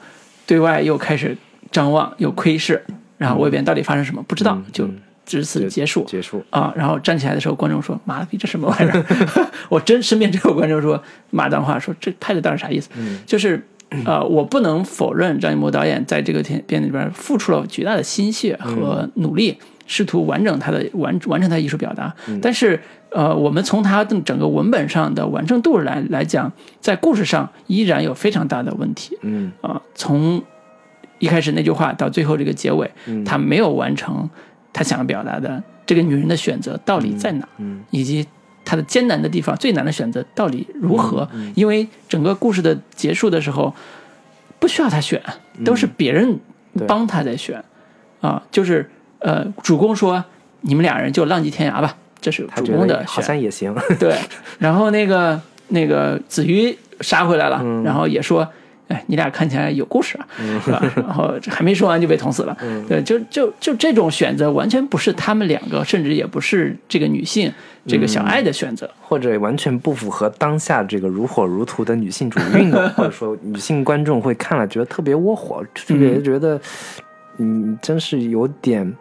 [SPEAKER 1] 对外又开始张望，又窥视，然后外边到底发生什么不知道，就至此结束。
[SPEAKER 2] 结束。
[SPEAKER 1] 啊，然后站起来的时候，观众说：“妈了逼，这什么玩意儿？” 我真身边真有观众说骂脏话，说这拍的到底啥意思？就是呃，我不能否认张艺谋导演在这个片片里边付出了巨大的心血和努力，试图完整他的完完成他的艺术表达。但是呃，我们从他的整个文本上的完成度来来讲，在故事上依然有非常大的问题。
[SPEAKER 2] 嗯
[SPEAKER 1] 啊、从一开始那句话到最后这个结尾，
[SPEAKER 2] 嗯
[SPEAKER 1] 他没有完成他想要表达的这个女人的选择到底在哪，
[SPEAKER 2] 嗯
[SPEAKER 1] 以及她的艰难的地方，最难的选择到底如何？
[SPEAKER 2] 嗯
[SPEAKER 1] 因为整个故事的结束的时候，不需要他选，都是别人
[SPEAKER 2] 嗯对
[SPEAKER 1] 帮他在选，啊、就是呃，主公说你们俩人就浪迹天涯吧，这是
[SPEAKER 2] 他
[SPEAKER 1] 主
[SPEAKER 2] 觉
[SPEAKER 1] 公
[SPEAKER 2] 得
[SPEAKER 1] 的
[SPEAKER 2] 好
[SPEAKER 1] 选
[SPEAKER 2] 像也行。
[SPEAKER 1] 对，然后那个那个子瑜杀回来了，然后也说，哎，你俩看起来有故事啊，是吧？ 然后这还没说完就被捅死了，对，就就就这种选择完全不是他们两个，甚至也不是这个女性这个小爱的选择，
[SPEAKER 2] 或者完全不符合当下这个如火如荼的女性主义运动，或者说女性观众会看了觉得特别窝火，特别觉得嗯，真是有点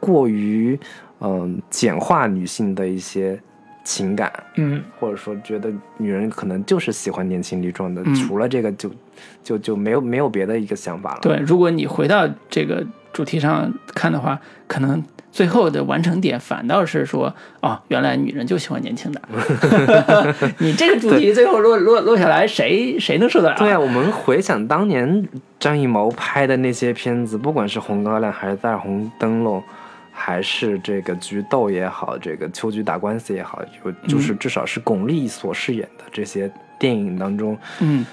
[SPEAKER 2] 过于嗯、简化女性的一些情感，
[SPEAKER 1] 嗯
[SPEAKER 2] 或者说觉得女人可能就是喜欢年轻力壮的，
[SPEAKER 1] 嗯
[SPEAKER 2] 除了这个就就就没有没有别的一个想法了。
[SPEAKER 1] 对，如果你回到这个主题上看的话，可能最后的完成点反倒是说，哦，原来女人就喜欢年轻的。 你这个主题最后落落落下来，谁谁能受得了？
[SPEAKER 2] 对啊，我们回想当年张艺谋拍的那些片子，不管是《红高粱》还是《大红灯笼》，还是这个《菊豆》也好，这个《秋菊打官司》也好，就就是
[SPEAKER 1] 嗯
[SPEAKER 2] 至少是巩俐所饰演的这些电影当中，
[SPEAKER 1] 嗯，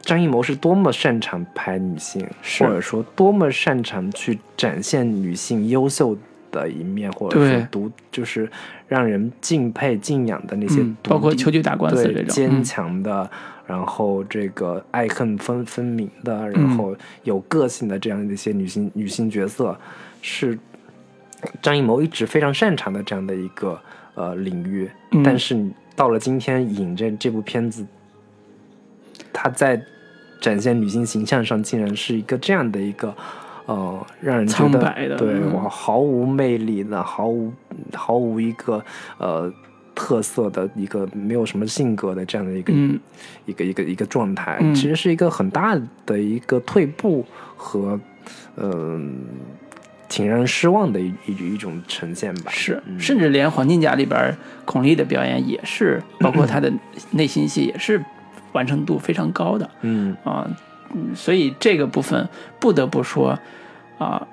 [SPEAKER 2] 张艺谋是多么擅长拍女性，
[SPEAKER 1] 是
[SPEAKER 2] 或者说多么擅长去展现女性优秀的一面，或者
[SPEAKER 1] 对
[SPEAKER 2] 是独就是让人敬佩敬仰的那些独立、
[SPEAKER 1] 嗯，包括秋菊打官司这
[SPEAKER 2] 对
[SPEAKER 1] 种，
[SPEAKER 2] 坚
[SPEAKER 1] 嗯
[SPEAKER 2] 强的，然后这个爱恨分分明的，然后有个性的这样的一些女性女性角色，是张艺谋一直非常擅长的这样的一个呃领域。
[SPEAKER 1] 嗯
[SPEAKER 2] 但是你到了今天，《影》这这部片子，它在展现女性形象上，竟然是一个这样的一个。呃，让人觉
[SPEAKER 1] 苍
[SPEAKER 2] 得
[SPEAKER 1] 白的
[SPEAKER 2] 对
[SPEAKER 1] 嗯
[SPEAKER 2] 我毫无魅力的，毫无毫无一个呃特色的一个没有什么性格的这样的一个、
[SPEAKER 1] 嗯
[SPEAKER 2] 一个一个一个状态，
[SPEAKER 1] 嗯
[SPEAKER 2] 其实是一个很大的一个退步和嗯、挺让人失望的一一一种呈现吧。
[SPEAKER 1] 是，
[SPEAKER 2] 嗯
[SPEAKER 1] 甚至连《黄金甲》里边儿巩俐的表演也是，包括她的内心戏也是完成度非常高的
[SPEAKER 2] 嗯
[SPEAKER 1] 啊、嗯所以这个部分不得不说啊，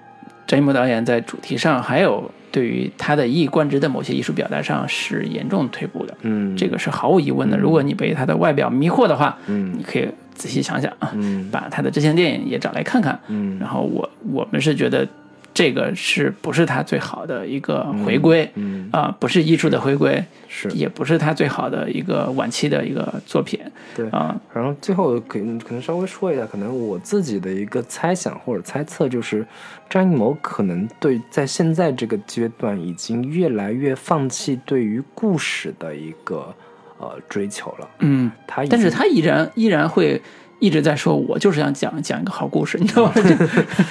[SPEAKER 1] 张艺谋导演在主题上还有对于他的一以贯之的某些艺术表达上是严重退步的，
[SPEAKER 2] 嗯，
[SPEAKER 1] 这个是毫无疑问的。如果你被他的外表迷惑的话，
[SPEAKER 2] 嗯
[SPEAKER 1] 你可以仔细想想啊，
[SPEAKER 2] 嗯
[SPEAKER 1] 把他的这些电影也找来看看，
[SPEAKER 2] 嗯
[SPEAKER 1] 然后我我们是觉得这个是不是他最好的一个回归啊、
[SPEAKER 2] 嗯
[SPEAKER 1] 不是艺术的回归，
[SPEAKER 2] 是
[SPEAKER 1] 也不是他最好的一个晚期的一个作品
[SPEAKER 2] 对。
[SPEAKER 1] 啊、
[SPEAKER 2] 然后最后可能可能稍微说一下，可能我自己的一个猜想或者猜测就是，张艺谋可能对在现在这个阶段已经越来越放弃对于故事的一个呃追求了。
[SPEAKER 1] 嗯，
[SPEAKER 2] 他已
[SPEAKER 1] 但是
[SPEAKER 2] 经
[SPEAKER 1] 他依然依然会。一直在说，我就是想讲讲一个好故事，你知道 吗？就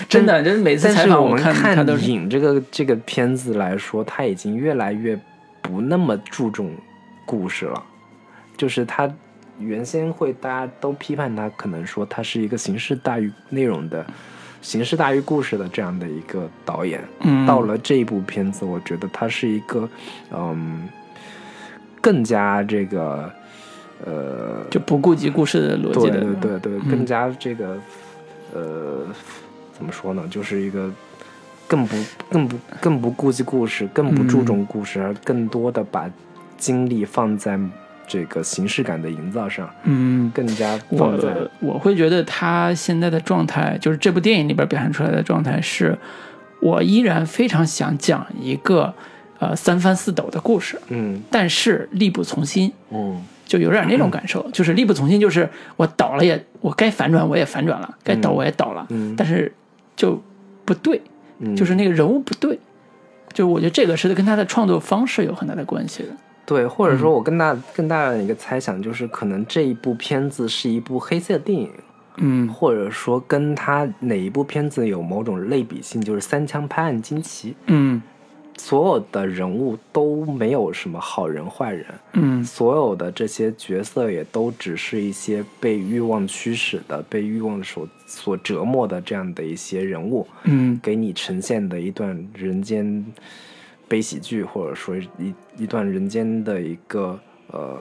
[SPEAKER 1] 真的，就是每次
[SPEAKER 2] 但
[SPEAKER 1] 采
[SPEAKER 2] 是
[SPEAKER 1] 访
[SPEAKER 2] 我们
[SPEAKER 1] 看他都是，
[SPEAKER 2] 影这个这个片子来说，他已经越来越不那么注重故事了，就是他原先会大家都批判他，可能说他是一个形式大于内容的。形式大于故事的这样的一个导演，
[SPEAKER 1] 嗯，
[SPEAKER 2] 到了这一部片子，我觉得他是一个，嗯，更加这个，呃，
[SPEAKER 1] 嗯就不顾及故事的逻辑
[SPEAKER 2] 对
[SPEAKER 1] 的，
[SPEAKER 2] 对对
[SPEAKER 1] 嗯
[SPEAKER 2] 对，更加这个，呃，怎么说呢？就是一个更不更不
[SPEAKER 1] 嗯
[SPEAKER 2] 更不顾及故事，更不注重故事，而更多的把精力放在这个形式感的营造上，
[SPEAKER 1] 嗯，
[SPEAKER 2] 更加放在
[SPEAKER 1] 我我会觉得他现在的状态，就是这部电影里边表现出来的状态是，我依然非常想讲一个呃三翻四抖的故事，
[SPEAKER 2] 嗯
[SPEAKER 1] 但是力不从心，
[SPEAKER 2] 嗯
[SPEAKER 1] 就有点那种感受，就是力不从心，就是我倒了也我该反转我也反转了，该倒我也倒了，
[SPEAKER 2] 嗯
[SPEAKER 1] 但是就不对，
[SPEAKER 2] 嗯，
[SPEAKER 1] 就是那个人物不对，就我觉得这个是跟他的创作方式有很大的关系的。
[SPEAKER 2] 对，或者
[SPEAKER 1] 嗯
[SPEAKER 2] 说我更大更大的一个猜想就是，可能这一部片子是一部黑色电影，
[SPEAKER 1] 嗯
[SPEAKER 2] 或者说跟他哪一部片子有某种类比性，就是《三枪拍案惊奇
[SPEAKER 1] 嗯》，
[SPEAKER 2] 所有的人物都没有什么好人坏人，
[SPEAKER 1] 嗯
[SPEAKER 2] 所有的这些角色也都只是一些被欲望驱使的、被欲望所所折磨的这样的一些人物，
[SPEAKER 1] 嗯
[SPEAKER 2] 给你呈现的一段人间悲喜剧，或者说一一段人间的一个呃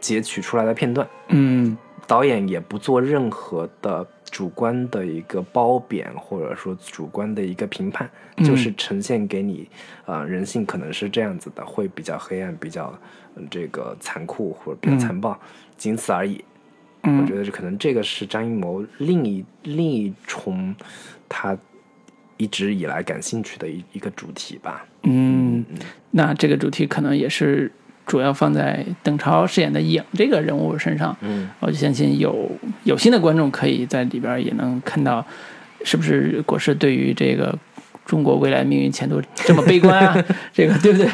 [SPEAKER 2] 截取出来的片段。
[SPEAKER 1] 嗯
[SPEAKER 2] 导演也不做任何的主观的一个褒贬，或者说主观的一个评判，
[SPEAKER 1] 嗯
[SPEAKER 2] 就是呈现给你，呃，人性可能是这样子的，会比较黑暗，比较、嗯这个残酷或者比较残暴，仅此而已。我
[SPEAKER 1] 嗯
[SPEAKER 2] 觉得可能这个是张艺谋另一另一重他一直以来感兴趣的一一个主题吧。
[SPEAKER 1] 嗯，那这个主题可能也是主要放在邓超饰演的影这个人物身上。
[SPEAKER 2] 嗯，
[SPEAKER 1] 我就相信有有心的观众可以在里边也能看到，是不是国师对于这个中国未来命运前途这么悲观 啊？这个对不对？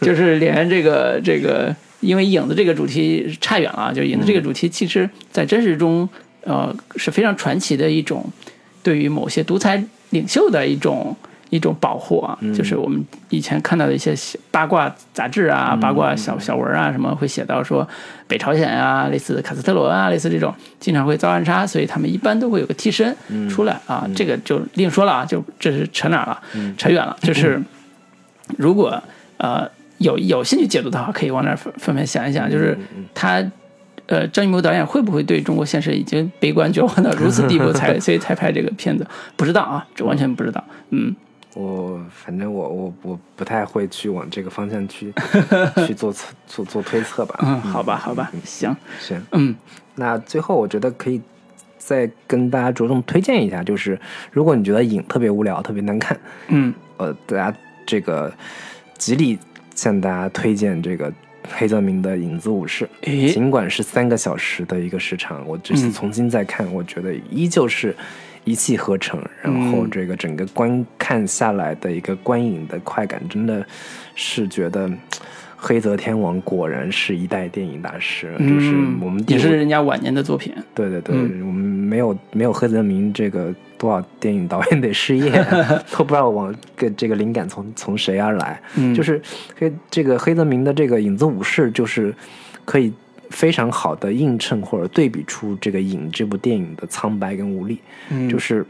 [SPEAKER 1] 就是连这个这个，因为影子这个主题差远了，就影子这个主题，其实在真实中，呃，是非常传奇的一种对于某些独裁领袖的一种。一种保护啊，就是我们以前看到的一些小八卦杂志啊、八卦小小文啊，什么会写到说北朝鲜啊，类似卡斯特罗啊，类似这种经常会遭暗杀，所以他们一般都会有个替身出来啊。这个就另说了啊，就这是扯哪儿了，扯远了。就是如果呃有有兴趣解读的话，可以往那儿分分别想一想，就是他。呃，张艺谋导演会不会对中国现实已经悲观绝望到如此地步才所以才拍这个片子？不知道啊，这完全不知道。嗯，
[SPEAKER 2] 我反正我我我不太会去往这个方 向去去做测做做推测吧。
[SPEAKER 1] 嗯，好吧，好吧，行，
[SPEAKER 2] 行，
[SPEAKER 1] 嗯
[SPEAKER 2] 那最后我觉得可以再跟大家着重推荐一下，就是如果你觉得影特别无聊、特别难看，
[SPEAKER 1] 嗯
[SPEAKER 2] 呃，大家这个极力向大家推荐这个黑泽明的《影子武士》
[SPEAKER 1] 诶
[SPEAKER 2] 尽管是三个小时的一个时长，我这次
[SPEAKER 1] 嗯
[SPEAKER 2] 重新再看，我觉得依旧是一气呵成，然后
[SPEAKER 1] 嗯
[SPEAKER 2] 这个整个观看下来的一个观影的快感，真的是觉得。嗯黑泽天王果然是一代电影大师，就是
[SPEAKER 1] 嗯
[SPEAKER 2] 我们第
[SPEAKER 1] 也
[SPEAKER 2] 五
[SPEAKER 1] 是人家晚年的作品。
[SPEAKER 2] 对对对，
[SPEAKER 1] 嗯
[SPEAKER 2] 我们没有没有黑泽明这个多少电影导演得 失业，都不知道往个这个灵感从从谁而来。
[SPEAKER 1] 嗯
[SPEAKER 2] 就是黑这个黑泽明的这个《影子武士》，就是可以非常好的映衬或者对比出这个《影》这部电影的苍白跟无力。
[SPEAKER 1] 嗯
[SPEAKER 2] 就是《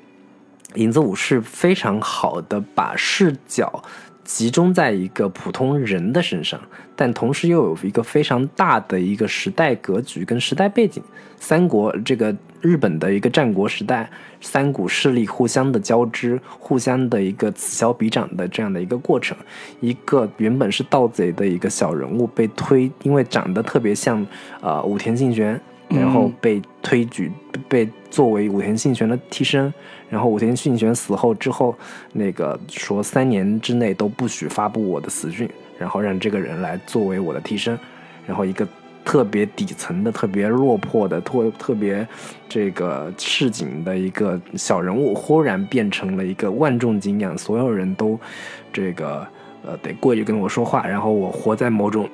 [SPEAKER 2] 影子武士》非常好的把视角集中在一个普通人的身上，但同时又有一个非常大的一个时代格局跟时代背景。三国这个日本的一个战国时代，三股势力互相的交织，互相的一个此消彼长的这样的一个过程。一个原本是盗贼的一个小人物被推，因为长得特别像呃武田信玄，然后
[SPEAKER 1] 嗯
[SPEAKER 2] 被推举被作为武田信玄的替身。然后武田信玄死后之后，那个说三年之内都不许发布我的死讯，然后让这个人来作为我的替身。然后一个特别底层的、特别落魄的、特特别这个市井的一个小人物，忽然变成了一个万众敬仰，所有人都这个呃得过去跟我说话，然后我活在某种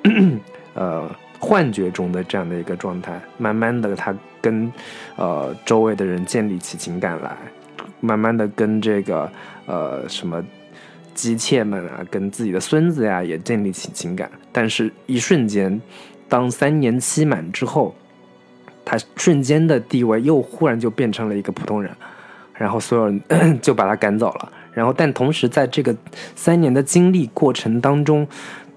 [SPEAKER 2] 呃幻觉中的这样的一个状态。慢慢的，他跟呃周围的人建立起情感来，慢慢的跟这个呃什么姬妾们啊，跟自己的孙子呀、也建立起情感，但是一瞬间，当三年期满之后，他瞬间的地位又忽然就变成了一个普通人，然后所有人就把他赶走了。然后，但同时在这个三年的经历过程当中，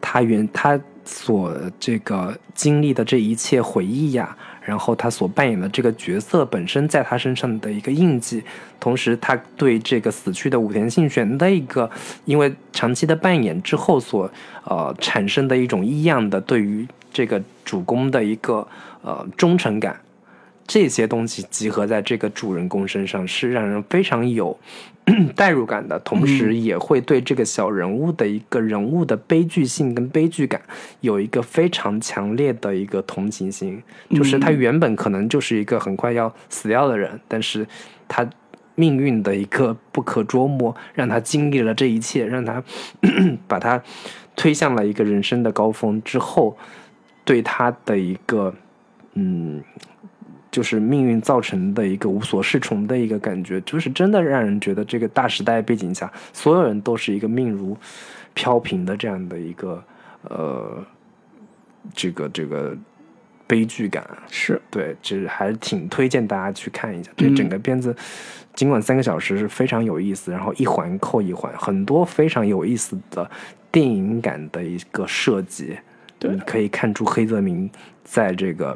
[SPEAKER 2] 他原他所这个经历的这一切回忆呀、然后他所扮演的这个角色本身在他身上的一个印记，同时他对这个死去的武田信玄的一个，因为长期的扮演之后所呃产生的一种异样的对于这个主公的一个呃忠诚感，这些东西集合在这个主人公身上，是让人非常有 代入感的，同时也会对这个小人物的一个人物的悲剧性跟悲剧感有一个非常强烈的一个同情心，就是他原本可能就是一个很快要死掉的人，但是他。命运的一个不可捉摸，让他经历了这一切，让他 把他推向了一个人生的高峰之后，对他的一个嗯，就是命运造成的一个无所适从的一个感觉，就是真的让人觉得这个大时代背景下，所有人都是一个命如飘萍的这样的一个呃，这个这个悲剧感。啊
[SPEAKER 1] 是
[SPEAKER 2] 对，这还是挺推荐大家去看一下。
[SPEAKER 1] 嗯
[SPEAKER 2] 这整个片子，尽管三个小时是非常有意思，然后一环扣一环，很多非常有意思的电影感的一个设计。
[SPEAKER 1] 对
[SPEAKER 2] 你可以看出黑泽明在这个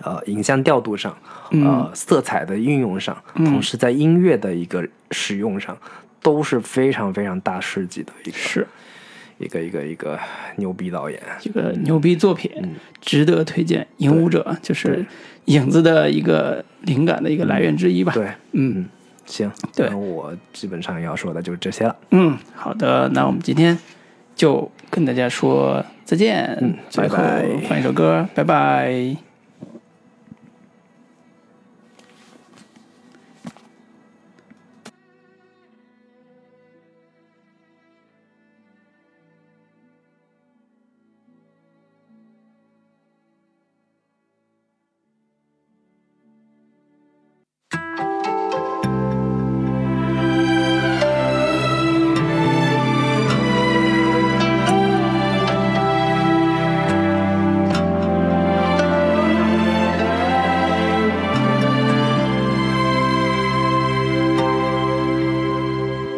[SPEAKER 2] 呃影像调度上，呃
[SPEAKER 1] 嗯
[SPEAKER 2] 色彩的运用上，同时在音乐的一个使用上，都是非常非常大师级的一个
[SPEAKER 1] 是
[SPEAKER 2] 一个一个一个牛逼导演。
[SPEAKER 1] 这个牛逼作品，值得推荐。《影舞者》就是影子的一个灵感的一个来源之一吧。
[SPEAKER 2] 对，
[SPEAKER 1] 嗯
[SPEAKER 2] 嗯，行，
[SPEAKER 1] 对
[SPEAKER 2] 那我基本上要说的就是这些了。
[SPEAKER 1] 嗯，好的，那我们今天就跟大家说再见。嗯最后
[SPEAKER 2] 拜拜
[SPEAKER 1] 换一首歌，拜拜。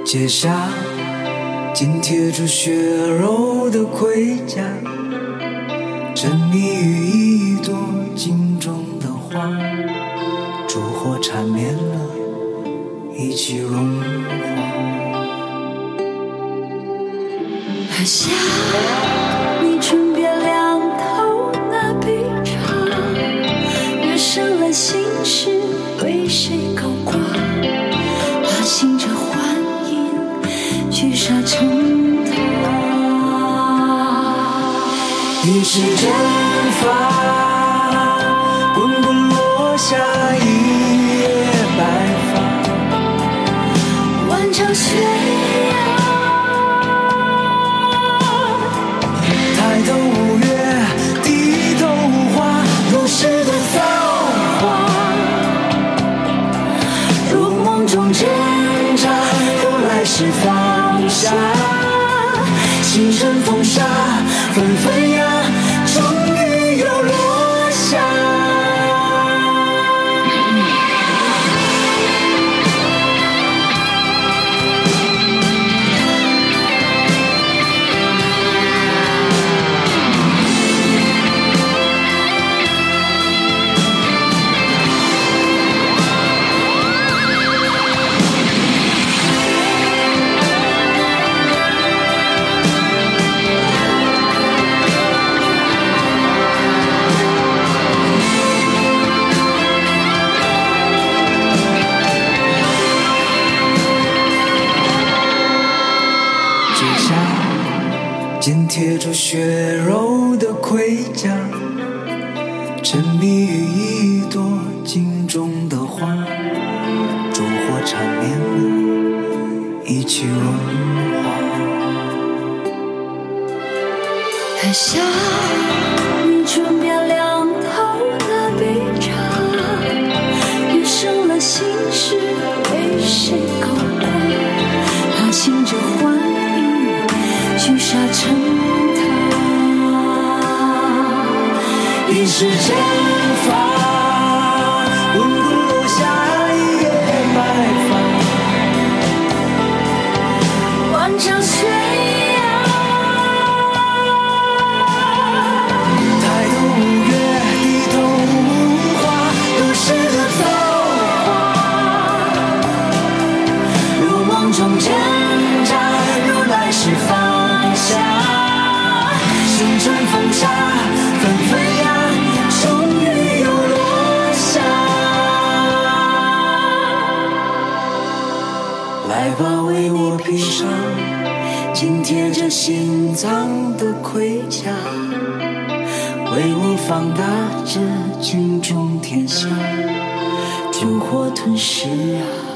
[SPEAKER 3] 结痂，紧贴住血肉的盔甲，沉溺于一朵镜中的花，烛火缠绵了，一起融化。
[SPEAKER 4] 喝下你唇边两头那冰茶，越深了心事为谁高挂？花心着欢迎，聚沙成塔。
[SPEAKER 3] 你是蒸发，滚滚落下一夜白发。
[SPEAKER 4] 万丈悬崖，
[SPEAKER 3] 抬头五月，低头无花，如诗的造化，
[SPEAKER 4] 如梦中挣
[SPEAKER 3] 挣扎由来时放下，心生风沙，纷纷呀，终于又落下。指甲紧贴住血肉的盔甲，沉迷于一朵镜中的花，烛火缠绵了，一起融化。
[SPEAKER 4] 喝下你唇边两头的冰茶，夜深了心事为谁高挂？他醒着欢迎，聚沙成塔。
[SPEAKER 3] 一世蒸发，滚滚落下一夜白发。
[SPEAKER 4] 万丈悬崖。
[SPEAKER 3] 抬头五月，低头无花，都市的造化。如梦中挣扎，如来时放下，心春风沙，纷回家，为我放大这军中天下，烛火吞噬啊。